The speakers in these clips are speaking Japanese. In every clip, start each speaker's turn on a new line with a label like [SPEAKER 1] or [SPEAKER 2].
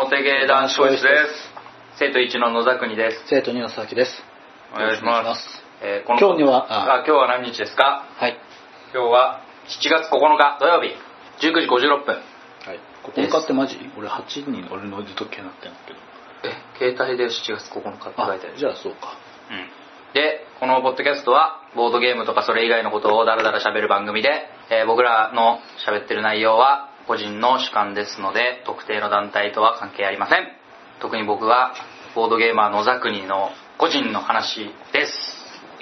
[SPEAKER 1] 三四郎
[SPEAKER 2] で
[SPEAKER 1] ですす
[SPEAKER 2] 生徒一の野田国です
[SPEAKER 1] 生徒2の佐々木です
[SPEAKER 2] お願いします
[SPEAKER 1] よろくお願いします
[SPEAKER 2] えー
[SPEAKER 1] 今日にはあ
[SPEAKER 2] あ今日は何日ですか
[SPEAKER 1] はい、
[SPEAKER 2] 今日は7月9日土曜日19時56分
[SPEAKER 1] はい、ここ向かってマジ俺8人俺の腕時計になってんだけど
[SPEAKER 2] え携帯で7月9日って書いてある
[SPEAKER 1] じゃあそうか
[SPEAKER 2] うんでこのポッドキャストはボードゲームとかそれ以外のことをだらだら喋る番組で、えー僕らの喋ってる内容は個人の主観ですので特定の団体とは関係ありません特に僕はボードゲーマー野田国の個人の話です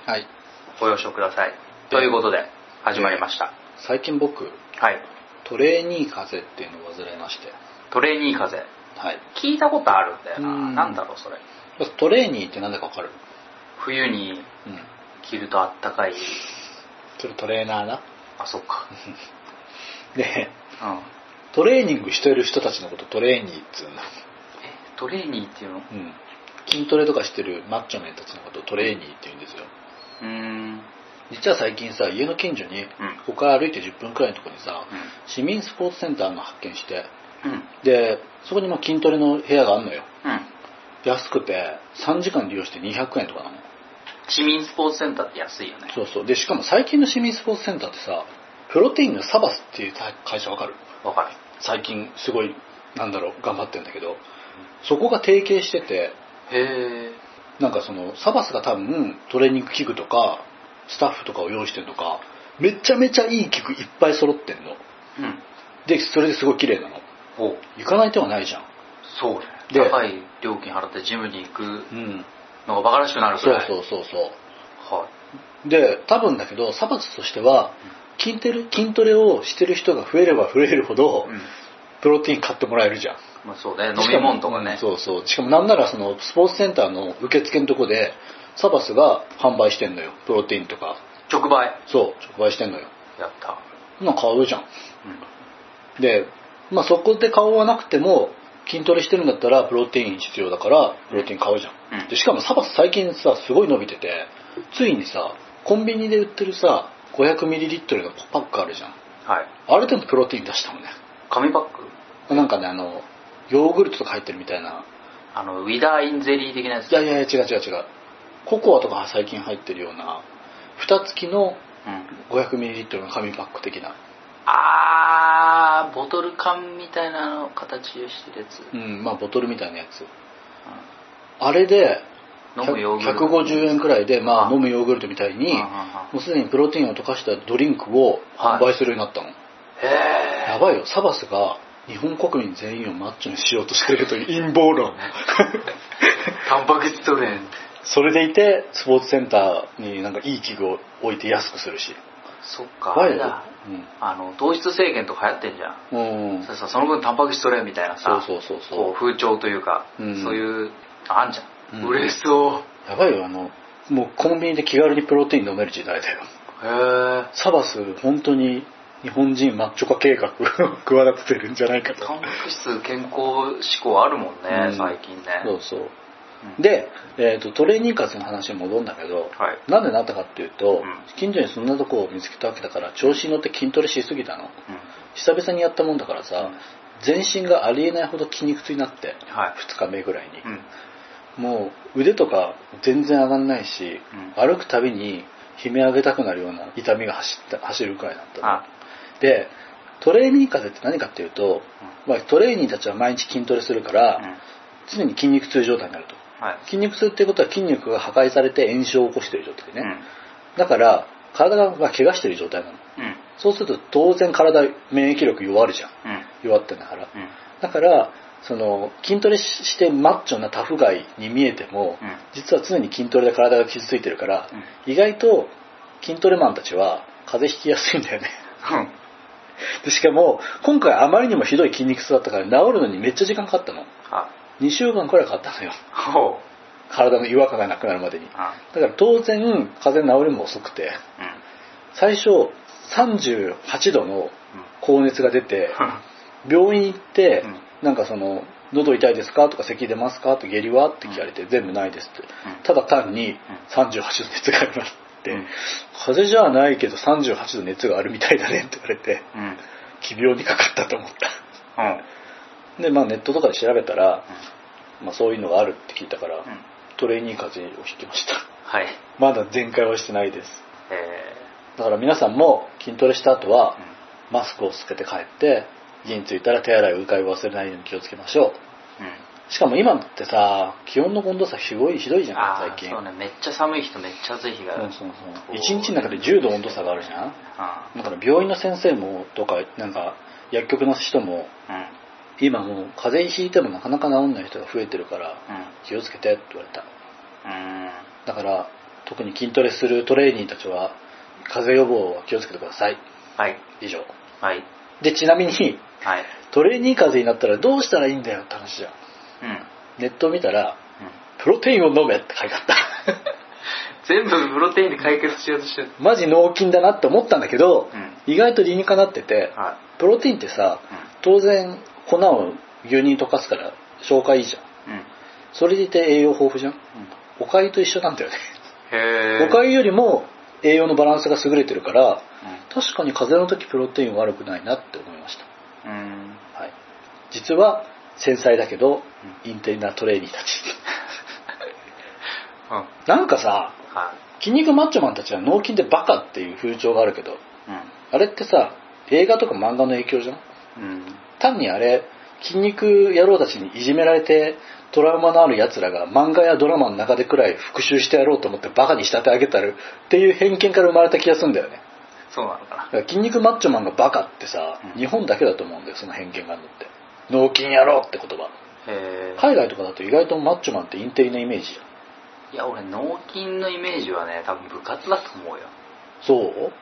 [SPEAKER 1] はい
[SPEAKER 2] ご了承くださいということで始まりました、
[SPEAKER 1] 最近僕
[SPEAKER 2] はい
[SPEAKER 1] トレーニー風邪っていうのを患いまして
[SPEAKER 2] トレーニー風
[SPEAKER 1] はい
[SPEAKER 2] 聞いたことあるんだよな、
[SPEAKER 1] うん
[SPEAKER 2] なんだろうそれ
[SPEAKER 1] まずトレーニーって何だか分かる
[SPEAKER 2] 冬に
[SPEAKER 1] うん
[SPEAKER 2] 着るとあったかい
[SPEAKER 1] それトレーナーな
[SPEAKER 2] あそっ か
[SPEAKER 1] で
[SPEAKER 2] うん
[SPEAKER 1] トレーニングしてる人たちのことトレーニーっつうんだ
[SPEAKER 2] えトレーニーっていうのう
[SPEAKER 1] うん筋トレとかしてるマッチョメンたちのことをトレーニーって言うんですよ
[SPEAKER 2] ーん
[SPEAKER 1] 実は最近さ家の近所に
[SPEAKER 2] うん
[SPEAKER 1] ここから歩いて10分くらいのところにさ市民スポーツセンターの発見して
[SPEAKER 2] うんうん
[SPEAKER 1] でそこにもう筋トレの部屋があるのよ
[SPEAKER 2] うん
[SPEAKER 1] 安くて3時間利用して200円とかなの
[SPEAKER 2] 市民スポーツセンターって安いよね
[SPEAKER 1] そうそうでしかも最近の市民スポーツセンターってさプロテインのサバスっていう会社わかる
[SPEAKER 2] わかる
[SPEAKER 1] 最近すごいなんだろう頑張ってるんだけどそこが提携してて
[SPEAKER 2] へえ
[SPEAKER 1] なんかそのサバスが多分トレーニング器具とかスタッフとかを用意してるとかめちゃめちゃいい器具いっぱい揃ってんの
[SPEAKER 2] うん
[SPEAKER 1] でそれですごい綺麗なの
[SPEAKER 2] お
[SPEAKER 1] 行かない手はないじゃん
[SPEAKER 2] そうね
[SPEAKER 1] で
[SPEAKER 2] 高い料金払ってジムに行く
[SPEAKER 1] うん
[SPEAKER 2] のがバカらしくなるく
[SPEAKER 1] そう
[SPEAKER 2] らい
[SPEAKER 1] そううそうそう
[SPEAKER 2] そうはい
[SPEAKER 1] で多分だけどサバスとしては筋トレ筋トレをしてる人が増えれば増えるほど、
[SPEAKER 2] うん
[SPEAKER 1] プロテイン買ってもらえるじゃん
[SPEAKER 2] まあそうね飲み物とかね
[SPEAKER 1] しもうんそうそうしかもなんならそのスポーツセンターの受付のとこでサバスが販売してんのよプロテインとか
[SPEAKER 2] 直売
[SPEAKER 1] そう直売してんのよ
[SPEAKER 2] やった
[SPEAKER 1] そんなん買うじゃん
[SPEAKER 2] うん
[SPEAKER 1] で、まあ、そこで顔はなくても筋トレしてるんだったらプロテイン必要だからプロテイン買うじゃん、
[SPEAKER 2] うん
[SPEAKER 1] でしかもサバス最近さすごい伸びててついにさコンビニで売ってるさ 500ml のパックあるじゃん
[SPEAKER 2] はい
[SPEAKER 1] あれでもプロテイン出したもんね
[SPEAKER 2] 紙パック
[SPEAKER 1] なんかねあのヨーグルトとか入ってるみたいな
[SPEAKER 2] あのウィダーインゼリー的なやつ
[SPEAKER 1] いやいやいや違う違う違うココアとか最近入ってるような蓋付きの
[SPEAKER 2] うん、
[SPEAKER 1] 500ml の紙パック的な
[SPEAKER 2] あーボトル缶みたいなの形をしてるやつ、
[SPEAKER 1] うんまあボトルみたいなやつあれで
[SPEAKER 2] 飲むヨーグルト
[SPEAKER 1] 150円くらいで、ま
[SPEAKER 2] あ
[SPEAKER 1] あ、飲むヨーグルトみたい
[SPEAKER 2] うんうん
[SPEAKER 1] に
[SPEAKER 2] うん
[SPEAKER 1] もうすでにプロテインを溶かしたドリンクを販売するようになったの、
[SPEAKER 2] へえ
[SPEAKER 1] やばいよサバスが日本国民全員をマッチョにしようとしてるという陰謀論
[SPEAKER 2] タンパク質取れん
[SPEAKER 1] それでいてスポーツセンターになんかいい器具を置いて安くするし
[SPEAKER 2] そっ
[SPEAKER 1] や
[SPEAKER 2] かあ
[SPEAKER 1] ばい
[SPEAKER 2] れ
[SPEAKER 1] よ
[SPEAKER 2] だあの糖質制限とか流行ってんじゃん
[SPEAKER 1] うん、うん、
[SPEAKER 2] それさその分タンパク質取れみたいなさ
[SPEAKER 1] そうそうそうそう
[SPEAKER 2] こ風潮というか、
[SPEAKER 1] うん
[SPEAKER 2] そういうあんじゃん、
[SPEAKER 1] うん
[SPEAKER 2] 嬉しそう
[SPEAKER 1] やばいよ、あの、もうコンビニで気軽にプロテイン飲める時代だよ。
[SPEAKER 2] へえ
[SPEAKER 1] サバス、本当に日本人マッチョ化計画を 企ててるんじゃないかと。
[SPEAKER 2] タンパク質健康志向あるもんね、
[SPEAKER 1] うん
[SPEAKER 2] 最近ね
[SPEAKER 1] そうそう。
[SPEAKER 2] うん
[SPEAKER 1] で、えーと、トレーニー活の話に戻るんだけど、
[SPEAKER 2] はい
[SPEAKER 1] なんでなったかっていうと、
[SPEAKER 2] うん
[SPEAKER 1] 近所にそんなとこを見つけたわけだから、調子に乗って筋トレしすぎたの。
[SPEAKER 2] うん
[SPEAKER 1] 久々にやったもんだからさ、全身がありえないほど筋肉痛になって、
[SPEAKER 2] はい
[SPEAKER 1] 2日目ぐらいに。
[SPEAKER 2] うん
[SPEAKER 1] もう腕とか全然上がんないし、
[SPEAKER 2] う
[SPEAKER 1] 歩くたびに悲鳴上げたくなるような痛みが走った走るくらいだったの
[SPEAKER 2] あ
[SPEAKER 1] でトレーニー風邪って何かっていうと、まあ、トレーニーたちは毎日筋トレするか
[SPEAKER 2] う
[SPEAKER 1] ら、
[SPEAKER 2] ん
[SPEAKER 1] 常に筋肉痛状態になると
[SPEAKER 2] はい
[SPEAKER 1] 筋肉痛っていうことは筋肉が破壊されて炎症を起こしている状態
[SPEAKER 2] う
[SPEAKER 1] ね、
[SPEAKER 2] ん
[SPEAKER 1] だから体が怪我してる状態なの
[SPEAKER 2] うん
[SPEAKER 1] そうすると当然体免疫力弱るじゃん
[SPEAKER 2] うん
[SPEAKER 1] 弱ってんだから
[SPEAKER 2] うん
[SPEAKER 1] だからその筋トレししてマッチョなタフガイに見えても、
[SPEAKER 2] うん
[SPEAKER 1] 実は常に筋トレで体が傷ついてるから、
[SPEAKER 2] う
[SPEAKER 1] 意外と筋トレマンたちは風邪ひきやすいんだよね
[SPEAKER 2] うん
[SPEAKER 1] でしかも今回あまりにもひどい筋肉痛だったから治るのにめっちゃ時間かかったの
[SPEAKER 2] あ
[SPEAKER 1] 2週間くらいかかったのよ
[SPEAKER 2] ほう
[SPEAKER 1] 体の違和感がなくなるまでにだ
[SPEAKER 2] あ
[SPEAKER 1] から当然風邪治りも遅く
[SPEAKER 2] う
[SPEAKER 1] て
[SPEAKER 2] ん
[SPEAKER 1] 最初38度の
[SPEAKER 2] うん
[SPEAKER 1] 高熱が出て病院行って、なんかその喉痛いですかとか咳出ますかと下痢はって聞かれて、全部ないですって、
[SPEAKER 2] うん
[SPEAKER 1] ただ単に38度熱があるなって、
[SPEAKER 2] うん
[SPEAKER 1] 風邪じゃないけど38度熱があるみたいだねって言われて
[SPEAKER 2] うんうん
[SPEAKER 1] 奇病にかかったと思っ
[SPEAKER 2] うん
[SPEAKER 1] たでまあネットとかで調べたらまあ、そういうのがあるって聞いたから、
[SPEAKER 2] うん
[SPEAKER 1] トレーニー風邪をひきました
[SPEAKER 2] はい
[SPEAKER 1] まだ全開はしてないです
[SPEAKER 2] え
[SPEAKER 1] だから皆さんも筋トレした後は
[SPEAKER 2] ー、うん
[SPEAKER 1] マスクをつけて帰って家に着いたら手洗いうがいを忘れないように気をつけましょうしかも今ってさ気温の温度差すごいひどいじ
[SPEAKER 2] うん、
[SPEAKER 1] ゃ
[SPEAKER 2] あ
[SPEAKER 1] ん
[SPEAKER 2] あ
[SPEAKER 1] 最近
[SPEAKER 2] そうねめっちゃ寒い日とめっちゃ暑い日がある、
[SPEAKER 1] そうそうそう一日の中で10度温度差があるじゃん
[SPEAKER 2] あ
[SPEAKER 1] だから病院の先生もとかなんか薬局の人も
[SPEAKER 2] あ
[SPEAKER 1] 今もう風邪ひいてもなかなか治んない人が増えてるから
[SPEAKER 2] うんうん
[SPEAKER 1] 気をつけてって言われた
[SPEAKER 2] うん
[SPEAKER 1] だから特に筋トレするトレーニーたちは風邪予防は気をつけてください
[SPEAKER 2] はい
[SPEAKER 1] 以上
[SPEAKER 2] はい
[SPEAKER 1] でちなみに
[SPEAKER 2] はい
[SPEAKER 1] トレーニー風邪になったらどうしたらいいんだよって話じゃん
[SPEAKER 2] うん、うん、
[SPEAKER 1] ネットを見たらプロテインを飲めって書いてあった
[SPEAKER 2] 全部プロテインで解決しようとしてる
[SPEAKER 1] マジ脳筋だなって思ったんだけど
[SPEAKER 2] う、ん
[SPEAKER 1] 意外と理にかなってて
[SPEAKER 2] は
[SPEAKER 1] プロテインってさ
[SPEAKER 2] い
[SPEAKER 1] 当然粉を牛乳に溶かすから消化いいじゃん
[SPEAKER 2] うんうん
[SPEAKER 1] それでいて栄養豊富じゃんおかゆと一緒なんだよね、
[SPEAKER 2] へえ
[SPEAKER 1] おかゆよりも栄養のバランスが優れてるから
[SPEAKER 2] う
[SPEAKER 1] 確かに風邪の時プロテイン悪くないなって思いまし
[SPEAKER 2] んうん
[SPEAKER 1] た、はい、実は繊細だけどインテリなトレーニーたち
[SPEAKER 2] うん
[SPEAKER 1] なんかさ
[SPEAKER 2] は
[SPEAKER 1] 筋肉マッチョマンたちは脳筋でバカっていう風潮があるけど
[SPEAKER 2] い
[SPEAKER 1] あれってさ映画とか漫画の影響じゃん
[SPEAKER 2] うんうん
[SPEAKER 1] 単にあれ筋肉野郎たちにいじめられてトラウマのある奴らが漫画やドラマの中でくらい復讐してやろうと思ってバカに仕立て上げたるっていう偏見から生まれた気がするんだよね
[SPEAKER 2] そうなのかな
[SPEAKER 1] だから筋肉マッチョマンがバカってさ、
[SPEAKER 2] うん
[SPEAKER 1] 日本だけだと思うんだよその偏見があるのって脳筋野郎って言葉
[SPEAKER 2] へえ
[SPEAKER 1] 海外とかだと意外とマッチョマンってインテリなイメージじゃん
[SPEAKER 2] いや俺脳筋のイメージはね多分部活だと思うよ
[SPEAKER 1] そう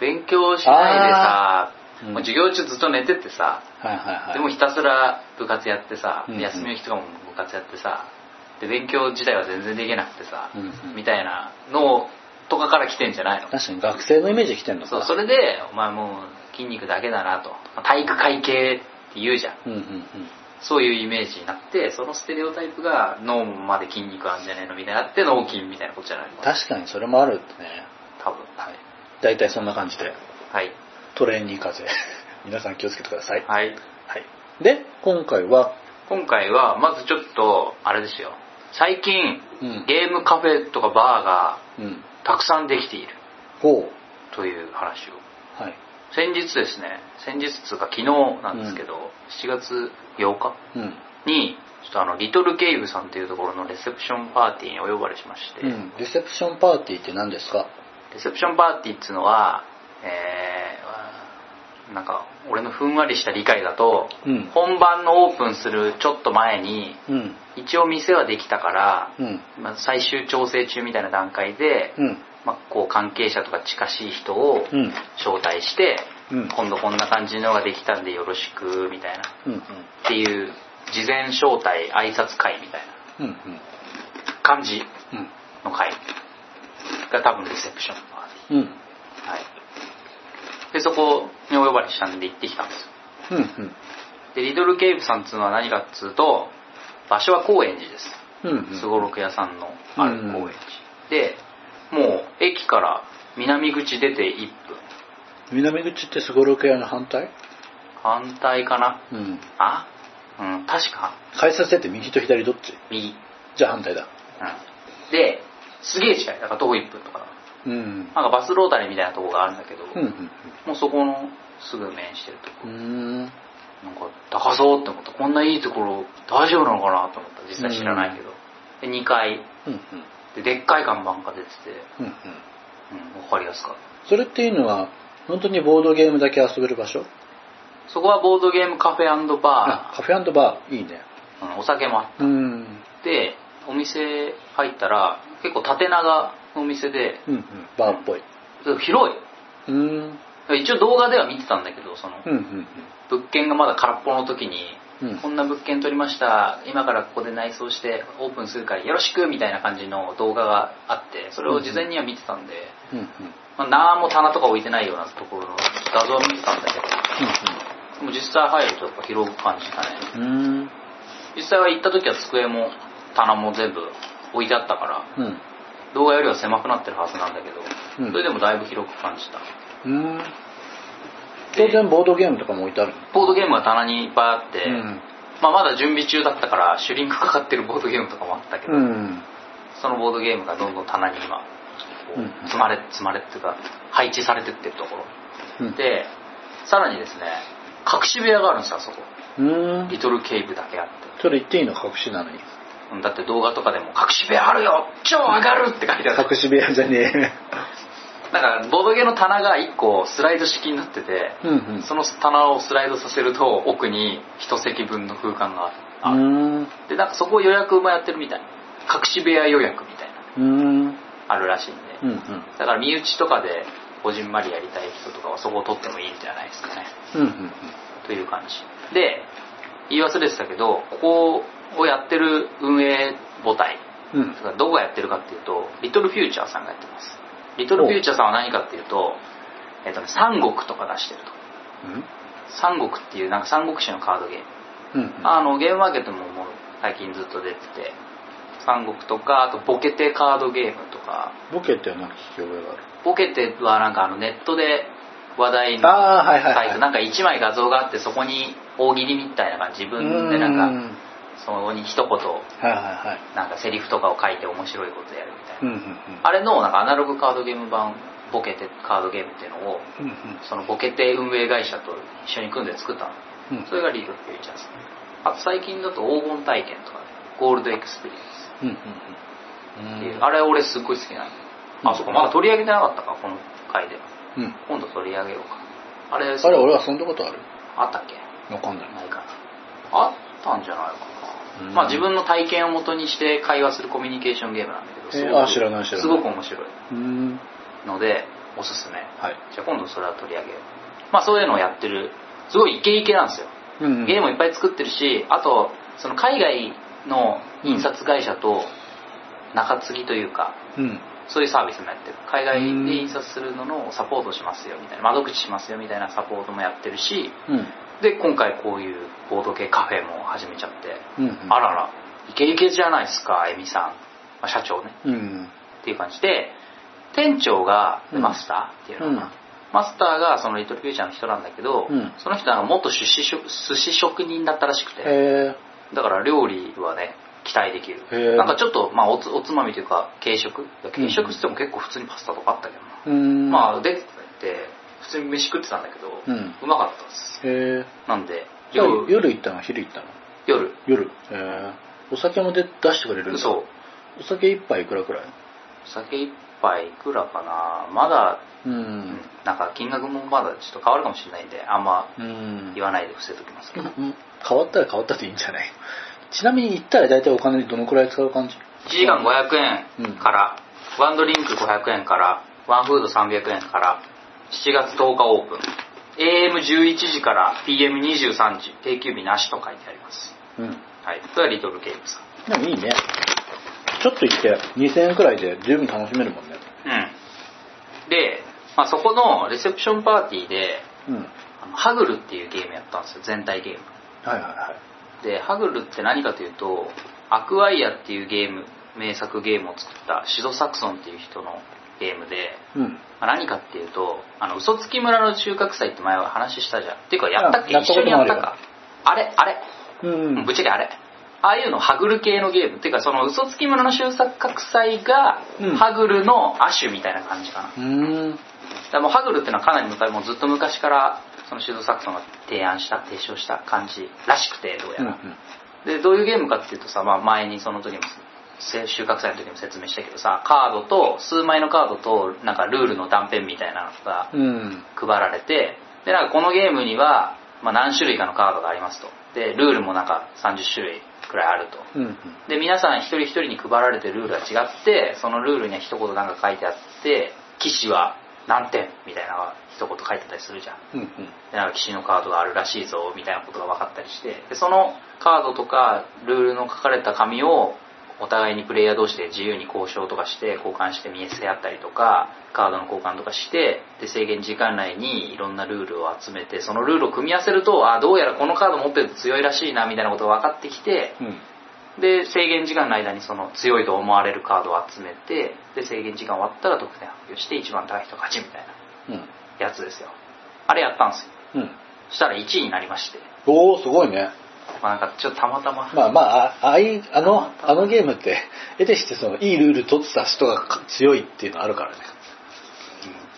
[SPEAKER 2] 勉強しないでさ
[SPEAKER 1] ーうん
[SPEAKER 2] もう授業中ずっと寝ててさ
[SPEAKER 1] はいはいはい
[SPEAKER 2] でもひたすら部活やってさ、
[SPEAKER 1] うんうん
[SPEAKER 2] 休みの日とかも部活やってさで勉強自体は全然できなくてさ、
[SPEAKER 1] うんうん
[SPEAKER 2] みたいなのとかから来てんじゃないの
[SPEAKER 1] 確かに学生のイメージ来てんのか
[SPEAKER 2] そうそれでお前もう筋肉だけだなとまあ体育会系って言うじゃん
[SPEAKER 1] うんうんうん
[SPEAKER 2] そういうイメージになってそのステレオタイプが脳まで筋肉あんじゃねえのみたいになって脳筋みたいなことじゃないの
[SPEAKER 1] 確かにそれもあるってね
[SPEAKER 2] 多分はい
[SPEAKER 1] 大体そんな感じで
[SPEAKER 2] はい
[SPEAKER 1] トレーニー風邪 皆さん気をつけてください、
[SPEAKER 2] はい
[SPEAKER 1] はい、で今回は、
[SPEAKER 2] 今回はまずちょっとあれですよ最近
[SPEAKER 1] うん
[SPEAKER 2] ゲームカフェとかバ
[SPEAKER 1] うん、
[SPEAKER 2] ーがたくさんできている
[SPEAKER 1] ほ
[SPEAKER 2] という話を
[SPEAKER 1] うはい、
[SPEAKER 2] 先日ですね先日つうか昨日なんですけど、7月8日
[SPEAKER 1] うん
[SPEAKER 2] にちょっとあのリトルケイブさんというところのレセプションパーティーにお呼ばれしまして、
[SPEAKER 1] うん、レセプションパーティーって何ですか
[SPEAKER 2] レセプションパーティーっていうのはえー、なんか俺のふんわりした理解だと
[SPEAKER 1] うん
[SPEAKER 2] 本番のオープンするちょっと前に
[SPEAKER 1] うん
[SPEAKER 2] 一応店はできたから、
[SPEAKER 1] うん
[SPEAKER 2] まあ、最終調整中みたいな段階で、
[SPEAKER 1] うん
[SPEAKER 2] まあ、こう関係者とか近しい人を
[SPEAKER 1] うん
[SPEAKER 2] 招待して、
[SPEAKER 1] うん
[SPEAKER 2] 今度こんな感じのができたんでよろしくみたいな
[SPEAKER 1] うんうん
[SPEAKER 2] っていう事前招待挨拶会みたい
[SPEAKER 1] うん
[SPEAKER 2] な感じ
[SPEAKER 1] うん
[SPEAKER 2] の会が多分レセプションのパーテ
[SPEAKER 1] うんうん
[SPEAKER 2] ィーはいでそこにお呼ばれしたんで行ってきたんですよ
[SPEAKER 1] うん
[SPEAKER 2] でリドル・ケイブさんっつうのは何かっつうと場所は高円寺です
[SPEAKER 1] うんうん
[SPEAKER 2] すごろく屋さんのある高円寺、でもう駅から南口出て1分
[SPEAKER 1] 南口ってすごろく屋の反対
[SPEAKER 2] 反対かな
[SPEAKER 1] うん
[SPEAKER 2] あうん確か
[SPEAKER 1] 改札出て右と左どっち
[SPEAKER 2] 右、うん、
[SPEAKER 1] じゃあ反対だ
[SPEAKER 2] ですげえ近いだから徒歩1分とかだ
[SPEAKER 1] うん
[SPEAKER 2] なんかバスロータリーみたいなとこがあるんだけど、
[SPEAKER 1] うんうん
[SPEAKER 2] もうそこのすぐ面してると
[SPEAKER 1] う
[SPEAKER 2] こ、
[SPEAKER 1] ん
[SPEAKER 2] なんか高そうって思ったこんないいところ大丈夫なのかなと思った実際知らないけど、で2階
[SPEAKER 1] うん
[SPEAKER 2] ででっかい看板が出てて、
[SPEAKER 1] うんうん
[SPEAKER 2] うん、分かりやすかった
[SPEAKER 1] それっていうのは本当にボードゲームだけ遊べる場所
[SPEAKER 2] そこはボードゲームカフェバ
[SPEAKER 1] あカフェバーいいね
[SPEAKER 2] ー、うんお酒もあっ
[SPEAKER 1] うん
[SPEAKER 2] てお店入ったら結構縦長のお店で
[SPEAKER 1] うんうんバーっぽい
[SPEAKER 2] 広い
[SPEAKER 1] うんうん
[SPEAKER 2] 一応動画では見てたんだけどその
[SPEAKER 1] うん
[SPEAKER 2] 物件がまだ空っぽの時に、
[SPEAKER 1] うん
[SPEAKER 2] こんな物件取りました今からここで内装してオープンするからよろしくみたいな感じの動画があってそれを事前には見てたんで、
[SPEAKER 1] うんうんうん
[SPEAKER 2] まあ、何も棚とか置いてないようなところの画像を見てたんだけどでも実際入るとやっぱ広く感じたね
[SPEAKER 1] うん
[SPEAKER 2] 実際は行った時は机も棚も全部置いてあったから
[SPEAKER 1] うん
[SPEAKER 2] 動画よりは狭くなってるはずなんだけど、
[SPEAKER 1] うん
[SPEAKER 2] それでもだいぶ広く感じた
[SPEAKER 1] うん当然ボードゲームとかも置いてある
[SPEAKER 2] ボードゲームが棚にいっぱいあって、
[SPEAKER 1] うん
[SPEAKER 2] まあ、まだ準備中だったからシュリンクかかってるボードゲームとかもあったけど、
[SPEAKER 1] うん
[SPEAKER 2] そのボードゲームがどんどん棚に今こう
[SPEAKER 1] うん
[SPEAKER 2] 積まれ積まれっていうか配置されてってるところ
[SPEAKER 1] うん
[SPEAKER 2] でさらにですね隠し部屋があるんですよあそこ
[SPEAKER 1] うん
[SPEAKER 2] リトルケイブだけあって
[SPEAKER 1] それ言っていいの隠しなのに
[SPEAKER 2] うんだって動画とかでも隠し部屋あるよ超上がるって書いてある
[SPEAKER 1] 隠し部屋じゃね
[SPEAKER 2] なんかボードゲーの棚が1個スライド式になってて
[SPEAKER 1] えうんうん
[SPEAKER 2] その棚をスライドさせると奥に一席分の空間がある、
[SPEAKER 1] うん
[SPEAKER 2] でなんかそこを予約もやってるみたいな隠し部屋予約みたいな
[SPEAKER 1] うん
[SPEAKER 2] あるらしいんで、
[SPEAKER 1] うんうん
[SPEAKER 2] だから身内とかでこじんまりやりたい人とかはそこを取ってもいいんじゃないですかね
[SPEAKER 1] うんうん
[SPEAKER 2] という感じで言い忘れてたけどここをやってる運営母体
[SPEAKER 1] うんうん
[SPEAKER 2] どこがやってるかっていうとリトルフューチャーさんがやってますリトルフューチャーさんは何かっていうとえっとね三国とか出してると三国っていうなんか三国志のカードゲーム
[SPEAKER 1] うんうん
[SPEAKER 2] あのゲームマーケットももう最近ずっと出てて三国とかあとボケてカードゲームとか
[SPEAKER 1] ボケってなんか聞き覚えがある
[SPEAKER 2] ボケてはなんかあのネットで話題の
[SPEAKER 1] ああはいはい
[SPEAKER 2] サイ
[SPEAKER 1] は
[SPEAKER 2] ト
[SPEAKER 1] い
[SPEAKER 2] なんか1枚画像があってそこに大喜利みたいな感じ自分でなんか
[SPEAKER 1] か
[SPEAKER 2] そこに一言
[SPEAKER 1] はいはいはい
[SPEAKER 2] なんかセリフとかを書いて面白いことやるみたいな
[SPEAKER 1] うんうんうん
[SPEAKER 2] あれのなんかアナログカードゲーム版ボケてカードゲームっていうのを
[SPEAKER 1] うんうん
[SPEAKER 2] そのボケて運営会社と一緒に組んで作ったの
[SPEAKER 1] うん
[SPEAKER 2] それがリーグフューチャーズあと最近だと黄金体験とかねゴールドエクスペリエンス
[SPEAKER 1] うんうん
[SPEAKER 2] っていううんあれ俺すっごい好きなのあそこまだ取り上げてなかったかこの回では
[SPEAKER 1] うん
[SPEAKER 2] 今度取り上げようかあれ
[SPEAKER 1] あれ俺は遊んだことある
[SPEAKER 2] あったっけ
[SPEAKER 1] わかんない
[SPEAKER 2] ないかなあったんじゃないかな、
[SPEAKER 1] うん
[SPEAKER 2] まあ自分の体験をもとにして会話するコミュニケーションゲームなんだけど
[SPEAKER 1] え
[SPEAKER 2] すごく
[SPEAKER 1] あ知らない知らない
[SPEAKER 2] すごく面白い
[SPEAKER 1] うん
[SPEAKER 2] のでおすすめ
[SPEAKER 1] はい
[SPEAKER 2] じゃあ今度それは取り上げようまあそういうのをやってるすごいイケイケなんですよ
[SPEAKER 1] うんうん
[SPEAKER 2] ゲームをいっぱい作ってるしあとその海外の印刷会社と中継ぎというか
[SPEAKER 1] うん
[SPEAKER 2] そういうサービスもやってる海外で印刷するののサポートしますよみたいな窓口しますよみたいなサポートもやってるし
[SPEAKER 1] うん
[SPEAKER 2] で今回こういうボード系カフェも始めちゃって、
[SPEAKER 1] うんうん
[SPEAKER 2] あららイケイケじゃないですかエミさん、まあ社長ね
[SPEAKER 1] うん
[SPEAKER 2] っていう感じで店長が
[SPEAKER 1] うん
[SPEAKER 2] マスターっていうのかな、
[SPEAKER 1] うん
[SPEAKER 2] マスターがそのリトルフューチャーの人なんだけど、
[SPEAKER 1] うん
[SPEAKER 2] その人は元寿司職寿司職人だったらしくて、
[SPEAKER 1] へ
[SPEAKER 2] だから料理はね期待できる、
[SPEAKER 1] へー
[SPEAKER 2] なんかちょっと、まあ、おつおつまみというか軽食
[SPEAKER 1] うん
[SPEAKER 2] 軽食っつっても結構普通にパスタとかあったけどな、
[SPEAKER 1] えうん
[SPEAKER 2] まあでって普通に飯食ってたんだけど、
[SPEAKER 1] う
[SPEAKER 2] うんまかったです
[SPEAKER 1] へえ
[SPEAKER 2] なんで
[SPEAKER 1] じゃあ
[SPEAKER 2] 夜
[SPEAKER 1] 夜行ったの昼行ったの
[SPEAKER 2] 夜
[SPEAKER 1] 夜へえお酒もで出してくれるんだ
[SPEAKER 2] そう
[SPEAKER 1] お酒一杯いくらくらい
[SPEAKER 2] 酒一杯いくらかなまだ、
[SPEAKER 1] う
[SPEAKER 2] うん
[SPEAKER 1] ん
[SPEAKER 2] なんか金額もまだちょっと変わるかもしれないんであんま
[SPEAKER 1] うん
[SPEAKER 2] 言わないで伏せときますけ
[SPEAKER 1] う
[SPEAKER 2] ど、
[SPEAKER 1] ん変わったら変わったでいいんじゃないちなみに行ったら大体お金どのくらい使う感じ
[SPEAKER 2] 1時間500円から、ワンドリンク500円からワンフード300円から7月10日オープン AM11 時から PM23 時定休日なしと書いてあります
[SPEAKER 1] うん
[SPEAKER 2] はいこれはリトルゲームさん
[SPEAKER 1] でもいいねちょっと行って2000円くらいで十分楽しめるもんね
[SPEAKER 2] うんで、まあ、そこのレセプションパーティーで
[SPEAKER 1] うんはい
[SPEAKER 2] あのハグルっていうゲームやったんですよ全体ゲーム
[SPEAKER 1] はいはい
[SPEAKER 2] でハグルって何かというとアクワイアっていうゲーム名作ゲームを作ったシド・サクソンっていう人のゲームで、
[SPEAKER 1] うん
[SPEAKER 2] まあ何かっていうとあの嘘つき村の中核祭って前は話したじゃんっていうかやったっけ
[SPEAKER 1] あやった
[SPEAKER 2] 一
[SPEAKER 1] こ
[SPEAKER 2] 緒
[SPEAKER 1] と
[SPEAKER 2] にやっ
[SPEAKER 1] もあるよ
[SPEAKER 2] たかあれあれ、
[SPEAKER 1] うん
[SPEAKER 2] ぶっちゃけあれああいうのハグル系のゲームっていうかその嘘つき村の中核祭が、
[SPEAKER 1] うん
[SPEAKER 2] ハグルの亜種みたいな感じかな
[SPEAKER 1] うん
[SPEAKER 2] だからもうハグルっていうのはかなり昔もうずっと昔からそのシド・サクソンが提案した提唱した感じらしくてどうやら、でどういうゲームかっていうとさ、まあ、前にその時もせ収穫祭の時も説明したけどさカードと数枚のカードとなんかルールの断片みたいなのが
[SPEAKER 1] うん
[SPEAKER 2] 配られてでなんかこのゲームには、まあ、何種類かのカードがありますとでルールもなんか30種類くらいあると
[SPEAKER 1] うん
[SPEAKER 2] で皆さん一人一人に配られてるルールは違ってそのルールには一言なんか書いてあって騎士は何点みたいなのが一言書いてたりするじゃん
[SPEAKER 1] うん
[SPEAKER 2] でなんか騎士のカードがあるらしいぞみたいなことが分かったりしてでそのカードとかルールの書かれた紙をお互いにプレイヤー同士で自由に交渉とかして交換して見せ合ったりとかカードの交換とかしてで制限時間内にいろんなルールを集めてそのルールを組み合わせるとあどうやらこのカード持ってると強いらしいなみたいなことが分かってきて
[SPEAKER 1] うん
[SPEAKER 2] で制限時間の間にその強いと思われるカードを集めてで制限時間終わったら得点発表して一番高い人が勝ちみたい
[SPEAKER 1] うん
[SPEAKER 2] なやつですよあれやったんですよ
[SPEAKER 1] うん
[SPEAKER 2] そしたら1位になりまして
[SPEAKER 1] おおすごいね
[SPEAKER 2] まあなんかちょっとたまたま、
[SPEAKER 1] まあまあ、あああいうあの、あのゲームって、得てしてその、いいルール取ってた人が強いっていうのあるからね。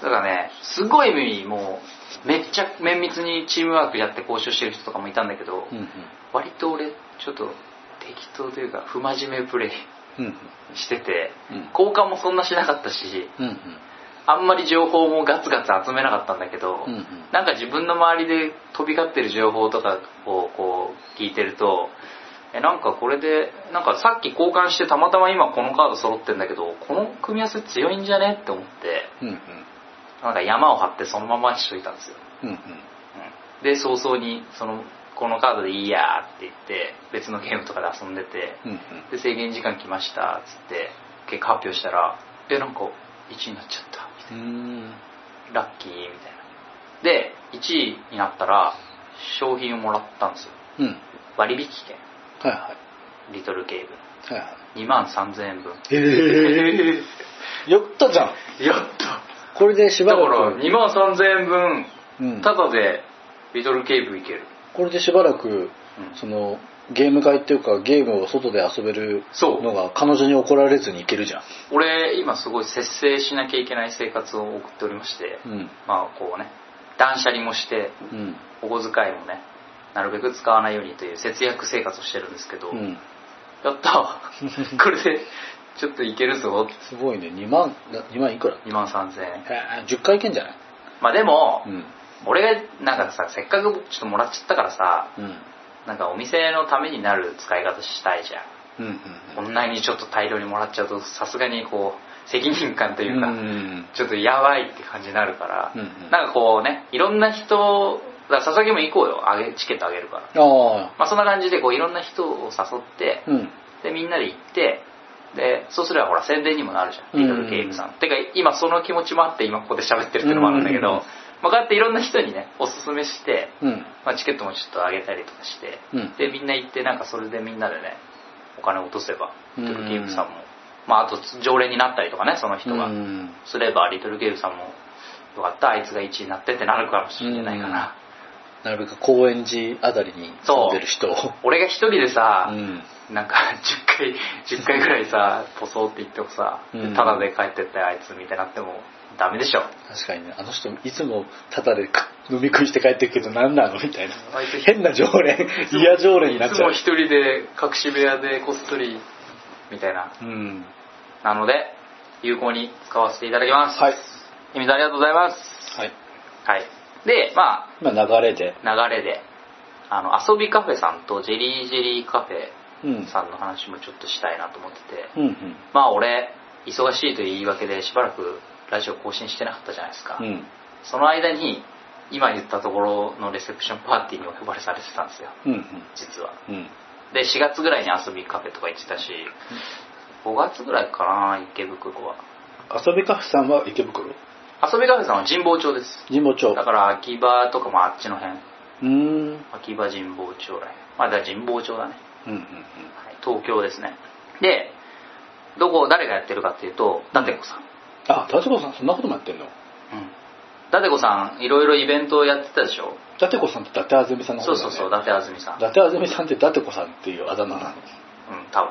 [SPEAKER 2] だからねすごい意味もうめっちゃ綿密にチームワークやって交渉してる人とかもいたんだけど、
[SPEAKER 1] うん
[SPEAKER 2] 割と俺ちょっと適当というか不真面目プレイ
[SPEAKER 1] うん。うん
[SPEAKER 2] してて、
[SPEAKER 1] うん
[SPEAKER 2] 交換もそんなしなかったし
[SPEAKER 1] うん。うん
[SPEAKER 2] あんまり情報もガツガツ集めなかったんだけど、
[SPEAKER 1] うんうん。
[SPEAKER 2] なんか自分の周りで飛び交ってる情報とかをこう聞いてるとえなんかこれでなんかさっき交換してたまたま今このカード揃ってんだけどこの組み合わせ強いんじゃねって思って
[SPEAKER 1] うんうん。
[SPEAKER 2] なんか山を張ってそのままにしといたんですよ、
[SPEAKER 1] うんうん。
[SPEAKER 2] うんで早々にそのこのカードでいいやって言って別のゲームとかで遊んでて
[SPEAKER 1] うんうん。
[SPEAKER 2] で制限時間来ましたっつって結果発表したらえなんか1位になっちゃったみたいな
[SPEAKER 1] うん。
[SPEAKER 2] ラッキーみたいなで1位になったら商品をもらったんですよ
[SPEAKER 1] うん。
[SPEAKER 2] 割引券
[SPEAKER 1] はいは
[SPEAKER 2] リトルケー
[SPEAKER 1] い。はいはい。
[SPEAKER 2] ブ2万3000円分
[SPEAKER 1] ええやったじゃん。
[SPEAKER 2] やった
[SPEAKER 1] これでしば
[SPEAKER 2] だからら
[SPEAKER 1] く、
[SPEAKER 2] 2万3000円分
[SPEAKER 1] うん、
[SPEAKER 2] タダでリトルケーブいける、
[SPEAKER 1] これでしばらく、
[SPEAKER 2] うん
[SPEAKER 1] その、ゲーム会っていうか、ゲームを外で遊べる
[SPEAKER 2] そう
[SPEAKER 1] のが彼女に怒られずにいけるじゃん。
[SPEAKER 2] 俺今すごい節制しなきゃいけない生活を送っておりまして、
[SPEAKER 1] うん。
[SPEAKER 2] まあこうね断捨離もして
[SPEAKER 1] うん。
[SPEAKER 2] お小遣いもねなるべく使わないようにという節約生活をしてるんですけど、
[SPEAKER 1] うん。
[SPEAKER 2] やった わこれでちょっといけるぞ
[SPEAKER 1] すごいね。2万、2万いくら
[SPEAKER 2] 2万3000円
[SPEAKER 1] えー、10回いけんじゃない
[SPEAKER 2] まあでも、
[SPEAKER 1] うん。
[SPEAKER 2] 俺なんかさせっかくちょっともらっちゃったからさ
[SPEAKER 1] うん。
[SPEAKER 2] なんかお店のためになる使い方したいじゃん
[SPEAKER 1] うん。うん。
[SPEAKER 2] こんなにちょっと大量にもらっちゃうとさすがにこう責任感というか、
[SPEAKER 1] うん。
[SPEAKER 2] ちょっとやばいって感じになるから、
[SPEAKER 1] うんうん
[SPEAKER 2] なんかこうねいろんな人だから佐々木も行こうよあげチケットあげるから、
[SPEAKER 1] ああ。
[SPEAKER 2] まあ、そんな感じでこういろんな人を誘って、
[SPEAKER 1] うん。
[SPEAKER 2] でみんなで行ってでそうすればほら宣伝にもなるじゃんリトルケーブさん、てか今その気持ちもあって今ここで喋ってるっていうのもあるんだけど、
[SPEAKER 1] うんうんうん
[SPEAKER 2] まあ、こうやっていろんな人にねおすすめして、
[SPEAKER 1] うん。
[SPEAKER 2] まあ、チケットもちょっとあげたりとかして、
[SPEAKER 1] うん
[SPEAKER 2] でみんな行ってなんかそれでみんなでねお金を落とせば
[SPEAKER 1] うん
[SPEAKER 2] リトルゲームさんも、まあ、あと常連になったりとかねその人が、
[SPEAKER 1] うん。
[SPEAKER 2] すればリトルゲームさんもよかったあいつが1位になってってなるかもしれないかな、
[SPEAKER 1] なるべく高円寺あたりに住んでる人を。
[SPEAKER 2] 俺が一人でさ、
[SPEAKER 1] うん。
[SPEAKER 2] なんか 10回10回ぐらいさポソって言ってもさ、
[SPEAKER 1] うん
[SPEAKER 2] ただで帰ってってあいつみたいになってもダメでしょ
[SPEAKER 1] 確かにね、あの人いつもタダで飲み食いして帰ってくけど何なのみたいな。
[SPEAKER 2] あいつ
[SPEAKER 1] 変な常連、嫌常連になっちゃう
[SPEAKER 2] い。つも一人で隠し部屋でこっそりみたいな
[SPEAKER 1] うん。
[SPEAKER 2] なので有効に使わせていただきます
[SPEAKER 1] はい。
[SPEAKER 2] 清水ありがとうございます
[SPEAKER 1] はい。
[SPEAKER 2] はいでま
[SPEAKER 1] 今流れで。
[SPEAKER 2] あ流れであの遊びカフェさんとジェリージェリーカフェ
[SPEAKER 1] うん。
[SPEAKER 2] さんの話もちょっとしたいなと思ってて
[SPEAKER 1] うんうん。
[SPEAKER 2] まあ俺忙しいという言い訳でしばらくラジオ更新してなかったじゃないですか、
[SPEAKER 1] うん。
[SPEAKER 2] その間に今言ったところのレセプションパーティーにお呼ばれされてたんですよ
[SPEAKER 1] うんうん。
[SPEAKER 2] 実は
[SPEAKER 1] うん。
[SPEAKER 2] で4月ぐらいに遊びカフェとか行ってたし5月ぐらいかな池袋は
[SPEAKER 1] 遊びカフェさんは池袋
[SPEAKER 2] 遊びカフェさんは神保町です
[SPEAKER 1] 神保町。
[SPEAKER 2] だから秋葉とかもあっちの辺
[SPEAKER 1] うーん。うん
[SPEAKER 2] 秋葉神保町らへんまあだから神保町だね、
[SPEAKER 1] うんうん。
[SPEAKER 2] はい、東京ですねでどこ誰がやってるかっていうと伊達子さん
[SPEAKER 1] あ、達子さんそんなこともやってんの
[SPEAKER 2] うん伊達子さんいろいろイベントをやってたでしょ、
[SPEAKER 1] 伊達子さんって伊達あずみさんの
[SPEAKER 2] そ
[SPEAKER 1] こと
[SPEAKER 2] う
[SPEAKER 1] だ
[SPEAKER 2] そ
[SPEAKER 1] よ
[SPEAKER 2] う
[SPEAKER 1] ね
[SPEAKER 2] そう伊達あずみさん
[SPEAKER 1] 伊達あずみさんって伊達子さんっていうあだ名なの
[SPEAKER 2] うん多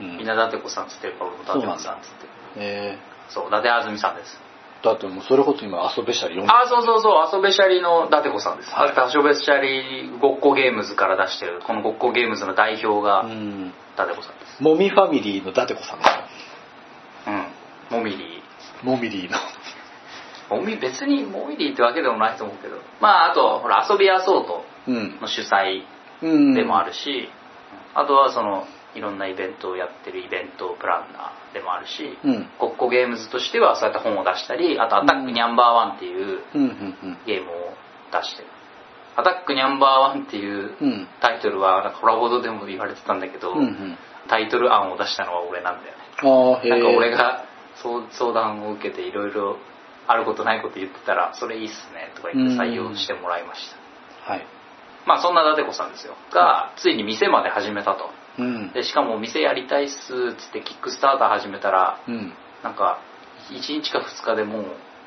[SPEAKER 2] 分
[SPEAKER 1] うん
[SPEAKER 2] みんな伊達子さんっつってるから僕伊達子さんっつって
[SPEAKER 1] え
[SPEAKER 2] そう伊達あずみさんです
[SPEAKER 1] ー、だってもうそれこそ今遊べしたり読んで
[SPEAKER 2] あそうそうそう遊べシャリの伊達子さんです
[SPEAKER 1] はい
[SPEAKER 2] 遊べシャリごっこゲームズから出してるこのごっこゲームズの代表
[SPEAKER 1] う
[SPEAKER 2] が伊
[SPEAKER 1] ん
[SPEAKER 2] 達子さんです
[SPEAKER 1] もみファミリーの伊達子さんだ
[SPEAKER 2] うんモミリー
[SPEAKER 1] もみりーの
[SPEAKER 2] モミ別にモミリーってわけでもないと思うけどまああとほら遊びやそうと
[SPEAKER 1] うん
[SPEAKER 2] の主催
[SPEAKER 1] うん
[SPEAKER 2] でもあ
[SPEAKER 1] る
[SPEAKER 2] るし、あとはそのいろんなイベントをやってるイベントプランナーでもあるし、
[SPEAKER 1] うん
[SPEAKER 2] ごっこゲームズとしてはそうやって本を出したりあと「アタックニャンバーワン」っていう
[SPEAKER 1] うんうん
[SPEAKER 2] ゲームを出してる「アタックニャンバーワン」っていう
[SPEAKER 1] うんうん
[SPEAKER 2] タイトルはなんかコラボでも言われてたんだけど、
[SPEAKER 1] うんうん
[SPEAKER 2] タイトル案を出したのは俺なんだよね、
[SPEAKER 1] ああへえ
[SPEAKER 2] なんか俺がそう相談を受けていろいろあることないこと言ってたら「それいいっすね」とか言って採用してもらいました、
[SPEAKER 1] はい
[SPEAKER 2] まあそんな伊達子さんですよがついに店まで始めたと
[SPEAKER 1] うん
[SPEAKER 2] でしかも店やりたいっすっつってキックスターター始めたら
[SPEAKER 1] うん
[SPEAKER 2] なんか1日か2日でもう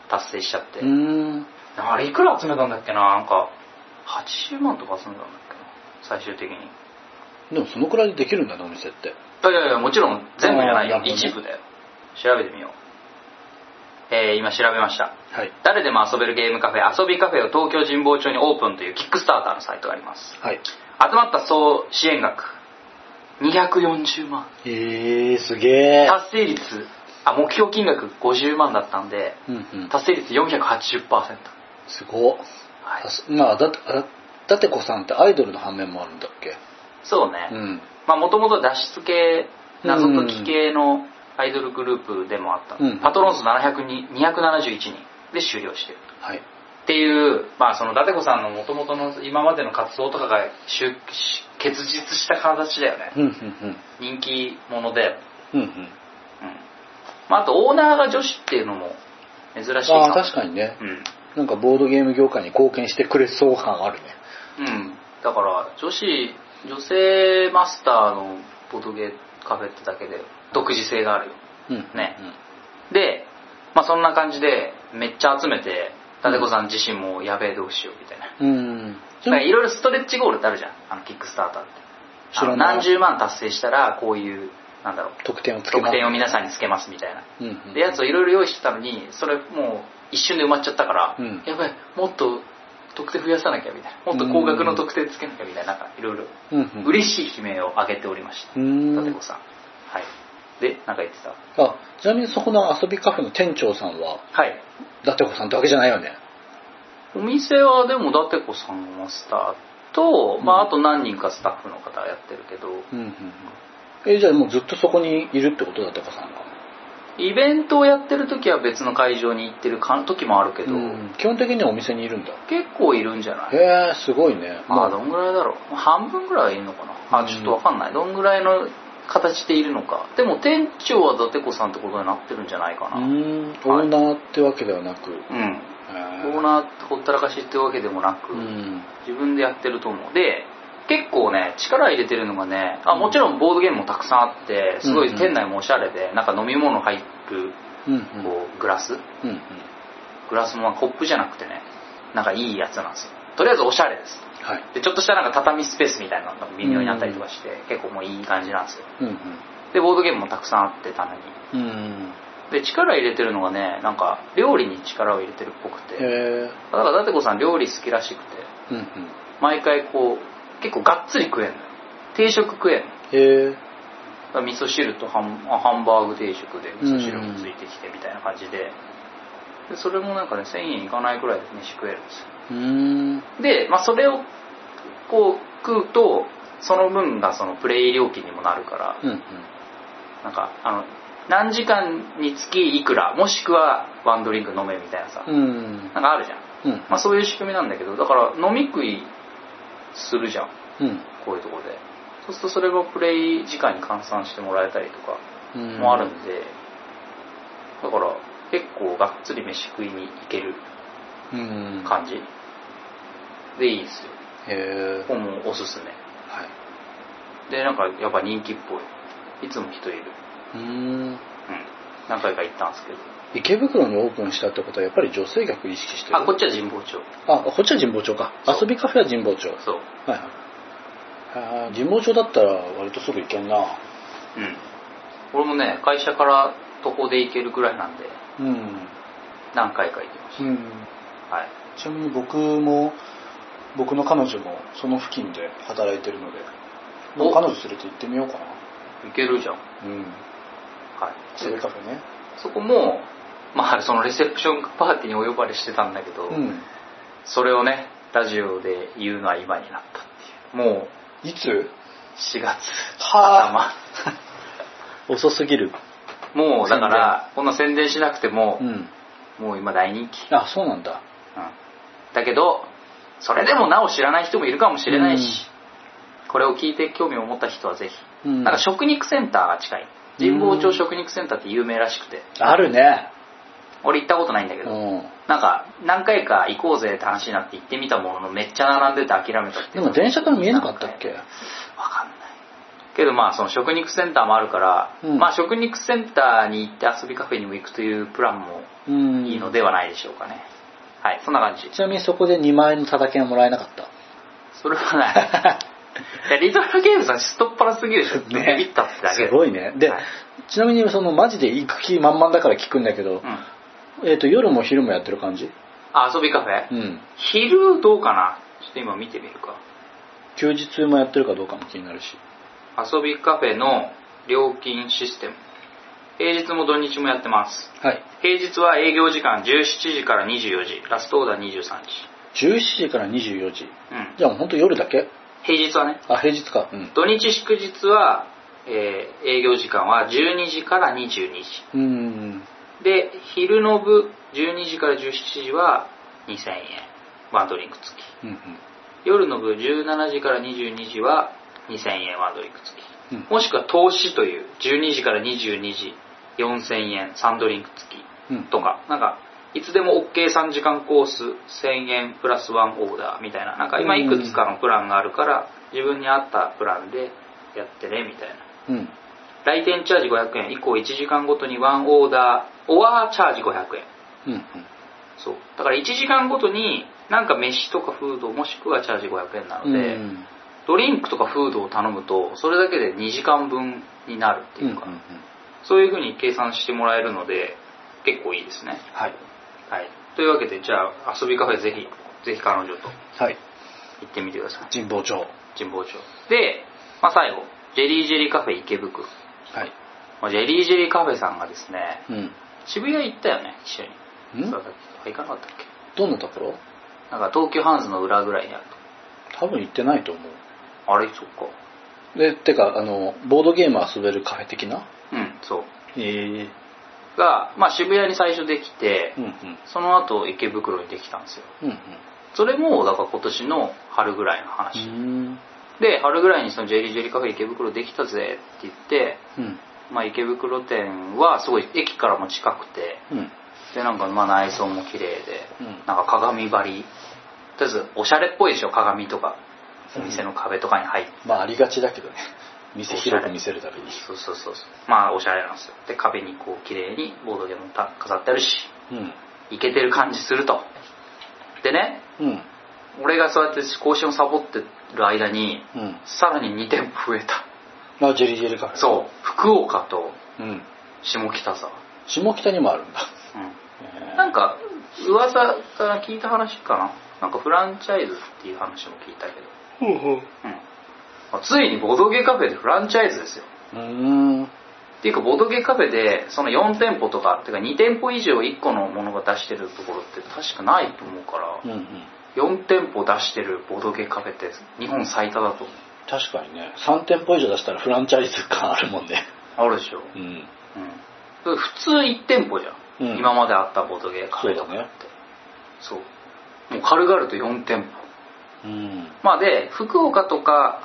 [SPEAKER 2] 達成しちゃって、
[SPEAKER 1] うん
[SPEAKER 2] あれいくら集めたんだっけななんか80万とか集めたんだっけな最終的に
[SPEAKER 1] でもそのくらいでできるんだねお店って
[SPEAKER 2] いやいやもちろん全部じゃない
[SPEAKER 1] あー
[SPEAKER 2] よ
[SPEAKER 1] なるほどね
[SPEAKER 2] 一部だよ調べてみよう、えー今調べました
[SPEAKER 1] はい
[SPEAKER 2] 誰でも遊べるゲームカフェ遊びカフェを東京神保町にオープンというキックスターターのサイトがあります
[SPEAKER 1] はい
[SPEAKER 2] 集まった総支援額240万
[SPEAKER 1] えー、すげえ
[SPEAKER 2] 達成率あ目標金額50万だったんで
[SPEAKER 1] うんうん
[SPEAKER 2] 達成率480%
[SPEAKER 1] すごっ
[SPEAKER 2] はい
[SPEAKER 1] さすまあだあだてこさんってアイドルの反面もあるんだっけ
[SPEAKER 2] そうね、
[SPEAKER 1] うん
[SPEAKER 2] まあもともと脱出系謎解き系のアイドルグループでもあった、
[SPEAKER 1] うん
[SPEAKER 2] パトロンズ700人271人で終了してる
[SPEAKER 1] はい
[SPEAKER 2] っていう、まあ、その伊達子さんのもともとの今までの活動とかが集し結実した形だよね
[SPEAKER 1] うんうん
[SPEAKER 2] 人気者で、うん
[SPEAKER 1] うんうんうん
[SPEAKER 2] まあ、あとオーナーが女子っていうのも珍しい
[SPEAKER 1] ああ
[SPEAKER 2] も
[SPEAKER 1] 確かにね
[SPEAKER 2] うん
[SPEAKER 1] なんかボードゲーム業界に貢献してくれそう感あるね
[SPEAKER 2] うん、だから女子女性マスターのボトゲカフェってだけで独自性があるよ
[SPEAKER 1] うん
[SPEAKER 2] ねで、まあ、そんな感じでめっちゃ集めて立子さん自身もやべえどうしようみたいな、
[SPEAKER 1] うんうん
[SPEAKER 2] だからいろいろストレッチゴールってあるじゃんあのキックスターターって
[SPEAKER 1] 知ら
[SPEAKER 2] あの
[SPEAKER 1] ない
[SPEAKER 2] 何十万達成したらこういうなんだろう
[SPEAKER 1] 得点をつけま
[SPEAKER 2] 得
[SPEAKER 1] す
[SPEAKER 2] 点を皆さんにつけますみたいな
[SPEAKER 1] うんうん
[SPEAKER 2] でやつをいろいろ用意してたのにそれもう一瞬で埋まっちゃったから、
[SPEAKER 1] うん
[SPEAKER 2] やばいもっと得点増やさなきゃみたいなもっと高額の得点つけなきゃみたいななんかいろいろ
[SPEAKER 1] うんうん
[SPEAKER 2] 嬉しい悲鳴を上げておりました
[SPEAKER 1] う
[SPEAKER 2] 立
[SPEAKER 1] ーん
[SPEAKER 2] 子さんはいでなんか言ってた
[SPEAKER 1] あちなみにそこの遊びカフェの店長さんは
[SPEAKER 2] はい
[SPEAKER 1] 伊達子さんってわけじゃないよね
[SPEAKER 2] お店はでも伊達子さんのマスターと、まあ、
[SPEAKER 1] うん
[SPEAKER 2] あと何人かスタッフの方やってるけど、
[SPEAKER 1] うんうんうんえじゃあもうずっとそこにいるってこと伊達子さんが
[SPEAKER 2] イベントをやってる時は別の会場に行ってるか時もあるけど、
[SPEAKER 1] うん基本的にはお店にいるんだ
[SPEAKER 2] 結構いるんじゃない
[SPEAKER 1] へえすごいね
[SPEAKER 2] まあ
[SPEAKER 1] ま
[SPEAKER 2] どんぐらいだろう半分ぐらいいるのかな
[SPEAKER 1] う
[SPEAKER 2] あ
[SPEAKER 1] ん
[SPEAKER 2] ちょっとわかんないどんぐらいの形でいるのかでも店長は伊達子さんってことになってるんじゃないか
[SPEAKER 1] あう
[SPEAKER 2] な
[SPEAKER 1] ーんオーナーってわけではなく
[SPEAKER 2] うんオー
[SPEAKER 1] ー
[SPEAKER 2] ナーってほったらかしってわけでもなく、
[SPEAKER 1] うん
[SPEAKER 2] 自分でやってると思うで結構ね力入れてるのがねあもちろんボードゲームもたくさんあってすごい
[SPEAKER 1] うんうん
[SPEAKER 2] 店内もおしゃれでなんか飲み物入る
[SPEAKER 1] うんうん
[SPEAKER 2] こうグラス
[SPEAKER 1] うんうん
[SPEAKER 2] グラスもコップじゃなくてねなんかいいやつなんですよとりあえずおしゃれです
[SPEAKER 1] はい
[SPEAKER 2] でちょっとしたなんか畳スペースみたいなのが微妙にあったりとかして、結構もういい感じなんですよ
[SPEAKER 1] うん
[SPEAKER 2] でボードゲームもたくさんあって棚に
[SPEAKER 1] うんうん
[SPEAKER 2] で力入れてるのがねなんか料理に力を入れてるっぽくて
[SPEAKER 1] へえ
[SPEAKER 2] だから舘子さん料理好きらしくて
[SPEAKER 1] うんうん
[SPEAKER 2] 毎回こう結構がっつり食えんのよ定食食えんの
[SPEAKER 1] へえ
[SPEAKER 2] だから味噌汁とハンあハンバーグ定食で味噌汁もついてきてみたいな感じででそれもなんかね1000円いかないくらいで飯食えるんですよ
[SPEAKER 1] うーん
[SPEAKER 2] で、まあ、それをこう食うとその分がそのプレイ料金にもなるから
[SPEAKER 1] うんうん
[SPEAKER 2] なんかあの何時間につきいくらもしくはワンドリンク飲めみたいなさ、
[SPEAKER 1] うん
[SPEAKER 2] なんかあるじゃん、
[SPEAKER 1] うん
[SPEAKER 2] まあ、そういう仕組みなんだけどだから飲み食いするじゃん
[SPEAKER 1] うん
[SPEAKER 2] こういうとこでそうするとそれもプレイ時間に換算してもらえたりとか
[SPEAKER 1] うん
[SPEAKER 2] もあるんで、だから結構がっつり飯食いに行ける
[SPEAKER 1] うん
[SPEAKER 2] 感じでいいですよ
[SPEAKER 1] へえ
[SPEAKER 2] ここもおすすめ
[SPEAKER 1] はい
[SPEAKER 2] でなんかやっぱ人気っぽいいつも人いる
[SPEAKER 1] うーん
[SPEAKER 2] うん何回か行ったんですけど
[SPEAKER 1] 池袋にオープンしたってことはやっぱり女性客意識してる
[SPEAKER 2] あこっちは神保町
[SPEAKER 1] あこっちは神保町か
[SPEAKER 2] そう
[SPEAKER 1] 遊びカフェは神保町
[SPEAKER 2] そう
[SPEAKER 1] はいはいあー神保町だったら割とすぐ行けんな
[SPEAKER 2] うん俺もね会社から徒歩で行けるぐらいなんで
[SPEAKER 1] うん
[SPEAKER 2] 何回か行きまし
[SPEAKER 1] うん
[SPEAKER 2] たはい
[SPEAKER 1] ちなみに僕も僕の彼女もその付近で働いてるので
[SPEAKER 2] お
[SPEAKER 1] 彼女連れて行ってみようかな
[SPEAKER 2] 行けるじゃん
[SPEAKER 1] うん
[SPEAKER 2] はい
[SPEAKER 1] 遊びカフェね
[SPEAKER 2] そこもまあそのレセプションパーティーにお呼ばれしてたんだけど、
[SPEAKER 1] うん
[SPEAKER 2] それをねラジオで言うのは今になったっていうもう
[SPEAKER 1] いつ
[SPEAKER 2] 4月
[SPEAKER 1] は遅すぎる
[SPEAKER 2] 頭 もうだからこんな宣伝しなくても
[SPEAKER 1] う、ん
[SPEAKER 2] もう今大人気
[SPEAKER 1] あそうなんだ
[SPEAKER 2] だけどそれでもなお知らない人もいるかもしれないし、これを聞いて興味を持った人はぜひ、
[SPEAKER 1] うん
[SPEAKER 2] なんか食肉センターが近い神保町食肉センターって有名らしくて
[SPEAKER 1] あるね
[SPEAKER 2] 俺行ったことないんだけ
[SPEAKER 1] う
[SPEAKER 2] ど、
[SPEAKER 1] ん
[SPEAKER 2] なんか何回か行こうぜって話になって行ってみたもののめっちゃ並んでて諦めたって
[SPEAKER 1] で
[SPEAKER 2] いう
[SPEAKER 1] も電車から見えなかったっけ
[SPEAKER 2] わかんないけどまあその食肉センターもあるから、
[SPEAKER 1] うん
[SPEAKER 2] まあ食肉センターに行って遊びカフェにも行くというプランも
[SPEAKER 1] うん
[SPEAKER 2] いいのではないでしょうかね、はいそんな感じ
[SPEAKER 1] ちなみにそこで2万円のただ券はもらえなかった
[SPEAKER 2] それはないいやリトルゲームさんしとっぱらすぎるでしょ、
[SPEAKER 1] ね
[SPEAKER 2] ビビったってだけ
[SPEAKER 1] すごいねで、
[SPEAKER 2] はい
[SPEAKER 1] ちなみにそのマジで行く気満々だから聞くんだけど
[SPEAKER 2] う、ん、
[SPEAKER 1] えっと夜も昼もやってる感じ
[SPEAKER 2] あ遊びカフェ、
[SPEAKER 1] うん
[SPEAKER 2] 昼どうかなちょっと今見てみるか
[SPEAKER 1] 休日もやってるかどうかも気になるし
[SPEAKER 2] 遊びカフェの料金システム平日も土日もやってます
[SPEAKER 1] はい
[SPEAKER 2] 平日は営業時間17時から24時ラストオーダー23時
[SPEAKER 1] 17時から24時
[SPEAKER 2] うん
[SPEAKER 1] じゃあもうほんと夜だけ
[SPEAKER 2] 平日はね
[SPEAKER 1] あ平日かうん
[SPEAKER 2] 土日祝日は、えー営業時間は12時から22時
[SPEAKER 1] うーん
[SPEAKER 2] で昼の部12時から17時は2000円ワンドリンク付き
[SPEAKER 1] うんうん
[SPEAKER 2] 夜の部17時から22時は2000円ワンドリンク付き、
[SPEAKER 1] うん
[SPEAKER 2] もしくは投資という12時から22時4000円3ドリンク付き
[SPEAKER 1] うん
[SPEAKER 2] とか、なんかいつでも OK3 時間コース1000円プラスワンオーダーみたいななんか今いくつかのプランがあるから自分に合ったプランでやってねみたいな
[SPEAKER 1] うん
[SPEAKER 2] 来店チャージ500円以降1時間ごとにワンオーダーオアチャージ500円
[SPEAKER 1] うんうん
[SPEAKER 2] そうだから1時間ごとになんか飯とかフードもしくはチャージ500円なので、
[SPEAKER 1] うん
[SPEAKER 2] ドリンクとかフードを頼むとそれだけで2時間分になるって
[SPEAKER 1] うんう
[SPEAKER 2] い
[SPEAKER 1] ん
[SPEAKER 2] うか、そういうふうに計算してもらえるので結構いいですね
[SPEAKER 1] はい
[SPEAKER 2] はいというわけでじゃあ遊びカフェぜひぜひ彼女と
[SPEAKER 1] はい
[SPEAKER 2] 行ってみてください
[SPEAKER 1] 神保町は
[SPEAKER 2] 神保町で、まあ、最後ジェリージェリーカフェ池袋
[SPEAKER 1] い
[SPEAKER 2] まあジェリージェリーカフェさんがですね
[SPEAKER 1] うん
[SPEAKER 2] 渋谷行ったよね一緒に
[SPEAKER 1] ん
[SPEAKER 2] 佐々木とか行かなかったっけ
[SPEAKER 1] どんなところ
[SPEAKER 2] なんか東急ハンズの裏ぐらいにある
[SPEAKER 1] 多分行ってないと思う
[SPEAKER 2] とあれそっか
[SPEAKER 1] でてかあのボードゲーム遊べるカフェ的な
[SPEAKER 2] うんそう
[SPEAKER 1] ええ
[SPEAKER 2] が、まあ、渋谷に最初できて、
[SPEAKER 1] うんうん
[SPEAKER 2] その後池袋にできたんですよ
[SPEAKER 1] うんうん
[SPEAKER 2] それもだから今年の春ぐらいの
[SPEAKER 1] う
[SPEAKER 2] 話、
[SPEAKER 1] ん
[SPEAKER 2] で春ぐらいにそのジェリージェリーカフェ池袋できたぜって言って、
[SPEAKER 1] うん
[SPEAKER 2] まあ、池袋店はすごい駅からも近くて
[SPEAKER 1] うん
[SPEAKER 2] でなんかまあ内装も綺麗で、
[SPEAKER 1] うん
[SPEAKER 2] なんか鏡張りとりあえずおしゃれっぽいでしょ鏡とかお店の壁とかに入って、
[SPEAKER 1] まあありがちだけ どね店広く見せるために
[SPEAKER 2] そうそうそうそうまあおしゃれなんですよで壁にこう綺麗にボードゲームもた飾ってあるし
[SPEAKER 1] うん
[SPEAKER 2] いけてる感じするとでね
[SPEAKER 1] うん
[SPEAKER 2] 俺がそうやって更新をサボってる間に
[SPEAKER 1] うん
[SPEAKER 2] さらに2店舗増えた
[SPEAKER 1] まあジェリージェリーカフェ
[SPEAKER 2] そう福岡と
[SPEAKER 1] ううん
[SPEAKER 2] 下北沢、
[SPEAKER 1] 下北にもあるんだ
[SPEAKER 2] うん、なんか噂から聞いた話かななんかフランチャイズっていう話も聞いたけど、
[SPEAKER 1] ほうほう
[SPEAKER 2] うん、ついにボドゲカフェでフランチャイズですよ
[SPEAKER 1] うーんうん
[SPEAKER 2] っていうかボドゲカフェでその4店舗とかっていうか2店舗以上1個のものが出してるところって確かないと思うから
[SPEAKER 1] うん
[SPEAKER 2] 4店舗出してるボドゲカフェって日本最多だと思う
[SPEAKER 1] 確かにね3店舗以上出したらフランチャイズ感あるもんね
[SPEAKER 2] あるでしょ
[SPEAKER 1] うん
[SPEAKER 2] うん、普通1店舗じゃん、
[SPEAKER 1] うん
[SPEAKER 2] 今まであったボードゲーカフェとかってそう,、もう軽々と4店舗
[SPEAKER 1] うん
[SPEAKER 2] まあで福岡とか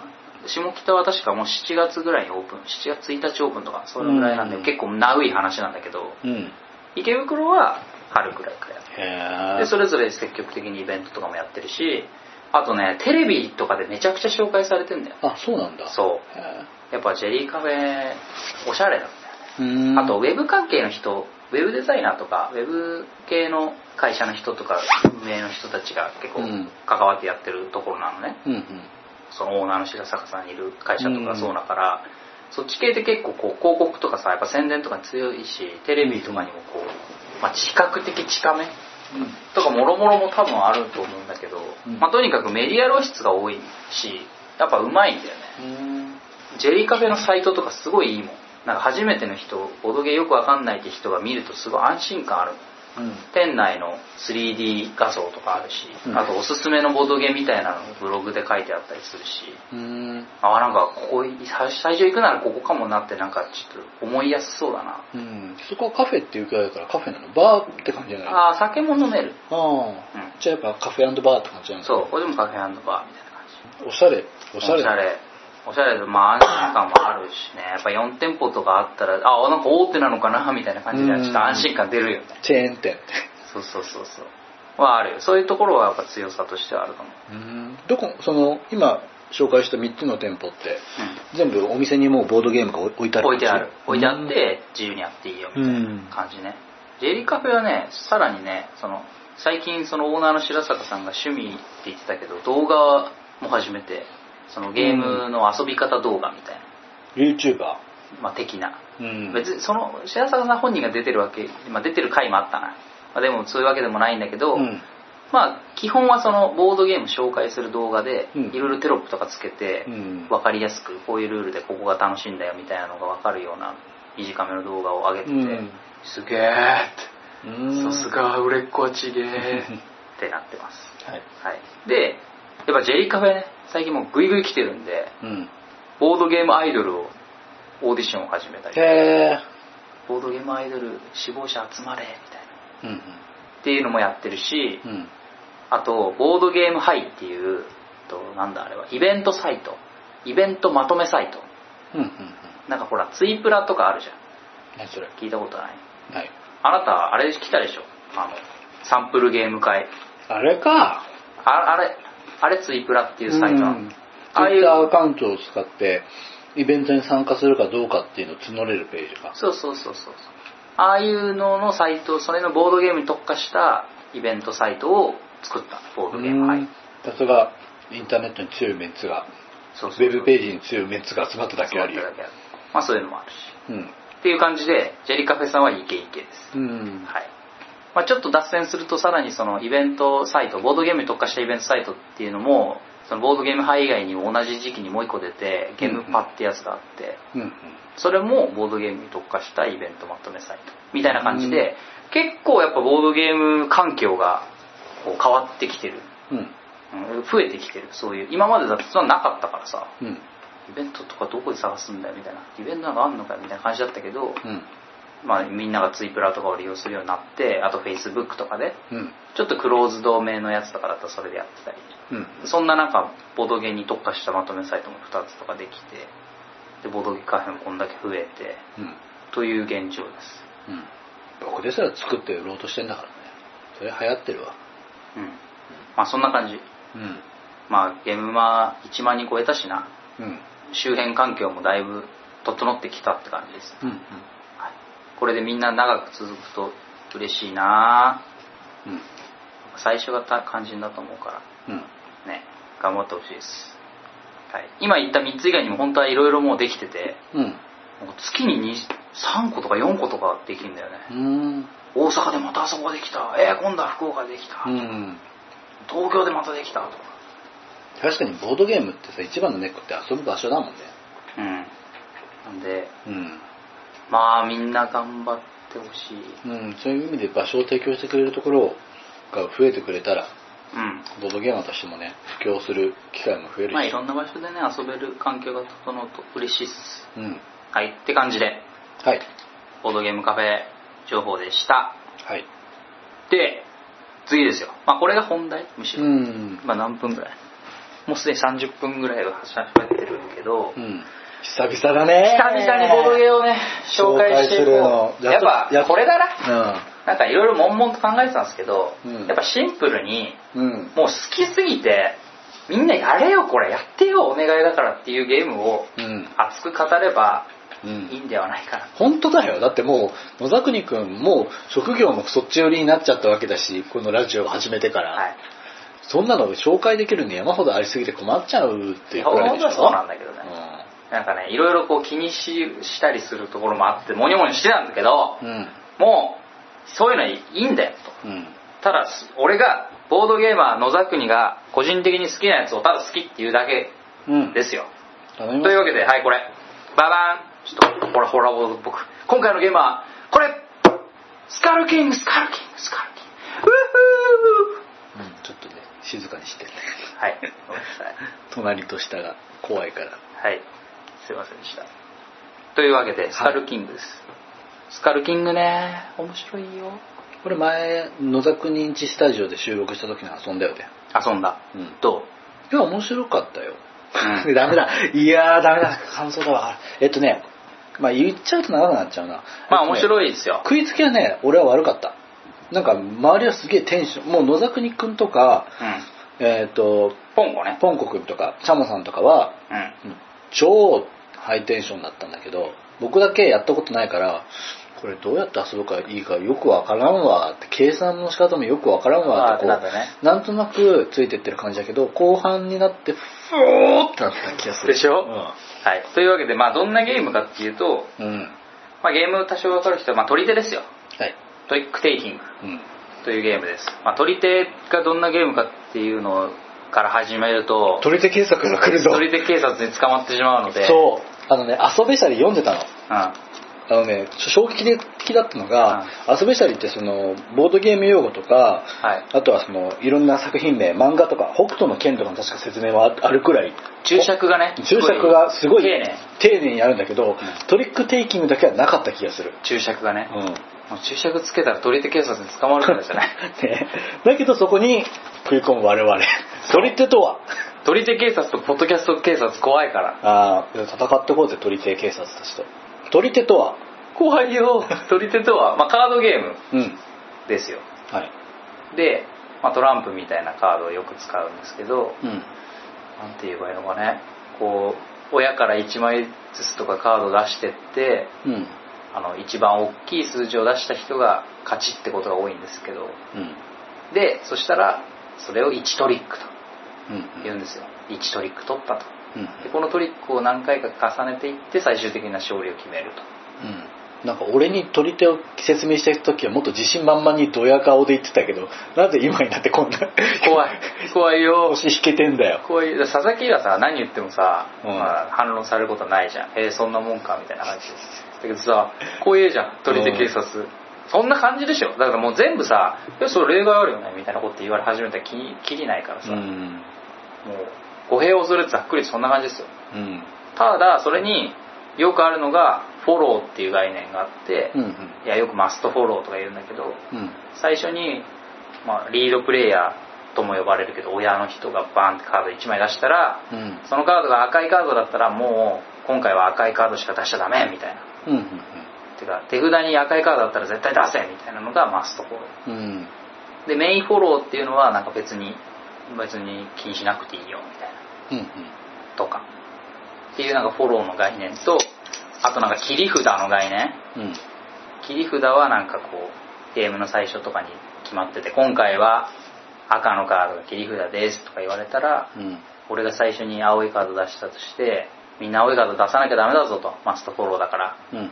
[SPEAKER 2] 下北は確かもう7月ぐらいにオープン7月1日オープンとかそれぐらいなんで、
[SPEAKER 1] うん
[SPEAKER 2] 結構ナウい話なんだけど
[SPEAKER 1] うん
[SPEAKER 2] 池袋は春ぐらいからやって
[SPEAKER 1] へえ
[SPEAKER 2] でそれぞれ積極的にイベントとかもやってるしあとねテレビとかでめちゃくちゃ紹介されてんだよ
[SPEAKER 1] あそうなんだう
[SPEAKER 2] そうやっぱジェリーカフェおしゃれなんだよね
[SPEAKER 1] うーん
[SPEAKER 2] あとウェブ関係の人ウェブデザイナーとかウェブ系の会社の人とか運営の人たちが結構
[SPEAKER 1] うん
[SPEAKER 2] 関わってやってるところなのね、
[SPEAKER 1] うんうん
[SPEAKER 2] そのオーナーの白坂さんいる会社と
[SPEAKER 1] う
[SPEAKER 2] か
[SPEAKER 1] ん
[SPEAKER 2] そうだから、そっち系って結構こう広告とかさやっぱ宣伝とかに強いしテレビとかにもこう、まあ、比較的近めとかもろもろも多分あると思うんだけど、
[SPEAKER 1] うん
[SPEAKER 2] まあ、とにかくメディア露出が多いしやっぱうまいんだよね
[SPEAKER 1] うん
[SPEAKER 2] ジェリーカフェのサイトとかすごいいいもんなんか初めての人ボドゲよくわかんないって人が見るとすごい安心感ある
[SPEAKER 1] うん
[SPEAKER 2] 店内の 3D 画像とかあるし、
[SPEAKER 1] うん
[SPEAKER 2] あとおすすめのボドゲみたいなのブログで書いてあったりするし
[SPEAKER 1] うん
[SPEAKER 2] あなんかここ最最初行くならここかもなってなんかちょっと思いやすそうだな
[SPEAKER 1] うんそこはカフェっていうくらいだからカフェなのバーって感じじゃないあ
[SPEAKER 2] ああ酒も飲める
[SPEAKER 1] あ
[SPEAKER 2] う
[SPEAKER 1] じゃあやっぱカフェバーって感じなん
[SPEAKER 2] ん
[SPEAKER 1] ですか
[SPEAKER 2] そうこれでもカフェバーみたいな感じ
[SPEAKER 1] おしゃれおしゃれ
[SPEAKER 2] おしゃれおしゃれでまあ安心感もあるしねやっぱ4店舗とかあったらあなんか大手なのかなみたいな感じで
[SPEAKER 1] うん
[SPEAKER 2] ちょっと安心感出るよね
[SPEAKER 1] チェーン店
[SPEAKER 2] そうそうそうそうはあるよそういうところはやっぱ強さとしてはあるかも、
[SPEAKER 1] うんどこその今紹介した3つの店舗って
[SPEAKER 2] う
[SPEAKER 1] 全部お店にもうボードゲームが置いてあ
[SPEAKER 2] ん、
[SPEAKER 1] る
[SPEAKER 2] 置いてある置いてあって自由にやっていいよみ
[SPEAKER 1] う
[SPEAKER 2] たい
[SPEAKER 1] ん
[SPEAKER 2] な感じね、ジェリーカフェはねさらにねその最近そのオーナーの白坂さんが趣味って言ってたけど動画も始めてそのゲームの遊び方動画みたいな、
[SPEAKER 1] YouTuber
[SPEAKER 2] まあ、的な
[SPEAKER 1] うん
[SPEAKER 2] 別にその白坂さん本人が出てるわけ、まあ、出てる回もあったな、まあ、でもそういうわけでもないんだけど、
[SPEAKER 1] うん
[SPEAKER 2] まあ基本はそのボードゲーム紹介する動画で
[SPEAKER 1] うん
[SPEAKER 2] いろいろテロップとかつけて
[SPEAKER 1] うん
[SPEAKER 2] 分かりやすくこういうルールでここが楽しいんだよみたいなのが分かるような短めの動画を上げてて、
[SPEAKER 1] うん
[SPEAKER 2] すげーって
[SPEAKER 1] うん
[SPEAKER 2] さすが売れっ子はちげー ってなってます、
[SPEAKER 1] はい
[SPEAKER 2] はい、でやっぱジェリーカフェね最近もうグイグイ来てるんで
[SPEAKER 1] うん
[SPEAKER 2] ボードゲームアイドルをオーディションを始めたり
[SPEAKER 1] へえ
[SPEAKER 2] ボードゲームアイドル志望者集まれみたいな
[SPEAKER 1] うん
[SPEAKER 2] っていうのもやってるし
[SPEAKER 1] うんうん
[SPEAKER 2] あとボードゲームハイっていうとなんだあれはイベントサイトイベントまとめサイト
[SPEAKER 1] うんうんうん
[SPEAKER 2] なんかほらツイプラとかあるじゃん
[SPEAKER 1] 何それ
[SPEAKER 2] 聞いたことない
[SPEAKER 1] はい
[SPEAKER 2] あなたあれ来たでしょあのサンプルゲーム会
[SPEAKER 1] あれか
[SPEAKER 2] ああれあれツイプラっていうサイトなの、
[SPEAKER 1] うん
[SPEAKER 2] ああいう
[SPEAKER 1] Twitter アカウントを使ってイベントに参加するかどうかっていうのを募れるページか
[SPEAKER 2] そうそうそうそうそうああいうののサイトそれのボードゲームに特化したイベントサイトを作ったボードゲーム
[SPEAKER 1] う
[SPEAKER 2] 会
[SPEAKER 1] んさすがインターネットに強いメンツが
[SPEAKER 2] そう
[SPEAKER 1] ウ
[SPEAKER 2] そうそう
[SPEAKER 1] ェブページに強いメンツが集まっただけあるよ
[SPEAKER 2] そうだけあるまあそういうのもあるし
[SPEAKER 1] うん
[SPEAKER 2] っていう感じでジェリカフェさんはイケイケです
[SPEAKER 1] うん
[SPEAKER 2] はい、まあ、ちょっと脱線するとさらにそのイベントサイトボードゲームに特化したイベントサイトっていうのもそのボードゲーム派以外にも同じ時期にもう一個出てゲームパってやつがあって
[SPEAKER 1] うんうん
[SPEAKER 2] それもボードゲームに特化したイベントまとめサイトみたいな感じで結構やっぱボードゲーム環境がこう変わってきてる、
[SPEAKER 1] うん
[SPEAKER 2] うん増えてきてるそういう今までだってそんなのなかったからさ
[SPEAKER 1] うん
[SPEAKER 2] イベントとかどこで探すんだよみたいなイベントなんかあんのかよみたいな感じだったけど、
[SPEAKER 1] うん
[SPEAKER 2] まあ、みんながツイプラとかを利用するようになってあとフェイスブックとかで
[SPEAKER 1] うん
[SPEAKER 2] ちょっとクローズ同盟のやつとかだったらそれでやってたり
[SPEAKER 1] うん
[SPEAKER 2] そんな中ボドゲに特化したまとめサイトも2つとかできてでボドゲカフェもこんだけ増えて
[SPEAKER 1] うん
[SPEAKER 2] という現状で
[SPEAKER 1] うん僕ですら作って売ろうとしてんだからねそれ流行ってるわ
[SPEAKER 2] すうんまあそんな感じ
[SPEAKER 1] うん
[SPEAKER 2] まあゲームマ1万人超えたしな
[SPEAKER 1] うん
[SPEAKER 2] 周辺環境もだいぶ整ってきたって感じです、
[SPEAKER 1] うんうん
[SPEAKER 2] はい、これでみんな長く続くと嬉しいな
[SPEAKER 1] うん
[SPEAKER 2] 最初型肝心だと思うから
[SPEAKER 1] うん
[SPEAKER 2] ね頑張ってほしいです、はい、今言った3つ以外にも本当はいろいろもうできてて
[SPEAKER 1] うん
[SPEAKER 2] もう月に2 3個とか4個とかできるんだよね
[SPEAKER 1] うん
[SPEAKER 2] 大阪でまたあそこができたえー、今度は福岡でできた、
[SPEAKER 1] うん
[SPEAKER 2] 東京でまたできたとか
[SPEAKER 1] 確かにボードゲームってさ一番のネックって遊ぶ場所だもんね
[SPEAKER 2] うんなんで
[SPEAKER 1] うん
[SPEAKER 2] まあみんな頑張ってほしい
[SPEAKER 1] うん、そういう意味で場所を提供してくれるところが増えてくれたら
[SPEAKER 2] うん
[SPEAKER 1] ボードゲーマーとしてもね布教する機会も増えるし、
[SPEAKER 2] まあいろんな場所でね遊べる環境が整うと嬉しいっす
[SPEAKER 1] うん
[SPEAKER 2] はいって感じで
[SPEAKER 1] はい
[SPEAKER 2] ボードゲームカフェ情報でした
[SPEAKER 1] はい
[SPEAKER 2] で次ですよまあこれが本題むしろ、
[SPEAKER 1] うん
[SPEAKER 2] 今何分ぐらいもうすでに30分ぐらいがしゃべってるけど、
[SPEAKER 1] うん久々だね
[SPEAKER 2] 久々にボドゲをね紹介していこ
[SPEAKER 1] 紹介す
[SPEAKER 2] う
[SPEAKER 1] るの
[SPEAKER 2] やっぱ
[SPEAKER 1] やっと
[SPEAKER 2] これだな
[SPEAKER 1] ー
[SPEAKER 2] なんかいろいろ悶々と考えてたんですけど、
[SPEAKER 1] うん
[SPEAKER 2] やっぱシンプルに
[SPEAKER 1] うんうん
[SPEAKER 2] もう好きすぎてみんなやれよこれやってよお願いだからっていうゲームを
[SPEAKER 1] うん
[SPEAKER 2] 熱く語れば
[SPEAKER 1] う
[SPEAKER 2] いい
[SPEAKER 1] ん
[SPEAKER 2] んではないかな
[SPEAKER 1] 本当だよだってもう野崎くんもう職業もそっち寄りになっちゃったわけだしこのラジオを始めてから、
[SPEAKER 2] はい
[SPEAKER 1] そんなの紹介できるの山ほどありすぎて困っちゃうっていうくらい
[SPEAKER 2] 本
[SPEAKER 1] で
[SPEAKER 2] 当
[SPEAKER 1] しょ
[SPEAKER 2] はそうなんだけどね、
[SPEAKER 1] う
[SPEAKER 2] なんかねいろいろこう気にししたりするところもあってモニョモニョしてたんだけど、
[SPEAKER 1] んうん
[SPEAKER 2] もうそういうのいいんだよと
[SPEAKER 1] うん
[SPEAKER 2] ただす俺がボードゲーマー野沢国が個人的に好きなやつをただ好きっていうだけ
[SPEAKER 1] うん
[SPEAKER 2] ですよ、
[SPEAKER 1] 頼みま
[SPEAKER 2] と
[SPEAKER 1] す
[SPEAKER 2] いうわけではいこれババーンちょっとほらほら僕今回のゲームはこれスカルキングスカルキングスカルキングウフ
[SPEAKER 1] うん、ちょっとね静かにして
[SPEAKER 2] ーはいごめんなさい
[SPEAKER 1] 隣と下が怖いから
[SPEAKER 2] はいすいませんでしたというわけでスカルキングです、スカルキングね面白いよ
[SPEAKER 1] これ前野田国んちスタジオで収録した時に遊んだよね
[SPEAKER 2] 遊んだ、
[SPEAKER 1] うん
[SPEAKER 2] どう
[SPEAKER 1] いや面白かったよ、
[SPEAKER 2] うん
[SPEAKER 1] ダメだいやーダメだ感想だわえっとねまあ言っちゃうと長くなっちゃうな
[SPEAKER 2] まあ面
[SPEAKER 1] い
[SPEAKER 2] 白いですよ
[SPEAKER 1] 食いつきはね俺は悪かったなんか周りはすげえテンションもう野田国くんとか
[SPEAKER 2] うん
[SPEAKER 1] えっ、と
[SPEAKER 2] ポンコね
[SPEAKER 1] ポンコくんとかチャモさんとかは
[SPEAKER 2] うん
[SPEAKER 1] 超ハイテンションだったんだけど僕だけやったことないからこれどうやって遊ぶかいいかよくわからんわって計算の仕方もよくわからんわってこ
[SPEAKER 2] あーってなったね
[SPEAKER 1] うなんとなくついてってる感じだけど後半になってふおーってなった気がする
[SPEAKER 2] でしょ
[SPEAKER 1] うん
[SPEAKER 2] はい。というわけで、まあ、どんなゲームかっていうと、
[SPEAKER 1] うん
[SPEAKER 2] まあ、ゲーム多少わかる人は、まあ、取り手ですよ。
[SPEAKER 1] はい
[SPEAKER 2] トリックテイキング
[SPEAKER 1] うん
[SPEAKER 2] というゲームです。まあ、取り手がどんなゲームかっていうのから始めると、
[SPEAKER 1] 取り手警察が来るぞ
[SPEAKER 2] 取り手警察に捕まってしまうので、う。
[SPEAKER 1] そうあのね遊べシャリ読んでたの
[SPEAKER 2] ん。
[SPEAKER 1] あのねちょ衝撃的だったのが、遊べシャリってそのボードゲーム用語とか
[SPEAKER 2] はい。
[SPEAKER 1] あとはそのいろんな作品名漫画とか北斗の剣とかの確か説明はああるくらい
[SPEAKER 2] 注釈がね、
[SPEAKER 1] 注釈がすごい
[SPEAKER 2] 丁寧。
[SPEAKER 1] 丁寧にあるんだけど、トリックテイキングだけはなかった気がする、
[SPEAKER 2] 注釈がね。
[SPEAKER 1] うん
[SPEAKER 2] もう注釈つけたら取り手警察に捕まるから じゃない
[SPEAKER 1] ね、だけどそこに食い込む我々取り手とは
[SPEAKER 2] 取り手警察とポッドキャスト警察怖いから
[SPEAKER 1] ああ戦ってこうぜ取り手警察たちと取り手とは
[SPEAKER 2] 怖いよ取り手とは、まあ、カードゲーム
[SPEAKER 1] うん
[SPEAKER 2] ですよ
[SPEAKER 1] はい
[SPEAKER 2] で、まあ、トランプみたいなカードをよく使うんですけど
[SPEAKER 1] うん
[SPEAKER 2] なんて言えばいいのかねこう親から1枚ずつとかカード出してって
[SPEAKER 1] うん
[SPEAKER 2] あの一番大きい数字を出した人が勝ちってことが多いんですけど
[SPEAKER 1] うん
[SPEAKER 2] でそしたらそれを1トリック
[SPEAKER 1] うん
[SPEAKER 2] と言うんですよ1トリック取ったと
[SPEAKER 1] うん
[SPEAKER 2] でこのトリックを何回か重ねていって最終的な勝利を決め ると
[SPEAKER 1] うんなんか俺に取り手を説明した時はもっと自信満々にドヤ顔で言ってたけどなぜ今になってこんな
[SPEAKER 2] 怖い怖 いよ
[SPEAKER 1] 腰引けてんだよ
[SPEAKER 2] 怖い佐々木がさ何言ってもさ、
[SPEAKER 1] うん
[SPEAKER 2] まあ、反論されることはないじゃんえーそんなもんかみたいな感じだけどさ怖えじゃん取り手警察、そんな感じでしょだからもう全部さ「いやそれ例外あるよね」みたいなこと言われ始めたらききりないからさ、
[SPEAKER 1] う
[SPEAKER 2] もうん語弊を恐れずざっくりそんな感じですよ
[SPEAKER 1] うん
[SPEAKER 2] ただそれによくあるのがフォローっていう概念があって、
[SPEAKER 1] うん
[SPEAKER 2] いやよくマストフォローとか言うんだけど
[SPEAKER 1] うん
[SPEAKER 2] 最初に、まあ、リードプレイヤーとも呼ばれるけど親の人がバーンってカード1枚出したら
[SPEAKER 1] うん
[SPEAKER 2] そのカードが赤いカードだったらもう今回は赤いカードしか出しちゃダメみたいな
[SPEAKER 1] うん
[SPEAKER 2] てか手札に赤いカードだったら絶対出せみたいなのがマストフォロ
[SPEAKER 1] うんうん
[SPEAKER 2] ーでメインフォローっていうのはなんか別に別に気にしなくていいよみたいな
[SPEAKER 1] うん
[SPEAKER 2] とかっていうなんかフォローの概念とあとなんか切り札の概念
[SPEAKER 1] うんうん
[SPEAKER 2] 切り札はなんかこうゲームの最初とかに決まってて今回は赤のカードが切り札ですとか言われたら
[SPEAKER 1] うん
[SPEAKER 2] 俺が最初に青いカード出したとしてみんな青いカード出さなきゃダメだぞとマストフォローだから
[SPEAKER 1] うん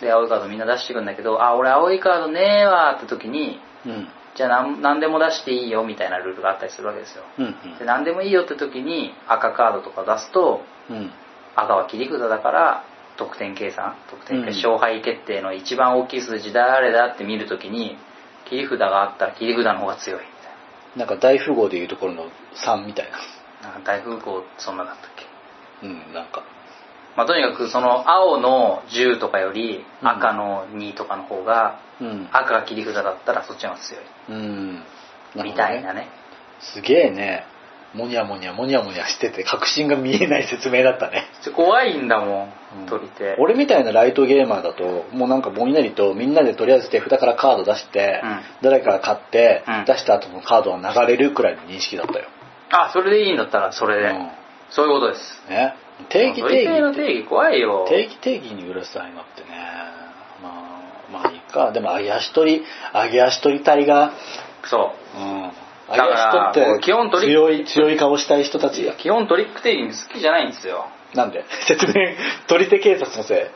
[SPEAKER 2] で青いカードみんな出してくんだけどあ俺青いカードねえわーって時に
[SPEAKER 1] うん
[SPEAKER 2] じゃあなん何でも出していいよみたいなルールがあったりするわけですよ
[SPEAKER 1] うん
[SPEAKER 2] で何でもいいよって時に赤カードとか出すと
[SPEAKER 1] うん
[SPEAKER 2] 赤は切り札だから得点計算得点計
[SPEAKER 1] うん
[SPEAKER 2] 勝敗決定の一番大きい数字誰だって見るときに切り札があったら切り札の方が強いみ
[SPEAKER 1] なんか大富豪でいうところの3みたい
[SPEAKER 2] たい
[SPEAKER 1] な
[SPEAKER 2] ななんか大富豪そんなだったっけ、
[SPEAKER 1] うんなんか
[SPEAKER 2] まあ、とにかくその青の10とかより
[SPEAKER 1] うん
[SPEAKER 2] 赤の2とかの方が
[SPEAKER 1] うん
[SPEAKER 2] 赤が切り札だったらそっちの方が強い
[SPEAKER 1] うんるほどね
[SPEAKER 2] みたいなね
[SPEAKER 1] すげえねモニャモニャモニャモニャしてて確信が見えない説明だったね
[SPEAKER 2] ちょ怖いんだもん、
[SPEAKER 1] うん
[SPEAKER 2] 取り手
[SPEAKER 1] 俺みたいなライトゲーマーだともうなんかぼんやりとみんなでとりあえず手札からカード出して、
[SPEAKER 2] うん
[SPEAKER 1] 誰かが買って、
[SPEAKER 2] うん
[SPEAKER 1] 出した後のカードが流れるくらいの認識だったよ、
[SPEAKER 2] あそれでいいんだったらそれで、
[SPEAKER 1] う
[SPEAKER 2] そういうことです
[SPEAKER 1] んね、定義
[SPEAKER 2] 取
[SPEAKER 1] 定
[SPEAKER 2] り手
[SPEAKER 1] 義
[SPEAKER 2] の
[SPEAKER 1] って
[SPEAKER 2] 定義怖いよ
[SPEAKER 1] 定義定義にうるさいなってねまあまあいいかでも揚げ足取り揚げ足取りたいが
[SPEAKER 2] そう
[SPEAKER 1] うん
[SPEAKER 2] だから
[SPEAKER 1] 揚げ足取って
[SPEAKER 2] 基本取り
[SPEAKER 1] 強い強い顔したい人たち
[SPEAKER 2] 基本トリックテイリング好きじゃないんですよ
[SPEAKER 1] なんで 説明取り手警察のせ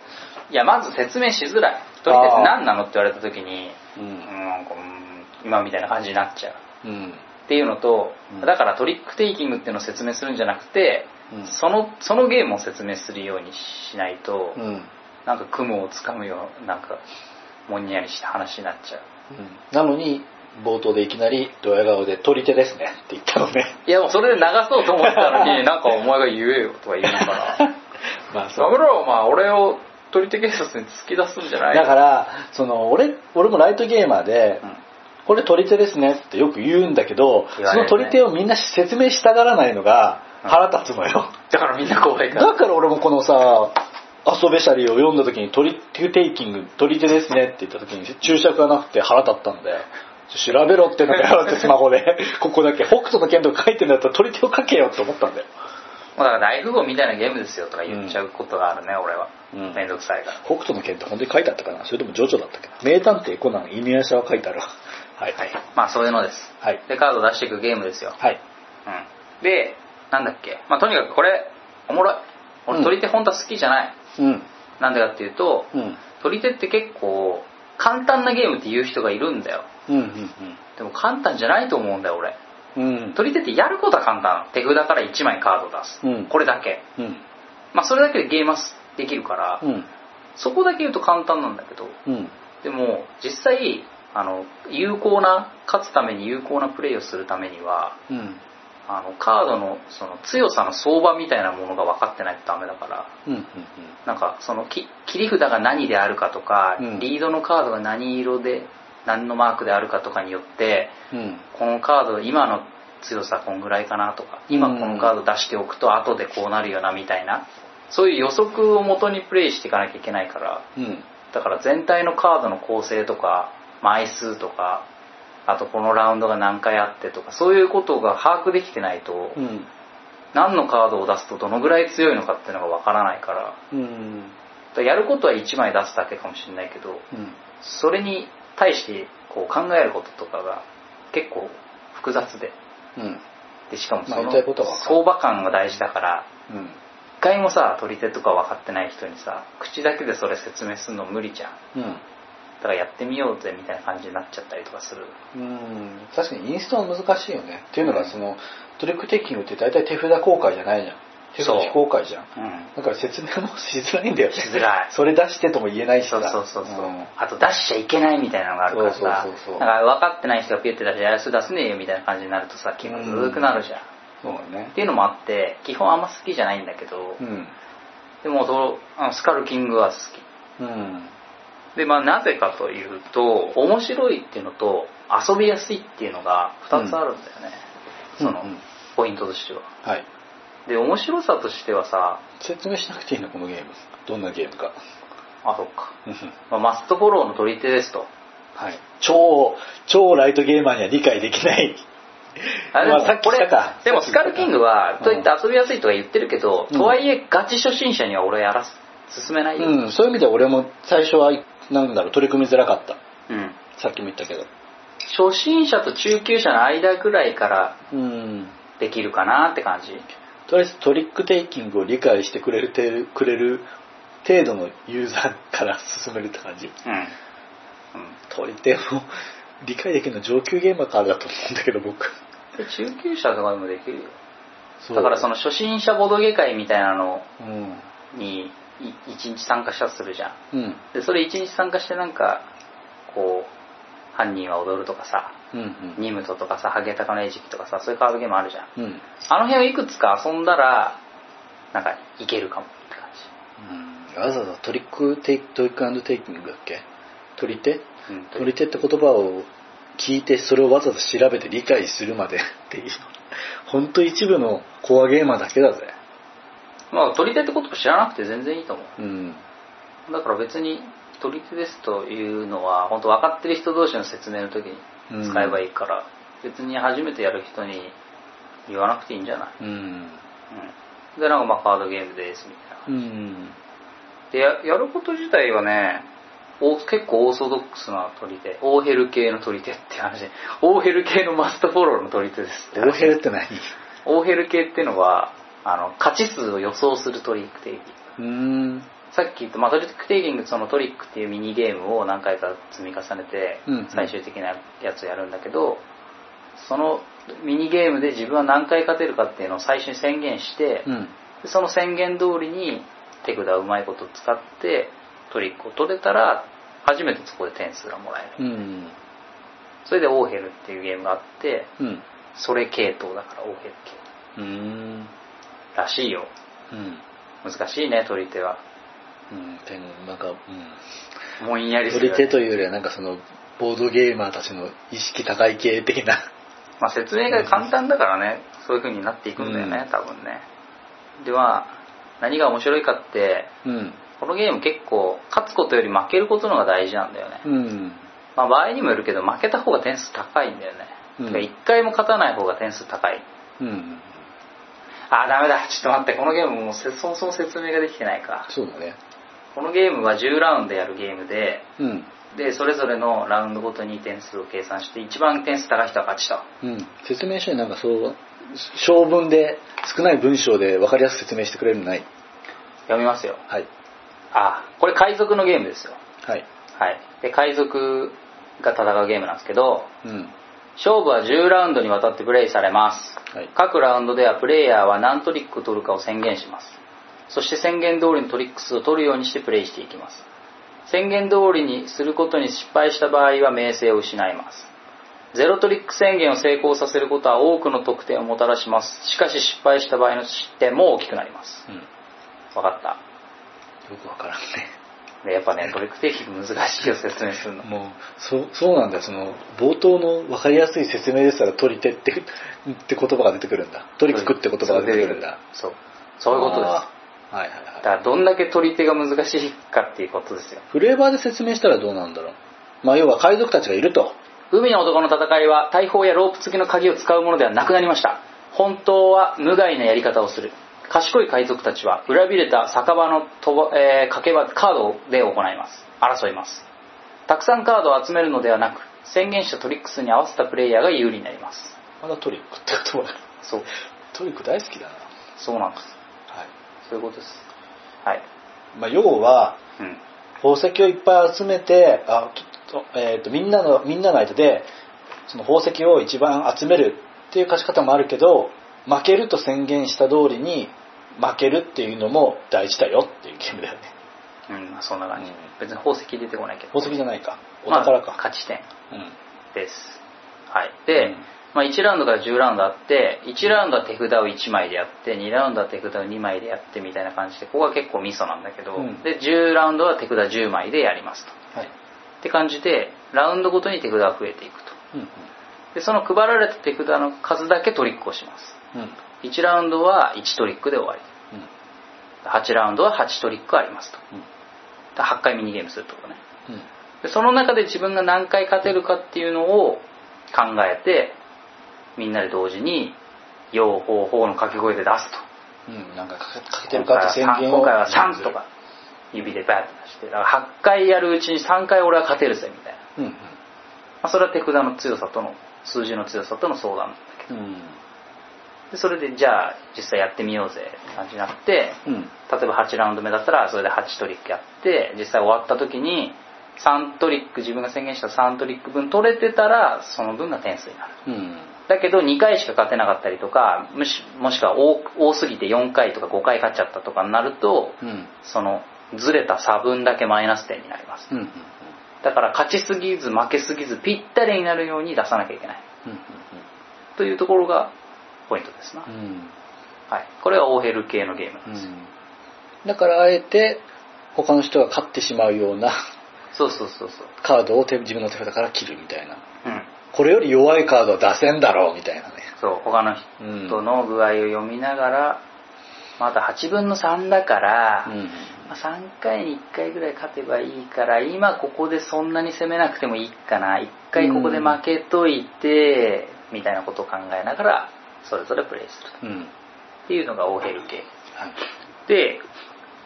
[SPEAKER 1] い
[SPEAKER 2] いやまず説明しづらいトリックって何なのって言われた時に
[SPEAKER 1] う
[SPEAKER 2] うん
[SPEAKER 1] ん
[SPEAKER 2] なんかうん今みたいな感じになっちゃう
[SPEAKER 1] うん
[SPEAKER 2] っていうのと、
[SPEAKER 1] うん
[SPEAKER 2] だからトリックテイキングっていうのを説明するんじゃなくて、
[SPEAKER 1] うん
[SPEAKER 2] そのそのゲームを説明するようにしないと、
[SPEAKER 1] うん、うん、
[SPEAKER 2] なんか雲をつかむようなんかもんやりした話になっちゃう
[SPEAKER 1] なのに冒頭でいきなりドヤ顔で取り手ですねって言ったの ね
[SPEAKER 2] いやもうそれで流そうと思ったの になんかお前が言えよとか言う からだ
[SPEAKER 1] まあそう
[SPEAKER 2] からお前俺を取り手警察に突き出すんじゃない
[SPEAKER 1] だからその俺俺もライトゲーマーで、
[SPEAKER 2] うん
[SPEAKER 1] これ取り手ですねってよく言うんだけど、
[SPEAKER 2] 言わ
[SPEAKER 1] そ
[SPEAKER 2] れるね
[SPEAKER 1] の取り手をみんな説明したがらないのが
[SPEAKER 2] うん
[SPEAKER 1] 腹立つのよ、
[SPEAKER 2] だからみんな怖いから
[SPEAKER 1] だから俺もこのさ遊べシャリを読んだ時にトリックテイキング取り手ですねって言った時に注釈がなくて腹立ったんだよちょ調べろってのだよってスマホでここだけ北斗の剣とか書いてんだったら取り手を書けよって思ったんだよ
[SPEAKER 2] もうだから大富豪みたいなゲームですよとか言っちゃうことがあるね、俺は
[SPEAKER 1] うん
[SPEAKER 2] 面倒くさいから
[SPEAKER 1] 北斗の剣って本当に書いてあったかなそれともジョジョだったっけな名探偵コナン犬屋社は書いてあるわはい
[SPEAKER 2] はいまあそういうのです
[SPEAKER 1] はい
[SPEAKER 2] でカード出していくゲームですよ、
[SPEAKER 1] はい
[SPEAKER 2] うん、でなんだっけまあとにかくこれおもろい
[SPEAKER 1] うん
[SPEAKER 2] 俺取り手本当は好きじゃない、
[SPEAKER 1] うん
[SPEAKER 2] なんでかっていうと
[SPEAKER 1] うん
[SPEAKER 2] 取り手って結構簡単なゲームって言う人がいるんだよ
[SPEAKER 1] うん
[SPEAKER 2] でも簡単じゃないと思うんだよ俺
[SPEAKER 1] うんうん
[SPEAKER 2] 取り手ってやることは簡単手札から1枚カード出す、
[SPEAKER 1] うん
[SPEAKER 2] これだけ
[SPEAKER 1] うん
[SPEAKER 2] まあそれだけでゲームはできるから、
[SPEAKER 1] うん
[SPEAKER 2] そこだけ言うと簡単なんだけど
[SPEAKER 1] うん
[SPEAKER 2] でも実際あの有効な勝つために有効なプレイをするためには
[SPEAKER 1] うん
[SPEAKER 2] あのカードのその強さの相場みたいなものが分かってないとダメだから
[SPEAKER 1] うんうん
[SPEAKER 2] なんかそのき切り札が何であるかとか、
[SPEAKER 1] うん
[SPEAKER 2] リードのカードが何色で何のマークであるかとかによって
[SPEAKER 1] うんうん
[SPEAKER 2] このカード今の強さこんぐらいかなとか今このカード出しておくと後でこうなるよなみたいなそういう予測を元にプレイしていかなきゃいけないから
[SPEAKER 1] うん
[SPEAKER 2] だから全体のカードの構成とか枚数とかあとこのラウンドが何回あってとかそういうことが把握できてないと
[SPEAKER 1] うん
[SPEAKER 2] 何のカードを出すとどのぐらい強いのかっていうのがわからないからだか
[SPEAKER 1] うんうん
[SPEAKER 2] らやることは1枚出すだけかもしれないけどそれに対してこう考えることとかが結構複雑で
[SPEAKER 1] うん
[SPEAKER 2] でしかもそ
[SPEAKER 1] ま
[SPEAKER 2] の
[SPEAKER 1] あ言いたいことは分かる
[SPEAKER 2] 相場感が大事だから
[SPEAKER 1] うん
[SPEAKER 2] 一回もさ取り手とか分かってない人にさ口だけでそれ説明するの無理じゃん
[SPEAKER 1] うん
[SPEAKER 2] だからやってみようぜみたいな感じになっちゃったりとかする
[SPEAKER 1] うん確かにインストは難しいよねっていうのがそのトリックテイキングって大体手札公開じゃないじゃん手札非公開じゃん
[SPEAKER 2] うん
[SPEAKER 1] だから説明もしづらいんだよね
[SPEAKER 2] しづらい
[SPEAKER 1] それ出してとも言えないし
[SPEAKER 2] そ
[SPEAKER 1] さ
[SPEAKER 2] うそうそうそう、
[SPEAKER 1] ん
[SPEAKER 2] あと出しちゃいけないみたいなのがあるからさ
[SPEAKER 1] そうそうそうそう
[SPEAKER 2] なんか分かってない人がピュって出して「いやそれ出すねえよ」みたいな感じになるとさ気がずるくなるじゃん、
[SPEAKER 1] そうだね
[SPEAKER 2] っていうのもあって基本あんま好きじゃないんだけど、
[SPEAKER 1] うん
[SPEAKER 2] でもそのスカルキングは好き
[SPEAKER 1] うん
[SPEAKER 2] でまあなぜかというと面白いっていうのと遊びやすいっていうのが2つあるんだよね、その、
[SPEAKER 1] うんうん
[SPEAKER 2] ポイントとしては
[SPEAKER 1] はい
[SPEAKER 2] で面白さとしてはさ
[SPEAKER 1] 説明しなくていいのこのゲームどんなゲー ムか
[SPEAKER 2] あそっか、
[SPEAKER 1] うん
[SPEAKER 2] まあ、マストフォローの取り手ですと
[SPEAKER 1] はい超超ライトゲーマーには理解できない
[SPEAKER 2] あで
[SPEAKER 1] ま
[SPEAKER 2] も
[SPEAKER 1] あさっき
[SPEAKER 2] これ
[SPEAKER 1] したか
[SPEAKER 2] でもスカルキングは
[SPEAKER 1] うん
[SPEAKER 2] といって遊びやすいとか言ってるけど、
[SPEAKER 1] うん
[SPEAKER 2] とはいえガチ初心者には俺やらす進めないよ、
[SPEAKER 1] うんそういう意味では俺も最初はなんだろう取り組みづらかった
[SPEAKER 2] うん
[SPEAKER 1] さっきも言ったけど
[SPEAKER 2] 初心者と中級者の間ぐらいから
[SPEAKER 1] うん
[SPEAKER 2] できるかなって感じ
[SPEAKER 1] とりあえずトリックテイキングを理解してくれるてくれる程度のユーザーから進めるって感じ
[SPEAKER 2] うん、うん、
[SPEAKER 1] 取り手も理解できるの上級ゲーマーからだと思うんだけど僕
[SPEAKER 2] で中級者とかでもできるよ
[SPEAKER 1] そう
[SPEAKER 2] だからその初心者ボドゲ会みたいなの
[SPEAKER 1] うん
[SPEAKER 2] に1日参加したとするじゃん
[SPEAKER 1] うん
[SPEAKER 2] でそれ1日参加してなんかこう犯人は踊るとかさ
[SPEAKER 1] うん
[SPEAKER 2] ニムトとかさハゲタカの餌食とかさそういうカードゲームあるじゃん
[SPEAKER 1] うんうん
[SPEAKER 2] あの辺をいくつか遊んだらなんかいけるかもって感
[SPEAKER 1] うんわざわざトリックテイトリックテイキングだっけ取り手
[SPEAKER 2] じ、うんと
[SPEAKER 1] 取り手って言葉を聞いてそれをわざわざ調べて理解するまでっていう本当一部のコアゲーマーだけだぜ
[SPEAKER 2] まあ取り手ってこと知らなくて全然いいと思
[SPEAKER 1] うん
[SPEAKER 2] うだから別に取り手ですというのは本当分かってる人同士の説明の時に使えばいいから、別に初めてやる人に言わなくていいんじゃない、
[SPEAKER 1] うん
[SPEAKER 2] うん、でなんかまあカードゲームですみたいな
[SPEAKER 1] うん
[SPEAKER 2] でややること自体はねお結構オーソドックスな取り手オーヘル系の取り手って話オーヘル系のマストフォローの取り手ですって
[SPEAKER 1] オ
[SPEAKER 2] 話
[SPEAKER 1] ーヘルって何
[SPEAKER 2] オーヘル系ってのはあの勝ち数を予想するトリックテイキング
[SPEAKER 1] うん
[SPEAKER 2] さっき言った、まあ、トリックテイキングそのトリックっていうミニゲームを何回か積み重ねて
[SPEAKER 1] うん
[SPEAKER 2] 最終的なやつをやるんだけど、そのミニゲームで自分は何回勝てるかっていうのを最初に宣言して、
[SPEAKER 1] うん
[SPEAKER 2] でその宣言通りに手札をうまいこと使ってトリックを取れたら初めてそこで点数がもらえる、
[SPEAKER 1] うん
[SPEAKER 2] それでオーヘルっていうゲームがあって
[SPEAKER 1] うん
[SPEAKER 2] それ系統だからオーヘル系
[SPEAKER 1] うん
[SPEAKER 2] らしいよ
[SPEAKER 1] うん
[SPEAKER 2] 難しいね取り手は
[SPEAKER 1] うんてんなんか、うん、
[SPEAKER 2] もんやりす
[SPEAKER 1] 取
[SPEAKER 2] る
[SPEAKER 1] り手というよりはなんかそのボードゲーマーたちの意識高い系的な
[SPEAKER 2] まあ、説明が簡単だからねそういう風になっていくんだよね、
[SPEAKER 1] うん
[SPEAKER 2] 多分ねでは何が面白いかって
[SPEAKER 1] うん
[SPEAKER 2] このゲーム結構勝つことより負けることの方が大事なんだよね、
[SPEAKER 1] うん
[SPEAKER 2] まあ、場合にもよるけど負けた方が点数高いんだよね、
[SPEAKER 1] うん
[SPEAKER 2] てか1回も勝たない方が点数高い
[SPEAKER 1] うん
[SPEAKER 2] あーダメだちょっと待ってこのゲームもうせそもそも説明ができてないか
[SPEAKER 1] そうだね
[SPEAKER 2] このゲームは10ラウンドやるゲームで
[SPEAKER 1] うん
[SPEAKER 2] でそれぞれのラウンドごとに点数を計算して一番点数高い人は勝ちと
[SPEAKER 1] うん説明書になんかそう小文で少ない文章で分かりやすく説明してくれるのない
[SPEAKER 2] 読みますよ
[SPEAKER 1] はい
[SPEAKER 2] あーこれ海賊のゲームですよ
[SPEAKER 1] はい
[SPEAKER 2] はいで海賊が戦うゲームなんですけど
[SPEAKER 1] うん
[SPEAKER 2] 勝負は10ラウンドにわたってプレイされます
[SPEAKER 1] はい
[SPEAKER 2] 各ラウンドではプレイヤーは何トリックを取るかを宣言しますそして宣言通りのトリック数を取るようにしてプレイしていきます宣言通りにすることに失敗した場合は名声を失いますゼロトリック宣言を成功させることは多くの得点をもたらしますしかし失敗した場合の失点も大きくなります
[SPEAKER 1] うんよ
[SPEAKER 2] 分かった
[SPEAKER 1] く分からんね
[SPEAKER 2] でやっぱねトリックテイキング難しいよ説明するの
[SPEAKER 1] もうそうそうなんだよその冒頭の分かりやすい説明でしたら「取り手」ってって言葉が出てくるんだ「トリック」って言葉が出てくるんだ
[SPEAKER 2] そうそういうことです
[SPEAKER 1] あーはいはい
[SPEAKER 2] だ
[SPEAKER 1] はい
[SPEAKER 2] からどんだけ取り手が難しいかっていうことですよ
[SPEAKER 1] フレーバーで説明したらどうなんだろうまあ要は海賊たちがいると
[SPEAKER 2] 海の男の戦いは大砲やロープ付きの鍵を使うものではなくなりました本当は無害なやり方をする賢い海賊たちは裏切れた酒場のとば、えー賭け場カードで行います争いますたくさんカードを集めるのではなく宣言したトリックスに合わせたプレイヤーが有利になります
[SPEAKER 1] まだトリックって言葉が
[SPEAKER 2] そう
[SPEAKER 1] トリック大好きだな
[SPEAKER 2] そうなんです
[SPEAKER 1] はい
[SPEAKER 2] そういうことですはい
[SPEAKER 1] まあ要は
[SPEAKER 2] うん
[SPEAKER 1] 宝石をいっぱい集めてあちょっと、えー、とみんなのみんなの間でその宝石を一番集めるっていう勝ち方もあるけど負けると宣言した通りに負けるっていうのも大事だよっていうゲームだよね
[SPEAKER 2] うんまあそんな感じ、
[SPEAKER 1] うん
[SPEAKER 2] 別に宝石出てこないけど
[SPEAKER 1] 宝石じゃないかお宝
[SPEAKER 2] まあ
[SPEAKER 1] か、
[SPEAKER 2] 勝ち点
[SPEAKER 1] うん
[SPEAKER 2] です。はい。で、
[SPEAKER 1] うん
[SPEAKER 2] まあ、1ラウンドから10ラウンドあって、1ラウンドは手札を1枚でやって、2ラウンドは手札を2枚でやってみたいな感じで、ここが結構ミソなんだけど、
[SPEAKER 1] うん
[SPEAKER 2] で、10ラウンドは手札10枚でやりますと。
[SPEAKER 1] はい
[SPEAKER 2] って感じで、ラウンドごとに手札が増えていくと。
[SPEAKER 1] うんうん
[SPEAKER 2] で、その配られた手札の数だけトリックをします。
[SPEAKER 1] うん
[SPEAKER 2] 1ラウンドは1トリックで終わり。8ラウンドは8トリックありますと。だから8回ミニゲームするってことね。
[SPEAKER 1] うんうん
[SPEAKER 2] でその中で自分が何回勝てるかっていうのを考えてみんなで同時に「用方法」の掛け声で出すと
[SPEAKER 1] うん、なんかかけかけてるかって宣言を
[SPEAKER 2] 今回は3とか指でバーッと出してだから8回やるうちに3回俺は勝てるぜみたいな、
[SPEAKER 1] うん
[SPEAKER 2] まあ、それは手札の強さとの数字の強さとの相談
[SPEAKER 1] うん
[SPEAKER 2] でそれでじゃあ実際やってみようぜって感じになって
[SPEAKER 1] うんうん
[SPEAKER 2] 例えば8ラウンド目だったらそれで8トリックやって実際終わった時に3トリック自分が宣言した3トリック分取れてたらその分が点数になる
[SPEAKER 1] うん
[SPEAKER 2] だけど2回しか勝てなかったりとかむしもしくは多多すぎて4回とか5回勝っちゃったとかになると
[SPEAKER 1] うん
[SPEAKER 2] そのずれた差分だけマイナス点になります
[SPEAKER 1] うんうんうん
[SPEAKER 2] だから勝ちすぎず負けすぎずぴったりになるように出さなきゃいけないというところがポイントですな、
[SPEAKER 1] うんうんうん
[SPEAKER 2] はい、これはオーヘル系のゲームなん
[SPEAKER 1] う
[SPEAKER 2] ですよ、
[SPEAKER 1] んだからあえて他の人が勝ってしまうような
[SPEAKER 2] そうそうそうそう
[SPEAKER 1] カードを手自分の手札から切るみたいな
[SPEAKER 2] うん
[SPEAKER 1] これより弱いカードは出せんだろうみたいなね
[SPEAKER 2] そう他の人の具合を読みながら、まだ8分の3だから、
[SPEAKER 1] うん
[SPEAKER 2] まあ3回に1回ぐらい勝てばいいから今ここでそんなに攻めなくてもいいかな1回ここで負けといて、みたいなことを考えながらそれぞれプレイする
[SPEAKER 1] うん
[SPEAKER 2] っていうのがオーヘル系
[SPEAKER 1] はい
[SPEAKER 2] で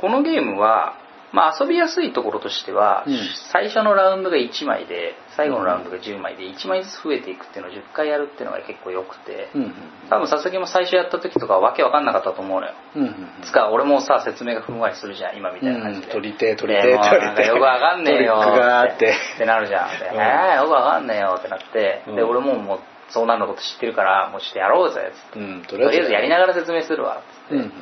[SPEAKER 2] このゲームは、まあ、遊びやすいところとしては、
[SPEAKER 1] うん
[SPEAKER 2] 最初のラウンドが1枚で最後のラウンドが10枚で1枚ずつ増えていくっていうのを10回やるっていうのが結構良くて、
[SPEAKER 1] うんうん
[SPEAKER 2] 多分佐々木も最初やった時とかはわけわかんなかったと思うのよ、
[SPEAKER 1] うんうん
[SPEAKER 2] つか俺もさ説明がふんわりするじゃん今みたいな感じで、
[SPEAKER 1] うん取り手取り手
[SPEAKER 2] でもう
[SPEAKER 1] 取り手
[SPEAKER 2] なんかよくわかんねえよ
[SPEAKER 1] トリックがあって
[SPEAKER 2] ってなるじゃんで、
[SPEAKER 1] うん
[SPEAKER 2] えーよくわかんねえよってなって、
[SPEAKER 1] うん
[SPEAKER 2] で俺ももうそうなるのこと知ってるからもうちょっとやろうぜっつって
[SPEAKER 1] うんと
[SPEAKER 2] とりあえずやりな
[SPEAKER 1] が
[SPEAKER 2] がら説明するわっつって、
[SPEAKER 1] うんうん
[SPEAKER 2] で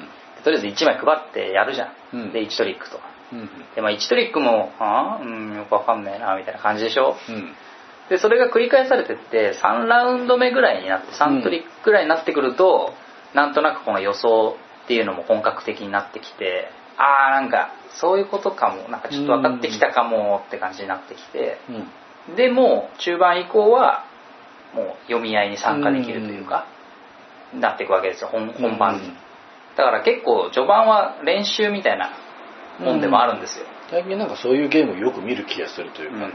[SPEAKER 2] とりあえず1枚配ってやるじゃん、
[SPEAKER 1] うん
[SPEAKER 2] で1トリックと
[SPEAKER 1] うん
[SPEAKER 2] で、まあ、1トリックもああうんよくわかんねえなみたいな感じでしょ
[SPEAKER 1] うん
[SPEAKER 2] でそれが繰り返されてって3ラウンド目ぐらいになって3トリックぐらいになってくると、なんとなくこの予想っていうのも本格的になってきてああなんかそういうことかもなんかちょっと分かってきたかもって感じになってきて
[SPEAKER 1] うん
[SPEAKER 2] でもう中盤以降はもう読み合いに参加できるというか、なっていくわけですよ本本番に、だから結構序盤は練習みたいなもんでもあるんですよ、
[SPEAKER 1] 最近なんかそういうゲームをよく見る気がするという
[SPEAKER 2] う
[SPEAKER 1] か、
[SPEAKER 2] ん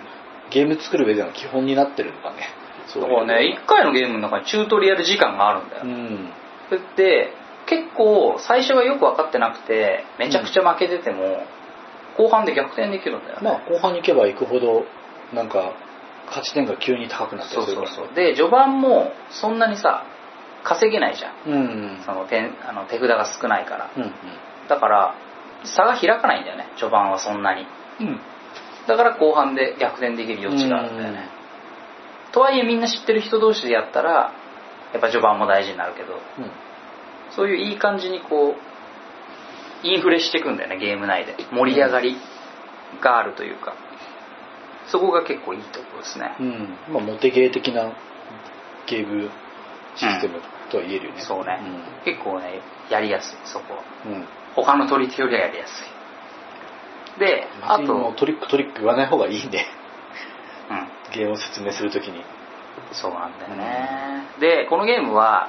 [SPEAKER 1] ゲーム作る上での基本になってるのかねそ
[SPEAKER 2] だからね1回のゲームの中にチュートリアル時間があるんだよ、
[SPEAKER 1] うん
[SPEAKER 2] それって結構最初はよく分かってなくてめちゃくちゃ負けてても、後半で逆転できるんだよね、
[SPEAKER 1] まあ後半に行けば行くほどなんか勝ち点が急に高くなった
[SPEAKER 2] そ
[SPEAKER 1] り
[SPEAKER 2] う
[SPEAKER 1] す
[SPEAKER 2] そ
[SPEAKER 1] るか
[SPEAKER 2] う
[SPEAKER 1] ら
[SPEAKER 2] そうで序盤もそんなにさ稼げないじゃん
[SPEAKER 1] うんうん
[SPEAKER 2] その手あの手札が少ないから
[SPEAKER 1] うん
[SPEAKER 2] だから差が開かないんだよね序盤はそんなに
[SPEAKER 1] うん
[SPEAKER 2] だから後半で逆転できる余地があるんだよねとはいえみんな知ってる人同士でやったらやっぱ序盤も大事になるけど
[SPEAKER 1] うん
[SPEAKER 2] そういういい感じにこうインフレしていくんだよねゲーム内で盛り上がりがあるというかそこが結構いいところですね
[SPEAKER 1] うん、まあモテゲー的なゲームシステムとは言えるよね、
[SPEAKER 2] そうね結構ねやりやすいそこは
[SPEAKER 1] うん、うん、
[SPEAKER 2] 他の取り手よりはやりやすいであ
[SPEAKER 1] あ
[SPEAKER 2] と、
[SPEAKER 1] と
[SPEAKER 2] う、
[SPEAKER 1] もうんトリックトリック言わない方がいいねゲームを説明するときに
[SPEAKER 2] そうなんだよね、でこのゲームは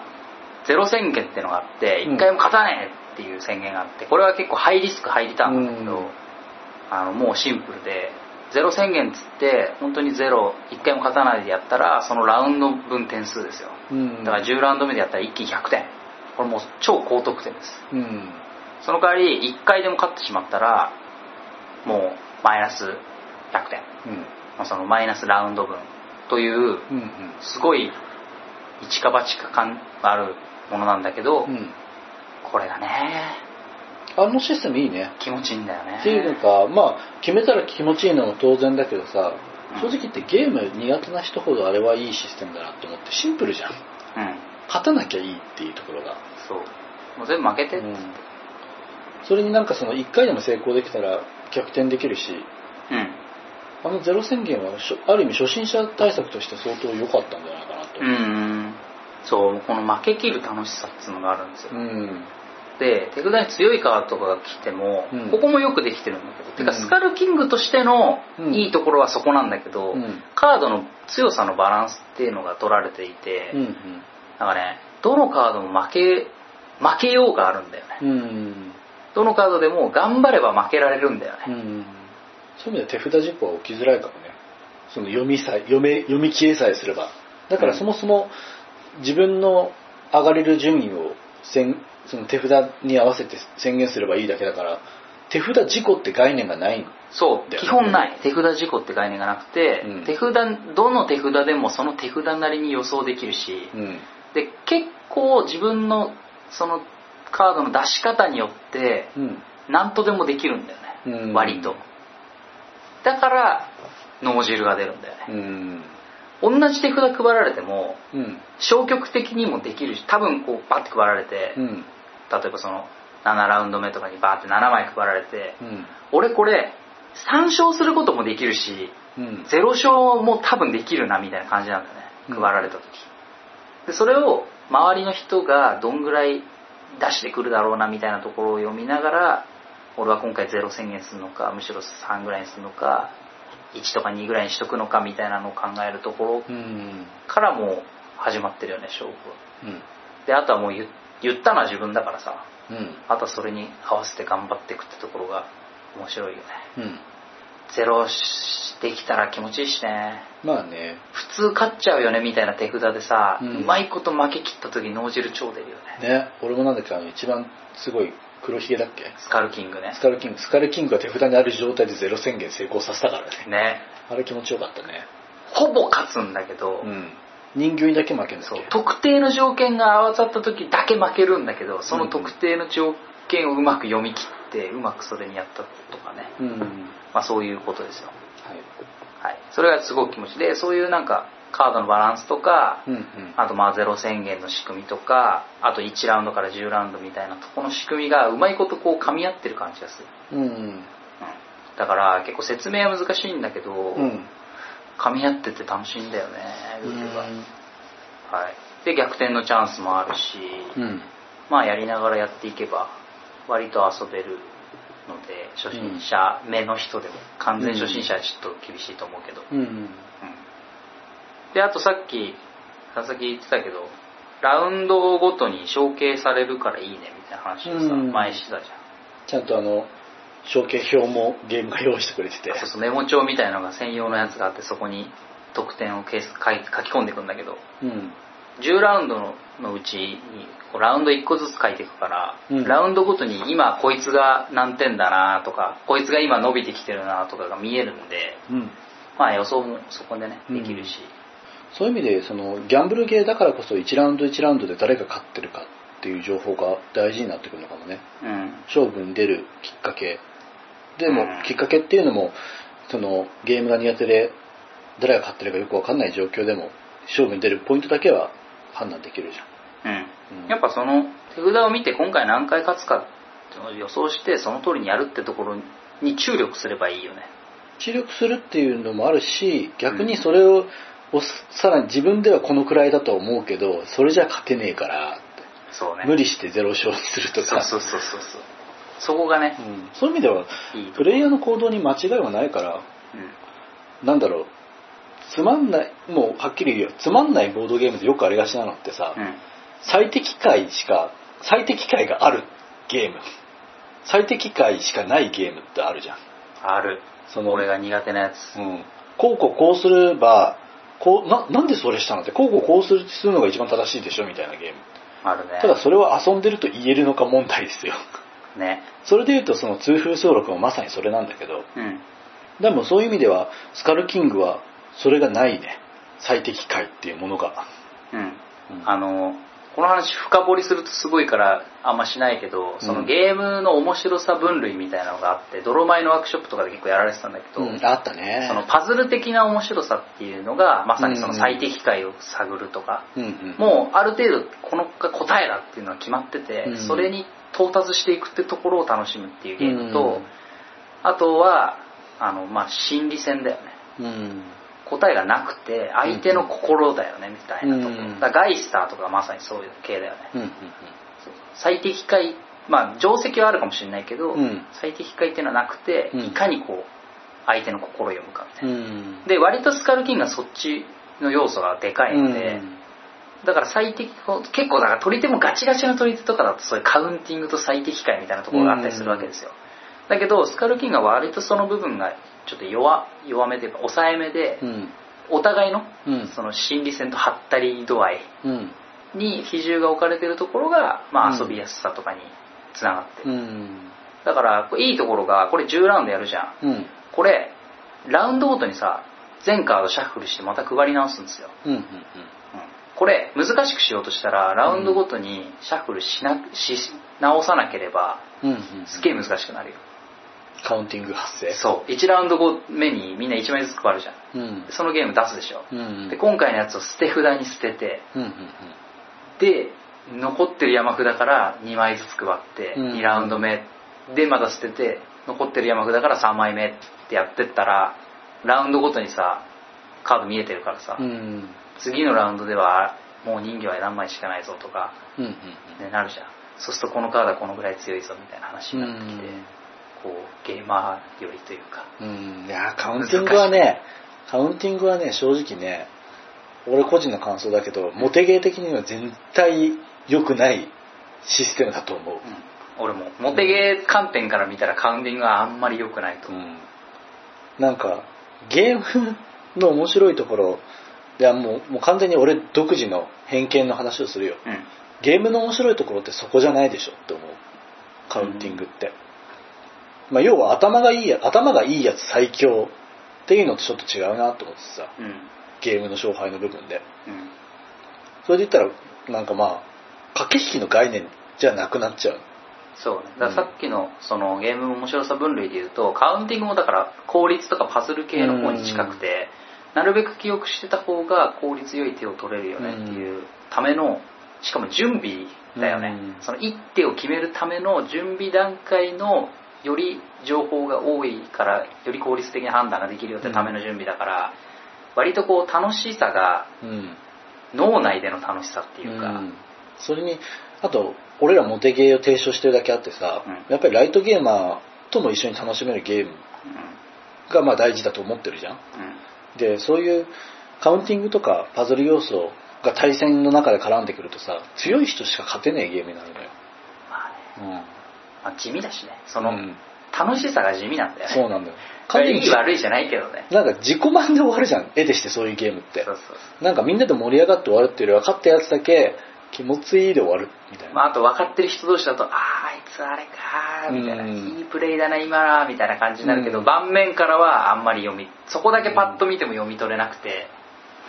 [SPEAKER 2] ゼロ宣言ってのがあって
[SPEAKER 1] うん
[SPEAKER 2] 一回も勝たねえっていう宣言があってこれは結構ハイリスクハイリターンなんだけど、
[SPEAKER 1] うん
[SPEAKER 2] あのもうシンプルでゼロ宣言っつって本当にゼロ一回も勝たないでやったらそのラウンド分点数ですよ
[SPEAKER 1] うん
[SPEAKER 2] だから10ラウンド目でやったら一気に100点これもう超高得点です
[SPEAKER 1] うん
[SPEAKER 2] その代わり1回でも勝ってしまったらもうマイナス100点
[SPEAKER 1] うん
[SPEAKER 2] まあそのマイナスラウンド分という
[SPEAKER 1] うん
[SPEAKER 2] すごい一か八か感があるものなんだけど、
[SPEAKER 1] うんうん
[SPEAKER 2] これがね
[SPEAKER 1] あのシステムいいね
[SPEAKER 2] 気持ちいいんだよね
[SPEAKER 1] っていうのかまあ決めたら気持ちいいのも当然だけどさ
[SPEAKER 2] うん
[SPEAKER 1] 正直言ってゲーム苦手な人ほどあれはいいシステムだなと思ってシンプルじゃん
[SPEAKER 2] うん
[SPEAKER 1] 勝たなきゃいいっていうところが
[SPEAKER 2] そうもう全部負けて、
[SPEAKER 1] う
[SPEAKER 2] うん
[SPEAKER 1] んそれになんかその1回でも成功できたら逆転できるしあのゼロ宣言はしょある意味初心者対策として相当良かったんじゃないかなと
[SPEAKER 2] うんそうこの負けきる楽しさっていうのがあるんですよ、
[SPEAKER 1] うん
[SPEAKER 2] で手札に強いカードとかが来ても、
[SPEAKER 1] うん
[SPEAKER 2] ここもよくできてるんだけど、てか
[SPEAKER 1] うん
[SPEAKER 2] スカルキングとしての
[SPEAKER 1] うん
[SPEAKER 2] いいところはそこなんだけど、
[SPEAKER 1] うん
[SPEAKER 2] カードの強さのバランスっていうのが取られていて、
[SPEAKER 1] うん
[SPEAKER 2] なんかねどのカードも負け負けようがあるんだよね
[SPEAKER 1] うんうん
[SPEAKER 2] どのカードでも頑張れば負けられるんだよ
[SPEAKER 1] う
[SPEAKER 2] ね、
[SPEAKER 1] んそういう意味では手札ジップは起きづらいかもねその読みさえ読め読み消えさえすればだからそもそも自分の上がれる順位を宣その手札に合わせて宣言すればいいだけだから手札事故って概念がない
[SPEAKER 2] そう
[SPEAKER 1] だよね
[SPEAKER 2] 基本ない手札事故って概念がなくて、
[SPEAKER 1] うん
[SPEAKER 2] 手札どの手札でもその手札なりに予想できるし、
[SPEAKER 1] うん
[SPEAKER 2] で結構自分のそのカードの出し方によって
[SPEAKER 1] うん
[SPEAKER 2] 何とでもできるんだよね、
[SPEAKER 1] うん
[SPEAKER 2] 割とだから脳汁が出るんだよ
[SPEAKER 1] う
[SPEAKER 2] ね、
[SPEAKER 1] ん
[SPEAKER 2] 同じ手札配られても
[SPEAKER 1] うん
[SPEAKER 2] 消極的にもできるし多分こうバッて配られて、
[SPEAKER 1] うん
[SPEAKER 2] 例えばその7ラウンド目とかにバーって7枚配られて、
[SPEAKER 1] うん
[SPEAKER 2] 俺これ3勝することもできるし
[SPEAKER 1] うん
[SPEAKER 2] 0勝も多分できるなみたいな感じなんだね
[SPEAKER 1] うん
[SPEAKER 2] 配られた時、でそれを周りの人がどんぐらい出してくるだろうなみたいなところを読みながら俺は今回0宣言するのかむしろ3ぐらいにするのか1とか2ぐらいにしとくのかみたいなのを考えるところ
[SPEAKER 1] うん
[SPEAKER 2] からもう始まってるよね勝負は
[SPEAKER 1] うん
[SPEAKER 2] であとはもう言言ったのは自分だからさ
[SPEAKER 1] うん
[SPEAKER 2] あとはそれに合わせて頑張っていくってところが面白いよね
[SPEAKER 1] うん
[SPEAKER 2] ゼロしできたら気持ちいいしね
[SPEAKER 1] まあね
[SPEAKER 2] 普通勝っちゃうよねみたいな手札でさ、う
[SPEAKER 1] うん
[SPEAKER 2] まいこと負け切った時脳汁超出るよね
[SPEAKER 1] ね俺もなんだっけあの一番すごい黒ひげだっけ
[SPEAKER 2] スカルキングね
[SPEAKER 1] スカルキングスカルキングが手札にある状態でゼロ宣言成功させたからね
[SPEAKER 2] ね
[SPEAKER 1] あれ気持ちよかったね
[SPEAKER 2] ほぼ勝つんだけど、
[SPEAKER 1] うん人形にだけ負けんだっ
[SPEAKER 2] そう
[SPEAKER 1] け
[SPEAKER 2] 特定の条件が合わさった時だけ負けるんだけどその特定の条件をうまく読み切ってうまくそれにやったとかね、
[SPEAKER 1] うんはい
[SPEAKER 2] まあ、そういうことですよはいそれがすごく気持ちいいでそういうなんかカードのバランスとか、
[SPEAKER 1] うんうん
[SPEAKER 2] あとまあゼロ宣言の仕組みとかあと1ラウンドから10ラウンドみたいなとこの仕組みがうまいことこう噛み合ってる感じがする、
[SPEAKER 1] うん
[SPEAKER 2] うん、だから結構説明は難しいんだけど、
[SPEAKER 1] うん
[SPEAKER 2] 噛み合ってて楽しいんだよねルールが、はい、
[SPEAKER 1] ん
[SPEAKER 2] で逆転のチャンスもあるし、
[SPEAKER 1] うん
[SPEAKER 2] まあやりながらやっていけば割と遊べるので初心者目の人でも完全初心者はちょっと厳しいと思うけど、
[SPEAKER 1] うん
[SPEAKER 2] であとさっき佐々木言ってたけどラウンドごとに承継されるからいいねみたいな話をさ、
[SPEAKER 1] うん
[SPEAKER 2] 前してたじ
[SPEAKER 1] ちゃんとあの承継表もゲームが用意してくれてて
[SPEAKER 2] ゃんそうそうメモ帳みたいなのが専用のやつがあってそこに得点を計書い書き込んでいくんだけど
[SPEAKER 1] うん
[SPEAKER 2] 10ラウンドののうちにこうラウンド1個ずつ書いていくから、
[SPEAKER 1] うん
[SPEAKER 2] ラウンドごとに今こいつが何点だなとかこいつが今伸びてきてるなとかが見えるんで
[SPEAKER 1] うん、
[SPEAKER 2] まあ予想もそこでね
[SPEAKER 1] うん
[SPEAKER 2] できるし、
[SPEAKER 1] そういう意味でそのギャンブルゲーだからこそ1ラウンド1ラウンドで誰が勝ってるかっていう情報が大事になってくるのかもね
[SPEAKER 2] うん
[SPEAKER 1] 勝負に出るきっかけでも、
[SPEAKER 2] うん
[SPEAKER 1] きっかけっていうのもそのゲームが苦手で誰が勝ってるかよくわかんない状況でも勝負に出るポイントだけは判断できるじ
[SPEAKER 2] うん
[SPEAKER 1] うん
[SPEAKER 2] やっぱその手札を見て今回何回勝つかっていうのを予想してその通りにやるってところに注力すればいいよね
[SPEAKER 1] ゃん知力するっていうのもあるし逆にそれを、をさらに自分ではこのくらいだと思うけどそれじゃ勝てねえからって
[SPEAKER 2] そうね
[SPEAKER 1] 無理してゼロ勝にすると
[SPEAKER 2] そう
[SPEAKER 1] か
[SPEAKER 2] そうそうそうそうそこがね
[SPEAKER 1] うんそういう意味ではい
[SPEAKER 2] いと
[SPEAKER 1] プレイヤーの行動に間違いはないからなんだろうつまんないもうはっきり言うよつまんないボードゲームでよくありがちなのってさ、
[SPEAKER 2] うん、うん
[SPEAKER 1] 最適解しか最適解があるゲーム最適解しかないゲームってあるじゃん
[SPEAKER 2] ある
[SPEAKER 1] その
[SPEAKER 2] 俺が苦手なやつ
[SPEAKER 1] うん、こうこうこうすればこうななんでそれしたのってこうこうこうするするのが一番正しいでしょみたいなゲーム
[SPEAKER 2] あるね
[SPEAKER 1] ただそれは遊んでると言えるのか問題ですよ
[SPEAKER 2] ね
[SPEAKER 1] それで言うとその通風総録もまさにそれなんだけど
[SPEAKER 2] うん
[SPEAKER 1] でもそういう意味ではスカルキングはそれがないね最適解っていうものが、
[SPEAKER 2] うん
[SPEAKER 1] うん
[SPEAKER 2] あのこの話深掘りするとすごいからあんましないけどそのゲームの面白さ分類みたいなのがあって泥米のワークショップとかで結構やられてたんだけど、
[SPEAKER 1] うんあったね
[SPEAKER 2] そのパズル的な面白さっていうのがまさにその最適解を探るとか、
[SPEAKER 1] うんうん
[SPEAKER 2] もうある程度この答えだっていうのは決まってて、
[SPEAKER 1] うん
[SPEAKER 2] それに到達していくってところを楽しむっていうゲームと、
[SPEAKER 1] うん
[SPEAKER 2] あとはあの、まあ、心理戦だよね
[SPEAKER 1] うん
[SPEAKER 2] 答えがなくて相手の心だよねみたいなところ、
[SPEAKER 1] うん
[SPEAKER 2] だからガイスターとかまさにそういう系だよね
[SPEAKER 1] うんうん
[SPEAKER 2] 最適解まあ定石はあるかもしれないけど、
[SPEAKER 1] うん
[SPEAKER 2] 最適解っていうのはなくて、
[SPEAKER 1] うん
[SPEAKER 2] いかにこう相手の心を読むかみたいな、
[SPEAKER 1] うん
[SPEAKER 2] で割とスカルキンがそっちの要素がでかいので、
[SPEAKER 1] うん
[SPEAKER 2] だから最適こう結構だから取り手もガチガチの取り手とかだとそういうカウンティングと最適解みたいなところがあったりするわけですよ、だけどスカルキンが割とその部分がちょっと弱弱めというか抑えめで、
[SPEAKER 1] うん
[SPEAKER 2] お互いの
[SPEAKER 1] うん
[SPEAKER 2] その心理戦とハったり度合い
[SPEAKER 1] うん
[SPEAKER 2] に比重が置かれてるところが、ま
[SPEAKER 1] う
[SPEAKER 2] あ、
[SPEAKER 1] ん
[SPEAKER 2] 遊びやすさとかにつながってる、
[SPEAKER 1] うん
[SPEAKER 2] だからこういいところがこれ10ラウンドやるじゃん
[SPEAKER 1] うん
[SPEAKER 2] これラウンドごとにさ全カードシャッフルしてまた配り直すんですよ、
[SPEAKER 1] うんうん
[SPEAKER 2] うんこれ難しくしようとしたらラウンドごとにシャッフルしなし直さなければ
[SPEAKER 1] うんうんうん
[SPEAKER 2] すっげえ難しくなるよ
[SPEAKER 1] カウンティング発生
[SPEAKER 2] そう1ラウンド後目にみんな1枚ずつ配るじゃん
[SPEAKER 1] うん
[SPEAKER 2] でそのゲーム出すでしょ
[SPEAKER 1] うんうん
[SPEAKER 2] で今回のやつを捨て札に捨てて
[SPEAKER 1] うんうん
[SPEAKER 2] で残ってる山札から2枚ずつ配って
[SPEAKER 1] うん
[SPEAKER 2] 2ラウンド目でまた捨てて残ってる山札から3枚目ってやってったらラウンドごとにさカード見えてるからさ、
[SPEAKER 1] うんうん
[SPEAKER 2] 次のラウンドではもう人魚は何枚しかないぞとか、
[SPEAKER 1] うん
[SPEAKER 2] ね、なるじゃんそうするとこのカードはこのぐらい強いぞみたいな話になってきて、
[SPEAKER 1] うん
[SPEAKER 2] こうゲーマーよりというか
[SPEAKER 1] うんうんいやーカウンティングはねカウンティングはね正直ね俺個人の感想だけどモテゲー的には全体良くないシステムだと思う、
[SPEAKER 2] 俺もモテゲー観点から見たらカウンティングはあんまり良くないと
[SPEAKER 1] う
[SPEAKER 2] 思う、
[SPEAKER 1] ん、なんかゲームの面白いところではもうもう完全に俺独自の偏見の話をするよ
[SPEAKER 2] うん
[SPEAKER 1] ゲームの面白いところってそこじゃないでしょって思うカウンティングって、まあ、要は頭がいいや頭がいいやつ最強っていうのとちょっと違うなと思ってさ
[SPEAKER 2] うん
[SPEAKER 1] ゲームの勝敗の部分で
[SPEAKER 2] うん
[SPEAKER 1] それで言ったらなんかまあ駆け引きの概念じゃなくなっちゃう
[SPEAKER 2] そうねだからさっきのそのゲームの面白さ分類でいうとカウンティングもだから効率とかパズル系の方に近くてなるべく記憶してた方が効率よい手を取れるよねっていうためのしかも準備だよね
[SPEAKER 1] うん
[SPEAKER 2] その一手を決めるための準備段階のより情報が多いからより効率的な判断ができるよってための準備だから割とこう楽しさが
[SPEAKER 1] うん
[SPEAKER 2] 脳内での楽しさっていうか
[SPEAKER 1] んそれにあと俺らモテゲーを提唱してるだけあってさ、
[SPEAKER 2] うん
[SPEAKER 1] やっぱりライトゲーマーとも一緒に楽しめるゲーム
[SPEAKER 2] うん
[SPEAKER 1] がまあ大事だと思ってるじゃん
[SPEAKER 2] うん
[SPEAKER 1] でそういうカウンティングとかパズル要素が対戦の中で絡んでくるとさ強い人しか勝てないゲームになるのよ、
[SPEAKER 2] まあねまあ地味だしねその、
[SPEAKER 1] うん
[SPEAKER 2] 楽しさが地味なんだよね
[SPEAKER 1] そうなんだよ
[SPEAKER 2] これいい
[SPEAKER 1] なん
[SPEAKER 2] 悪いじゃないけどね
[SPEAKER 1] か自己満で終わるじゃん絵でしてそういうゲームっ
[SPEAKER 2] そ
[SPEAKER 1] て
[SPEAKER 2] うそうそ、
[SPEAKER 1] なんかみんなで盛り上がって終わるっていうよりは勝ったやつだけ気持ちいいで終わるみたいうな、
[SPEAKER 2] まあ、あと分かってる人同士だとあああいつあれかーみたいな、
[SPEAKER 1] うん
[SPEAKER 2] いいプレイだな今らみたいな感じになるけど、
[SPEAKER 1] うん
[SPEAKER 2] 盤面からはあんまり読みそこだけパッと見ても読み取れなくて、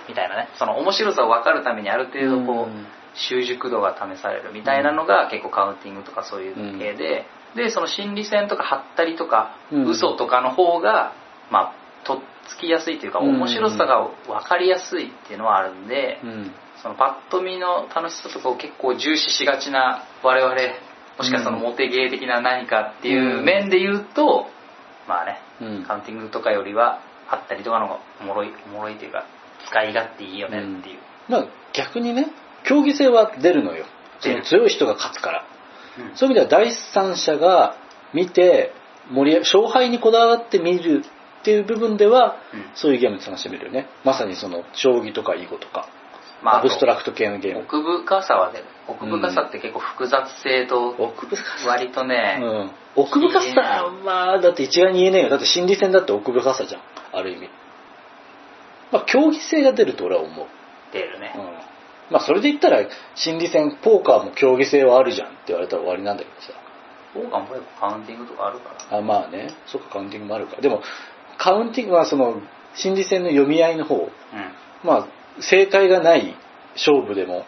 [SPEAKER 2] みたいなねその面白さを分かるためにある程度こう、
[SPEAKER 1] うん
[SPEAKER 2] 習熟度が試されるみたいなのが結構カウンティングとかそういう系で、でその心理戦とかハったりとか、
[SPEAKER 1] うん
[SPEAKER 2] 嘘とかの方がまあとっつきやすいというか
[SPEAKER 1] うん
[SPEAKER 2] 面白さが分かりやすいっていうのはあるんで、
[SPEAKER 1] うん
[SPEAKER 2] そのパッと見の楽しさとかを結構重視しがちな我々もしくはその
[SPEAKER 1] うん
[SPEAKER 2] モテゲー的な何かっていううん面で言うと、まあね
[SPEAKER 1] うん
[SPEAKER 2] カウンティングとかよりはハったりとかの方がおもろいおもろいというか使い勝手いいよねっていう、
[SPEAKER 1] まあ逆にね競技性は出るのよその強い人が勝つから
[SPEAKER 2] うん
[SPEAKER 1] そういう意味では第三者が見て盛り勝敗にこだわって見るっていう部分では
[SPEAKER 2] うん
[SPEAKER 1] そういうゲームで楽しめるよねまさにその将棋とか囲碁とか、
[SPEAKER 2] まあ、
[SPEAKER 1] アブストラクト系のゲーム
[SPEAKER 2] 奥深さはね奥深さって結構複雑性と
[SPEAKER 1] 奥深さ、
[SPEAKER 2] 割と
[SPEAKER 1] う
[SPEAKER 2] ね、
[SPEAKER 1] ん、奥深さはまあだって一概に言えねえよだって心理戦だって奥深さじゃんある意味まあ競技性が出ると俺は思う
[SPEAKER 2] 出るね
[SPEAKER 1] うん、まあそれで言ったら心理戦ポーカーも競技性はあるじゃんって言われたら終わりなんだけどさ
[SPEAKER 2] オーガンもやっぱカウンティングとかあるから
[SPEAKER 1] あまあねそっかカウンティングもあるかでもカウンティングはその心理戦の読み合いの方まあ正解がない勝負でも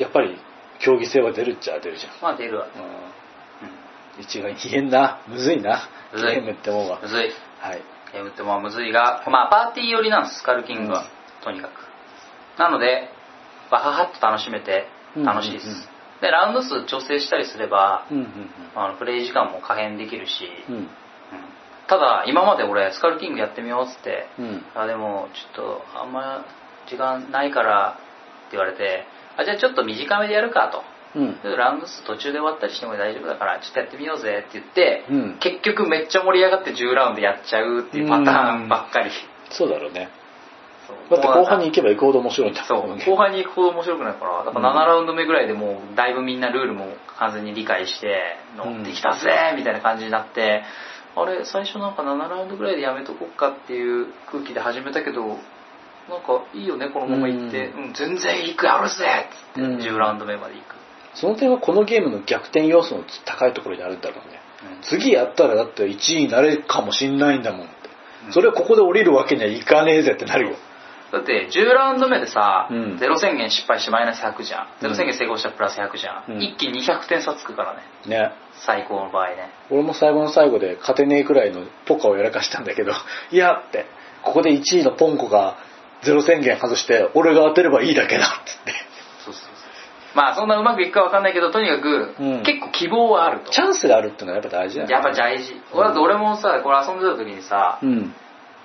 [SPEAKER 1] やっぱり競技性は出るっちゃ出るじゃん、
[SPEAKER 2] まあ出るわ、ね
[SPEAKER 1] う、
[SPEAKER 2] うん
[SPEAKER 1] 一概に言えんなむずいな
[SPEAKER 2] むずい
[SPEAKER 1] ゲームって思うわ
[SPEAKER 2] ん、むずい
[SPEAKER 1] はい
[SPEAKER 2] ゲームってまあむずいがまあパーティー寄りなんですスカルキングは、とにかくなのでバハハッと楽しめて楽しいです、
[SPEAKER 1] うんうんうん
[SPEAKER 2] でラウンド数調整したりすれば、
[SPEAKER 1] うんうん
[SPEAKER 2] あのプレイ時間も加減できるし、
[SPEAKER 1] う
[SPEAKER 2] うん
[SPEAKER 1] ん
[SPEAKER 2] ただ今まで俺スカルキングやってみようっつって
[SPEAKER 1] うんうん
[SPEAKER 2] あでもちょっとあんま時間ないからって言われてあじゃあちょっと短めでやるかと
[SPEAKER 1] うん
[SPEAKER 2] ちょっとラウンド数途中で終わったりしても大丈夫だからちょっとやってみようぜって言って、
[SPEAKER 1] うん
[SPEAKER 2] 結局めっちゃ盛り上がって10ラウンドやっちゃうっていうパターンばっかり、
[SPEAKER 1] そうだろうね
[SPEAKER 2] そう
[SPEAKER 1] だって後半に行けば行くほど面白いんだ
[SPEAKER 2] そう
[SPEAKER 1] このゲーム
[SPEAKER 2] 後半に行くほど面白くないからだから7ラウンド目ぐらいでもうだいぶみんなルールも完全に理解して乗ってきたぜみたいな感じになって、あれ最初なんか7ラウンドぐらいでやめとこっかっていう空気で始めたけどなんかいいよねこのまま行って、
[SPEAKER 1] う
[SPEAKER 2] うん全然行くやるぜっつって、
[SPEAKER 1] うん
[SPEAKER 2] 10ラウンド目まで行く、
[SPEAKER 1] その点はこのゲームの逆転要素の高いところにあるんだろうね次やったらだって1位になれるかもしんないんだもんって
[SPEAKER 2] うん
[SPEAKER 1] それをここで降りるわけにはいかねえぜってなるよ
[SPEAKER 2] だって10ラウンド目でさ、
[SPEAKER 1] うん
[SPEAKER 2] ゼロ宣言失敗してマイナス100じゃんゼ
[SPEAKER 1] うん
[SPEAKER 2] ロ宣言成功したらプラス100じゃん、
[SPEAKER 1] うん
[SPEAKER 2] 一気に200点差つくからね
[SPEAKER 1] ね
[SPEAKER 2] 最高の場合ね
[SPEAKER 1] 俺も最後の最後で勝てねえくらいのポカをやらかしたんだけど いやってここで1位のポンコがゼロ宣言外して俺が当てればいいだけだっつって
[SPEAKER 2] そうそうそうまあそんなうまくいくかわかんないけどとにかく、
[SPEAKER 1] うん
[SPEAKER 2] 結構希望はあると
[SPEAKER 1] チャンスがあるってのはやっぱ大事だよね
[SPEAKER 2] やっぱ大事、俺だって俺もさこれ遊んでた時にさ、
[SPEAKER 1] うん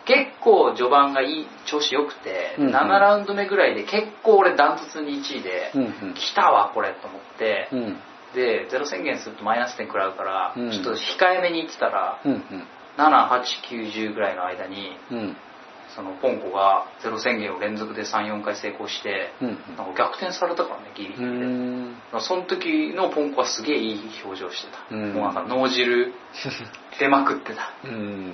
[SPEAKER 2] 結構序盤がいい調子良くて、
[SPEAKER 1] うんうん
[SPEAKER 2] 7ラウンド目ぐらいで結構俺ダントツに1位で、
[SPEAKER 1] うんうん
[SPEAKER 2] 来たわこれと思って、
[SPEAKER 1] うん
[SPEAKER 2] でゼロ宣言するとマイナス点食らうから、
[SPEAKER 1] うん
[SPEAKER 2] ちょっと控えめに言ってたら、
[SPEAKER 1] うん
[SPEAKER 2] 7890ぐらいの間に
[SPEAKER 1] うんうん
[SPEAKER 2] そのポンコがゼロ宣言を連続で34回成功して、
[SPEAKER 1] うん
[SPEAKER 2] なんか逆転されたからねギリギリ
[SPEAKER 1] う
[SPEAKER 2] で、
[SPEAKER 1] ん
[SPEAKER 2] その時のポンコはすげえいい表情してた、
[SPEAKER 1] うん
[SPEAKER 2] もうなんか脳 汁出まくってた
[SPEAKER 1] うーん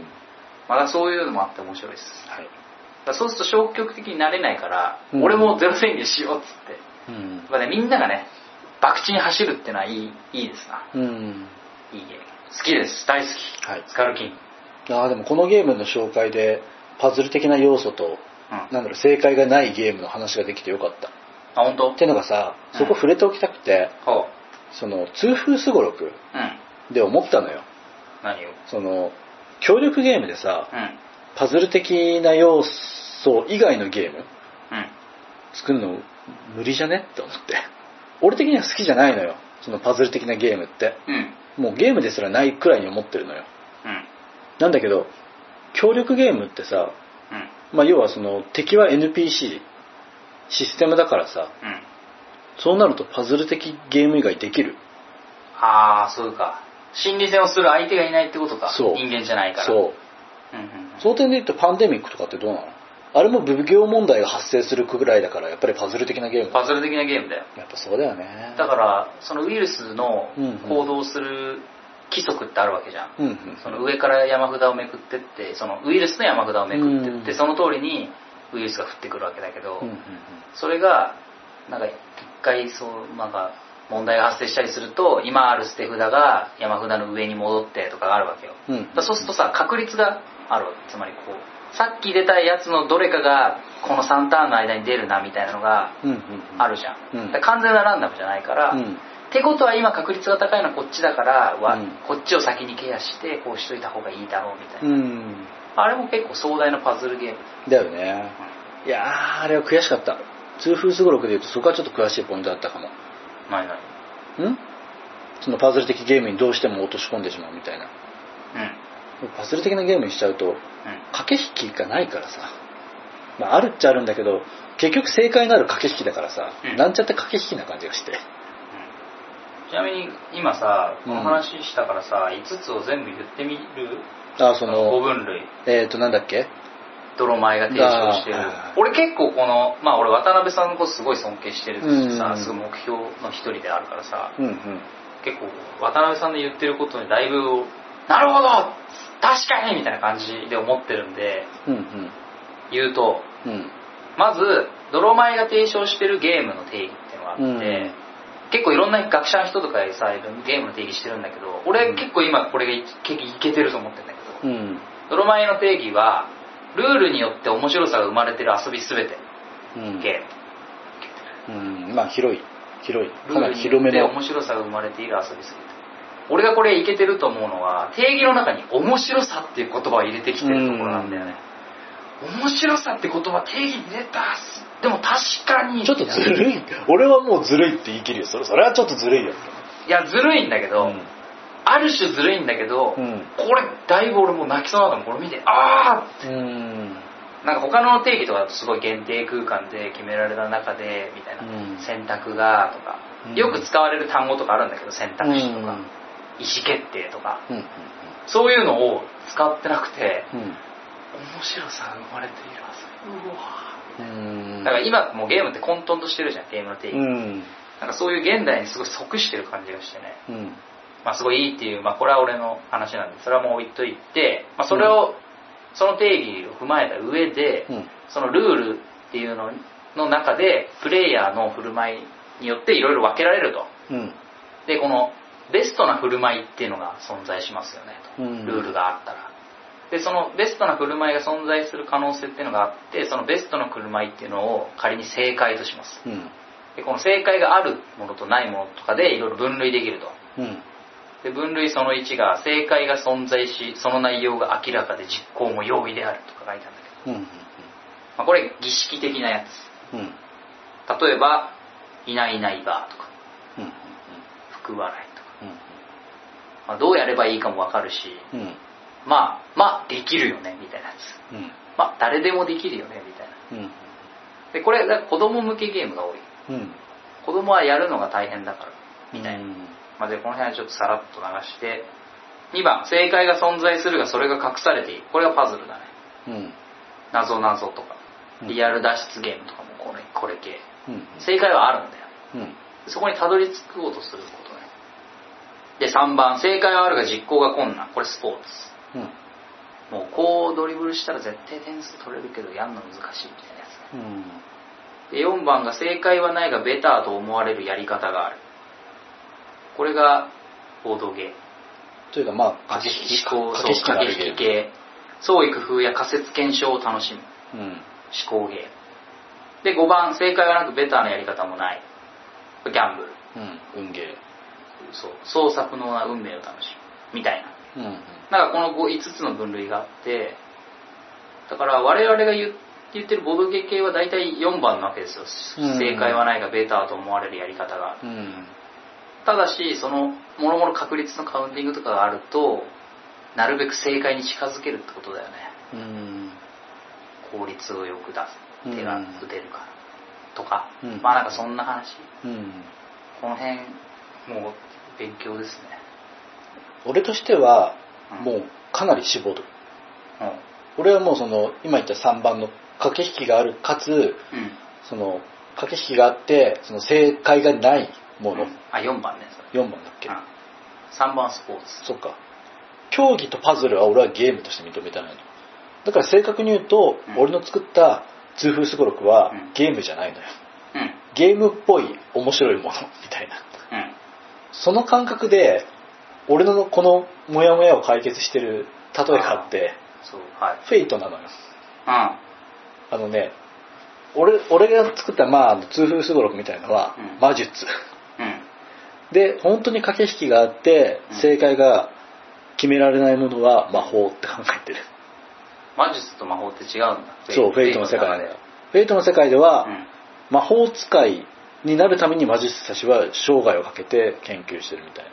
[SPEAKER 2] まだそういうのもあって面白いです
[SPEAKER 1] はい
[SPEAKER 2] だからそうすると消極的になれないから、
[SPEAKER 1] うん
[SPEAKER 2] 俺もゼロ宣言しようっつって
[SPEAKER 1] うん
[SPEAKER 2] まあねみんながね博打に走るってのはいいいいですな
[SPEAKER 1] うん
[SPEAKER 2] いいゲーム好きです大好き、
[SPEAKER 1] はい
[SPEAKER 2] スカルキング
[SPEAKER 1] あーでもこのゲームの紹介でパズル的な要素と
[SPEAKER 2] うん
[SPEAKER 1] なんだろう正解がないゲームの話ができてよかったっ
[SPEAKER 2] あ本当
[SPEAKER 1] てのがさ
[SPEAKER 2] うん
[SPEAKER 1] そこ触れておきたくて、
[SPEAKER 2] ほう
[SPEAKER 1] その痛風すごろく
[SPEAKER 2] うん
[SPEAKER 1] で思ったのよ
[SPEAKER 2] 何を
[SPEAKER 1] その協力ゲームでさ
[SPEAKER 2] うん
[SPEAKER 1] パズル的な要素以外のゲーム
[SPEAKER 2] うん
[SPEAKER 1] 作るの無理じゃねって思って俺的には好きじゃないのよそのパズル的なゲームって
[SPEAKER 2] うん
[SPEAKER 1] もうゲームですらないくらいに思ってるのよ
[SPEAKER 2] うん
[SPEAKER 1] なんだけど協力ゲームってさ
[SPEAKER 2] うん
[SPEAKER 1] まあ、要はその敵は NPC システムだからさ
[SPEAKER 2] うん
[SPEAKER 1] そうなるとパズル的ゲーム以外できる
[SPEAKER 2] ああそうか心理戦をする相手がいないってことか
[SPEAKER 1] そう
[SPEAKER 2] 人間じゃないから
[SPEAKER 1] そう
[SPEAKER 2] うんうんうん
[SPEAKER 1] その点で言うとパンデミックとかってどうなのあれも奉行問題が発生するくらいだからやっぱりパズル的なゲームだ
[SPEAKER 2] パズル的なゲームだよ
[SPEAKER 1] やっぱそうだよね
[SPEAKER 2] だからそのウイルスの
[SPEAKER 1] うんうん
[SPEAKER 2] 行動する規則ってあるわけじゃん
[SPEAKER 1] うんうん
[SPEAKER 2] その上から山札をめくってってそのウイルスの山札をめくってっ
[SPEAKER 1] う
[SPEAKER 2] て
[SPEAKER 1] ん
[SPEAKER 2] その通りにウイルスが降ってくるわけだけど、
[SPEAKER 1] うんうんうん
[SPEAKER 2] それがなんか一回そうなんか問題が発生したりすると今ある捨て札が山札の上に戻ってとかがあるわけよ
[SPEAKER 1] うんうん
[SPEAKER 2] だからそうするとさ確率があるわけつまりこうさっき出たやつのどれかがこの3ターンの間に出るなみたいなのが
[SPEAKER 1] うんうん
[SPEAKER 2] あるじゃん、
[SPEAKER 1] うん
[SPEAKER 2] だから完全なランダムじゃないから、
[SPEAKER 1] うん
[SPEAKER 2] ってことは今確率が高いのはこっちだから、わ
[SPEAKER 1] うん
[SPEAKER 2] こっちを先にケアしてこうしといた方がいいだろうみたいな、
[SPEAKER 1] うん
[SPEAKER 2] あれも結構壮大なパズルゲーム
[SPEAKER 1] だよねいやーあれは悔しかった痛風すごろくでいうとそこはちょっと詳しいポイントだったかも
[SPEAKER 2] ないない
[SPEAKER 1] んそのパズル的ゲームにどうしても落とし込んでしまうみたいな
[SPEAKER 2] うん
[SPEAKER 1] パズル的なゲームにしちゃうと駆け引きがないからさ、まあ、あるっちゃあるんだけど結局正解のある駆け引きだからさ、
[SPEAKER 2] うん
[SPEAKER 1] なんちゃって駆け引きな感じがして
[SPEAKER 2] うんちなみに今さこの話したからさ、5つを全部言ってみる
[SPEAKER 1] ああそ
[SPEAKER 2] 5
[SPEAKER 1] の
[SPEAKER 2] 分類
[SPEAKER 1] えっ、ー、となんだっけ
[SPEAKER 2] 泥前が提唱してる
[SPEAKER 1] あー
[SPEAKER 2] 俺結構このまあ俺渡辺さんのことすごい尊敬してるしさ、
[SPEAKER 1] うん
[SPEAKER 2] すごい目標の一人であるからさ
[SPEAKER 1] うんうん
[SPEAKER 2] 結構渡辺さんの言ってることにだいぶなるほど確かにみたいな感じで思ってるんで
[SPEAKER 1] うんうん
[SPEAKER 2] 言うと
[SPEAKER 1] うん
[SPEAKER 2] まず泥前が提唱してるゲームの定義っていうのがあって、
[SPEAKER 1] うん
[SPEAKER 2] 結構いろんな学者の人とかでさいろんなゲームの定義してるんだけど
[SPEAKER 1] う
[SPEAKER 2] 俺
[SPEAKER 1] ん
[SPEAKER 2] 結構今これがいけいけてると思ってるんだけど、
[SPEAKER 1] うん
[SPEAKER 2] 泥前の定義はルールによって面白さが生まれてる遊び全て
[SPEAKER 1] うん
[SPEAKER 2] ゲーム
[SPEAKER 1] うんまあ広い広い
[SPEAKER 2] ル
[SPEAKER 1] か
[SPEAKER 2] ー
[SPEAKER 1] な
[SPEAKER 2] ル
[SPEAKER 1] り
[SPEAKER 2] によ
[SPEAKER 1] 広め
[SPEAKER 2] って
[SPEAKER 1] の
[SPEAKER 2] 面白さが生まれている遊びすぎて俺がこれいけてると思うのは定義の中に面白さっていう言葉を入れてきてるところなんだよね、面白さって言葉定義に出たでも確かに
[SPEAKER 1] ちょっとずるい俺はもうずるいって言い切るよそれそれはちょっとずるいよ
[SPEAKER 2] いやずるいんだけど、ある種ずるいんだけど、
[SPEAKER 1] うん
[SPEAKER 2] これだいぶ俺もう泣きそうだからこれ見てああ
[SPEAKER 1] うん
[SPEAKER 2] なんか他の定義とかだとすごい限定空間で決められた中でみたいな、
[SPEAKER 1] うん
[SPEAKER 2] 選択がとか、
[SPEAKER 1] うん
[SPEAKER 2] よく使われる単語とかあるんだけど選
[SPEAKER 1] う
[SPEAKER 2] 択
[SPEAKER 1] ん
[SPEAKER 2] 肢とか、意思決定とか
[SPEAKER 1] うんうん
[SPEAKER 2] そういうのを使ってなくて
[SPEAKER 1] うん
[SPEAKER 2] 面白さが生まれているはずうわ
[SPEAKER 1] うん
[SPEAKER 2] だから今もうゲームって混沌としてるじゃんゲームの定義、
[SPEAKER 1] うん
[SPEAKER 2] なんかそういう現代にすごい即してる感じがしてね
[SPEAKER 1] うん
[SPEAKER 2] まあすごいいいっていう、まあ、これは俺の話なんでそれはもう置いといて、まあ、それを、その定義を踏まえた上で、
[SPEAKER 1] うん
[SPEAKER 2] そのルールっていうのの中でプレイヤーの振る舞いによっていろいろ分けられると
[SPEAKER 1] うん
[SPEAKER 2] でこのベストな振る舞いっていうのが存在しますよねと、
[SPEAKER 1] うん
[SPEAKER 2] ルールがあったらでそのベストな振る舞いが存在する可能性っていうのがあってそのベストな振る舞いっていうのを仮に正解とします
[SPEAKER 1] うん
[SPEAKER 2] でこの正解があるものとないものとかでいろいろ分類できると
[SPEAKER 1] うん
[SPEAKER 2] で分類その1が正解が存在しその内容が明らかで実行も容易であるとか書いてあるんだけど、
[SPEAKER 1] うんうん
[SPEAKER 2] まあ、これ儀式的なやつ
[SPEAKER 1] うんうん
[SPEAKER 2] 例えば「いないいないばー」とか
[SPEAKER 1] うん
[SPEAKER 2] 「福笑い」とか、
[SPEAKER 1] う
[SPEAKER 2] まあ、どうやればいいかもわかるし
[SPEAKER 1] んうん
[SPEAKER 2] まあまあできるよねみたいなやつ
[SPEAKER 1] うん
[SPEAKER 2] まあ誰でもできるよねみたいな
[SPEAKER 1] うん
[SPEAKER 2] でこれが子供向けゲームが多い
[SPEAKER 1] うん
[SPEAKER 2] 子供はやるのが大変だからみ
[SPEAKER 1] み
[SPEAKER 2] た
[SPEAKER 1] た
[SPEAKER 2] い
[SPEAKER 1] い
[SPEAKER 2] な、
[SPEAKER 1] な
[SPEAKER 2] まあ、でこの辺はちょっとさらっと流して2番正解が存在するがそれが隠されているこれがパズルだね
[SPEAKER 1] うん
[SPEAKER 2] 謎謎とか
[SPEAKER 1] うん
[SPEAKER 2] リアル脱出ゲームとかもこれこれ系
[SPEAKER 1] うん
[SPEAKER 2] 正解はあるんだよ
[SPEAKER 1] うん
[SPEAKER 2] そこにたどり着こうとすることねで3番正解はあるが実行が困難これスポーツ
[SPEAKER 1] うん
[SPEAKER 2] もうこうドリブルしたら絶対点数取れるけどやんの難しいみたいなやつね
[SPEAKER 1] うん
[SPEAKER 2] で4番が正解はないがベターと思われるやり方があるこれがボードゲーム
[SPEAKER 1] というかまあ
[SPEAKER 2] 駆け引きそう
[SPEAKER 1] 駆け引きのあ
[SPEAKER 2] 駆
[SPEAKER 1] る
[SPEAKER 2] け
[SPEAKER 1] ゲ
[SPEAKER 2] 引
[SPEAKER 1] ー
[SPEAKER 2] き系創意工夫や仮説検証を楽しむ
[SPEAKER 1] ムうん
[SPEAKER 2] 思考ゲームで5番正解はなくベターなやり方もないギャンブル
[SPEAKER 1] うん運ゲ
[SPEAKER 2] そう操作不能な運命を楽しむみたいな
[SPEAKER 1] ーうん
[SPEAKER 2] なんかこの5つの分類があってだから我々が言言ってるボードゲー系は大体4番なわけですよ、
[SPEAKER 1] うん
[SPEAKER 2] 正解はないがベターと思われるやり方がある
[SPEAKER 1] うん
[SPEAKER 2] ただしそのもろもろ確率のカウンティングとかがあるとなるべく正解に近づけるってことだよね
[SPEAKER 1] うん
[SPEAKER 2] 効率をよく出す手が打てるから、とか、
[SPEAKER 1] うん
[SPEAKER 2] まあなんかそんな話
[SPEAKER 1] うん
[SPEAKER 2] この辺もう勉強ですね
[SPEAKER 1] 俺としては
[SPEAKER 2] うん
[SPEAKER 1] もうかなり絞る
[SPEAKER 2] うん
[SPEAKER 1] 俺はもうその今言った3番の駆け引きがあるかつ
[SPEAKER 2] うん
[SPEAKER 1] その駆け引きがあってその正解がないもの
[SPEAKER 2] あ4番ねそれ
[SPEAKER 1] 4番だっけ
[SPEAKER 2] うん3番スポーツ
[SPEAKER 1] そっか競技とパズルは俺はゲームとして認めたないのだから正確に言うと、
[SPEAKER 2] うん
[SPEAKER 1] 俺の作った痛風すごろくは、
[SPEAKER 2] うん
[SPEAKER 1] ゲームじゃないのよ
[SPEAKER 2] うんうん
[SPEAKER 1] ゲームっぽい面白いものみたいなその感覚で俺のこのモヤモヤを解決してる例えがあって
[SPEAKER 2] そうはい
[SPEAKER 1] フェイトなのよ
[SPEAKER 2] う
[SPEAKER 1] あのね俺俺が作った、まああの、痛風すごろくみたいなのは、
[SPEAKER 2] うん
[SPEAKER 1] 魔術
[SPEAKER 2] んうん
[SPEAKER 1] で本当に駆け引きがあって
[SPEAKER 2] うん
[SPEAKER 1] 正解が決められないものは魔法って考えてる、
[SPEAKER 2] 魔術と魔法って違うんだ
[SPEAKER 1] そうフェイトの世界
[SPEAKER 2] フェイ
[SPEAKER 1] でフェイトの世界では、
[SPEAKER 2] トの中で
[SPEAKER 1] 魔法使いになるために魔術師たちは生涯をかけて研究してるみたい
[SPEAKER 2] うん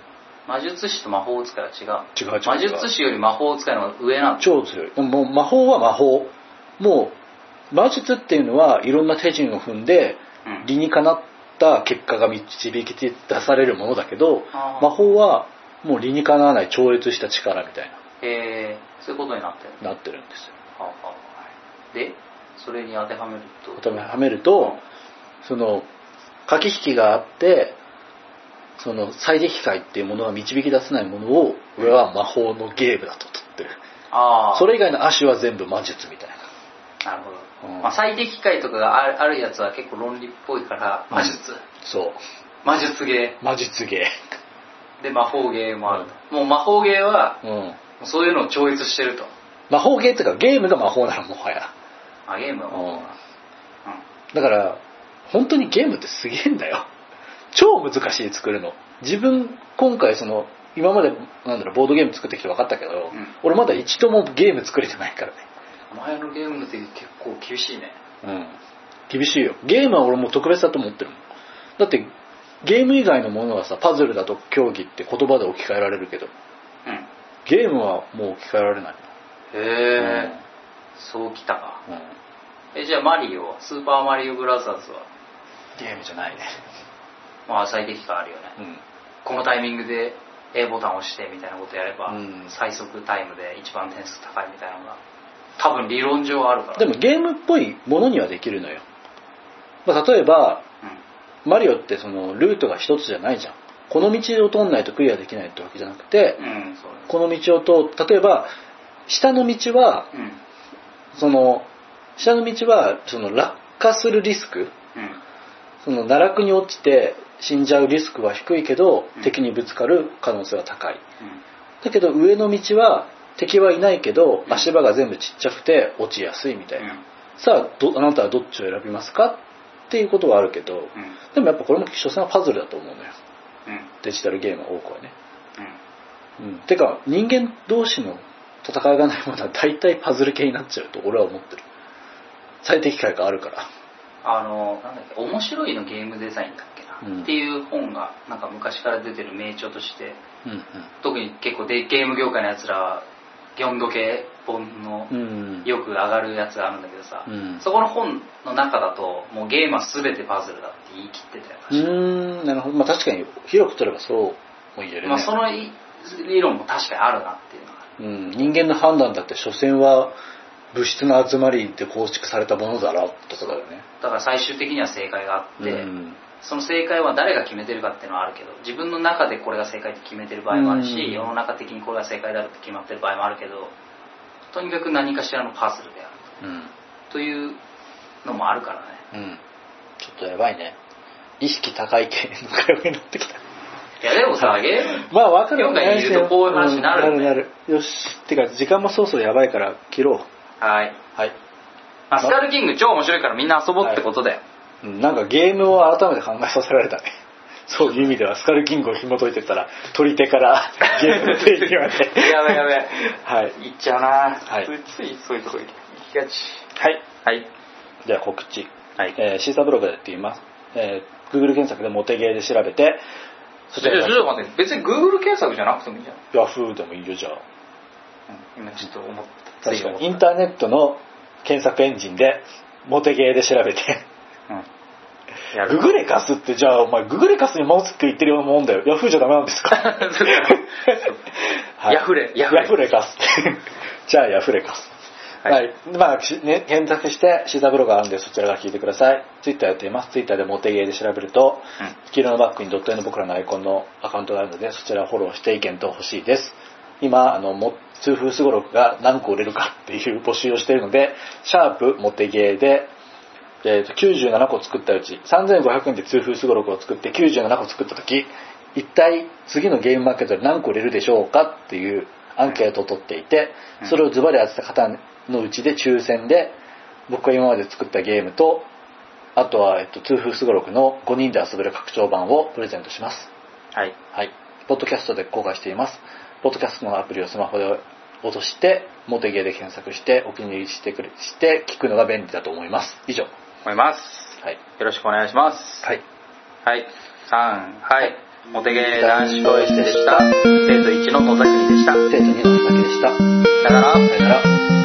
[SPEAKER 2] 魔術師と魔法使いは違う
[SPEAKER 1] な違う違う違う
[SPEAKER 2] 魔術師より魔法使いの方が上なんだ
[SPEAKER 1] 超強いでももう魔法は魔法もう魔術っていうのはいろんな手順を踏んで
[SPEAKER 2] うん
[SPEAKER 1] 理にかなった結果が導き出されるものだけど
[SPEAKER 2] あー
[SPEAKER 1] 魔法はもう理にかなわない超越した力みたい
[SPEAKER 2] えー、そういうことになってる
[SPEAKER 1] ななってるんですよ
[SPEAKER 2] はあはあはあでそれに当てはめる
[SPEAKER 1] 当
[SPEAKER 2] と
[SPEAKER 1] てはめるとその駆け引きがあってその最適解っていうものは導き出せないものを俺は魔法のゲームだと取ってる
[SPEAKER 2] ああ
[SPEAKER 1] それ以外の足は全部魔術みたいな
[SPEAKER 2] なるほど、
[SPEAKER 1] うん
[SPEAKER 2] まあ、最適解とかがあるあるやつは結構論理っぽいから魔術、
[SPEAKER 1] そう
[SPEAKER 2] 魔術芸
[SPEAKER 1] 魔術ゲ
[SPEAKER 2] で魔法芸もある、もう魔法芸は
[SPEAKER 1] ーうん
[SPEAKER 2] そういうのを超越してると
[SPEAKER 1] 魔法ゲーっていうかゲームが魔法なのもはや
[SPEAKER 2] あゲームは魔法だ、
[SPEAKER 1] だから本当にゲームってすげえんだよ超難しい作るの自分今回その今までなんだろうボードゲーム作ってきて分かったけど、
[SPEAKER 2] ん
[SPEAKER 1] 俺まだ一度もゲーム作れてないからね
[SPEAKER 2] うん、前のゲームって結構厳しいね
[SPEAKER 1] うん厳しいよゲームは俺もう特別だと思ってるもんだってゲーム以外のものはさパズルだと競技って言葉で置き換えられるけど
[SPEAKER 2] うん
[SPEAKER 1] ゲームはもう置き換えられない
[SPEAKER 2] へえ、そうきたか
[SPEAKER 1] うんうん
[SPEAKER 2] えじゃあマリオはスーパーマリオブラザーズは
[SPEAKER 1] ゲームじゃないね
[SPEAKER 2] まあ最適解あるよね
[SPEAKER 1] うん
[SPEAKER 2] このタイミングで A ボタンを押してみたいなことやれば、
[SPEAKER 1] うん
[SPEAKER 2] 最速タイムで一番点数高いみたいなのが多分理論上あるから
[SPEAKER 1] でもゲームっぽいものにはできるのよ、まあ、例えばマリオってそのルートが一つじゃないじゃんこの道を通んないとクリアできないってわけじゃなくて
[SPEAKER 2] う、ん、うん、そうね
[SPEAKER 1] この道を通例えば下の道は
[SPEAKER 2] うん
[SPEAKER 1] その下の道はその落下するリスク
[SPEAKER 2] うん
[SPEAKER 1] その奈落に落ちて死んじゃうリスクは低いけど、
[SPEAKER 2] うん
[SPEAKER 1] 敵にぶつかる可能性は高いだけど上の道は敵はいないけど
[SPEAKER 2] うん
[SPEAKER 1] 足場が全部ちっちゃくて落ちやすいみたいな、さあどあなたはどっちを選びますかっていうことはあるけど、
[SPEAKER 2] うんうん
[SPEAKER 1] でもやっぱこれも所詮はパズルだと思うのよ
[SPEAKER 2] うん
[SPEAKER 1] デジタルゲームは多くはね、
[SPEAKER 2] うん
[SPEAKER 1] うん、てか人間同士の戦いがないものは大体パズル系になっちゃうと俺は思ってる最適解があるから
[SPEAKER 2] あのなんだっけ「面白いのゲームデザイン」だっけな、
[SPEAKER 1] うん
[SPEAKER 2] っていう本がなんか昔から出てる名著として
[SPEAKER 1] うん
[SPEAKER 2] 特に結構でゲーム業界のやつらは4度系本の
[SPEAKER 1] うん
[SPEAKER 2] よく上がるやつがあるんだけどさ、
[SPEAKER 1] うん
[SPEAKER 2] そこの本の中だともうゲームは全てパズルだって言い切ってたよ
[SPEAKER 1] うーんなるほどまあ確かに広く取ればそうも言えるね、
[SPEAKER 2] まあ、そのい理論も確かにあるなっていうのが
[SPEAKER 1] うん、人間の判断だって所詮は物質の集まりで構築されたものだろってことだよね
[SPEAKER 2] だから最終的には正解があって、
[SPEAKER 1] うん
[SPEAKER 2] その正解は誰が決めてるかっていうのはあるけど自分の中でこれが正解って決めてる場合もあるし、
[SPEAKER 1] うん
[SPEAKER 2] 世の中的にこれが正解だろうって決まってる場合もあるけどとにかく何かしらのパズルである
[SPEAKER 1] うん
[SPEAKER 2] というのもあるからね
[SPEAKER 1] うんちょっとやばいね意識高い系の会話になってきた
[SPEAKER 2] いやでもさゲーム
[SPEAKER 1] まあ分かる
[SPEAKER 2] 業界にいるとこういう話になるよね
[SPEAKER 1] うんなるなるよしってか時間もそろそろやばいから切ろう
[SPEAKER 2] はい
[SPEAKER 1] はい、
[SPEAKER 2] マスカルキング超面白いからみんな遊ぼうってことだよ、
[SPEAKER 1] うん、なんかゲームを改めて考えさせられたね そういう意味ではスカルキングを紐解いてったら取り手から ゲームの定義まで
[SPEAKER 2] やべやべ
[SPEAKER 1] はい
[SPEAKER 2] いっちゃうな、
[SPEAKER 1] はい
[SPEAKER 2] ついそういうとこ行きがち
[SPEAKER 1] はい
[SPEAKER 2] はい
[SPEAKER 1] では告知
[SPEAKER 2] はい
[SPEAKER 1] えーシーサーブログでやっています、えー Google 検索でモテゲーで調べてそちら
[SPEAKER 2] ちょっと待って別に Google 検索じゃなくてもいいじゃん、
[SPEAKER 1] Yahoo でもいいよじゃあ
[SPEAKER 2] 今ちょっと思った
[SPEAKER 1] 確かにイン
[SPEAKER 2] ー
[SPEAKER 1] ターネットの検索エンジンでモテゲーで調べて
[SPEAKER 2] やる
[SPEAKER 1] ググレカスってじゃあお前ググレカスにマウスって言ってるようなもんだよ Yahoo じゃダメなんですか、ヤ
[SPEAKER 2] ヤフレヤ
[SPEAKER 1] ヤ
[SPEAKER 2] フレ
[SPEAKER 1] フレカスじゃあヤフレカスはい。まあ、しね、検索して、シーザーブログがあるんで、そちらから聞いてください。ツイッターやっています。ツイッターでモテゲーで調べると、
[SPEAKER 2] うん
[SPEAKER 1] 黄色のバッグにドット絵の僕らのアイコンのアカウントがあるので、そちらをフォローして意見と欲しいです。今、あの、も、通風すごろくが何個売れるかっていう募集をしているので、シャープモテゲーで、えーと、97個作ったうち、3500円で通風すごろくを作って97個作った時、一体次のゲームマーケットで何個売れるでしょうかっていうアンケートを取っていて
[SPEAKER 2] うん、
[SPEAKER 1] それをズバリ当てた方のうちで抽選で、僕が今まで作ったゲームと、あとは、えっと、通風すごろくの5人で遊べる拡張版をプレゼントします。
[SPEAKER 2] はい。
[SPEAKER 1] はい。ポッドキャストで公開しています。ポッドキャストのアプリをスマホで落として、モテゲーで検索して、お気に入りしてくれ、して、聞くのが便利だと思います。以上。は
[SPEAKER 2] 思います。
[SPEAKER 1] い。
[SPEAKER 2] よろしくお願いします。
[SPEAKER 1] はい。
[SPEAKER 2] はい。3、はい。モテゲー男子ボイスでした。生徒1の野崎でした。
[SPEAKER 1] 生徒2の佐々木でした。
[SPEAKER 2] さよなら。
[SPEAKER 1] さよなら。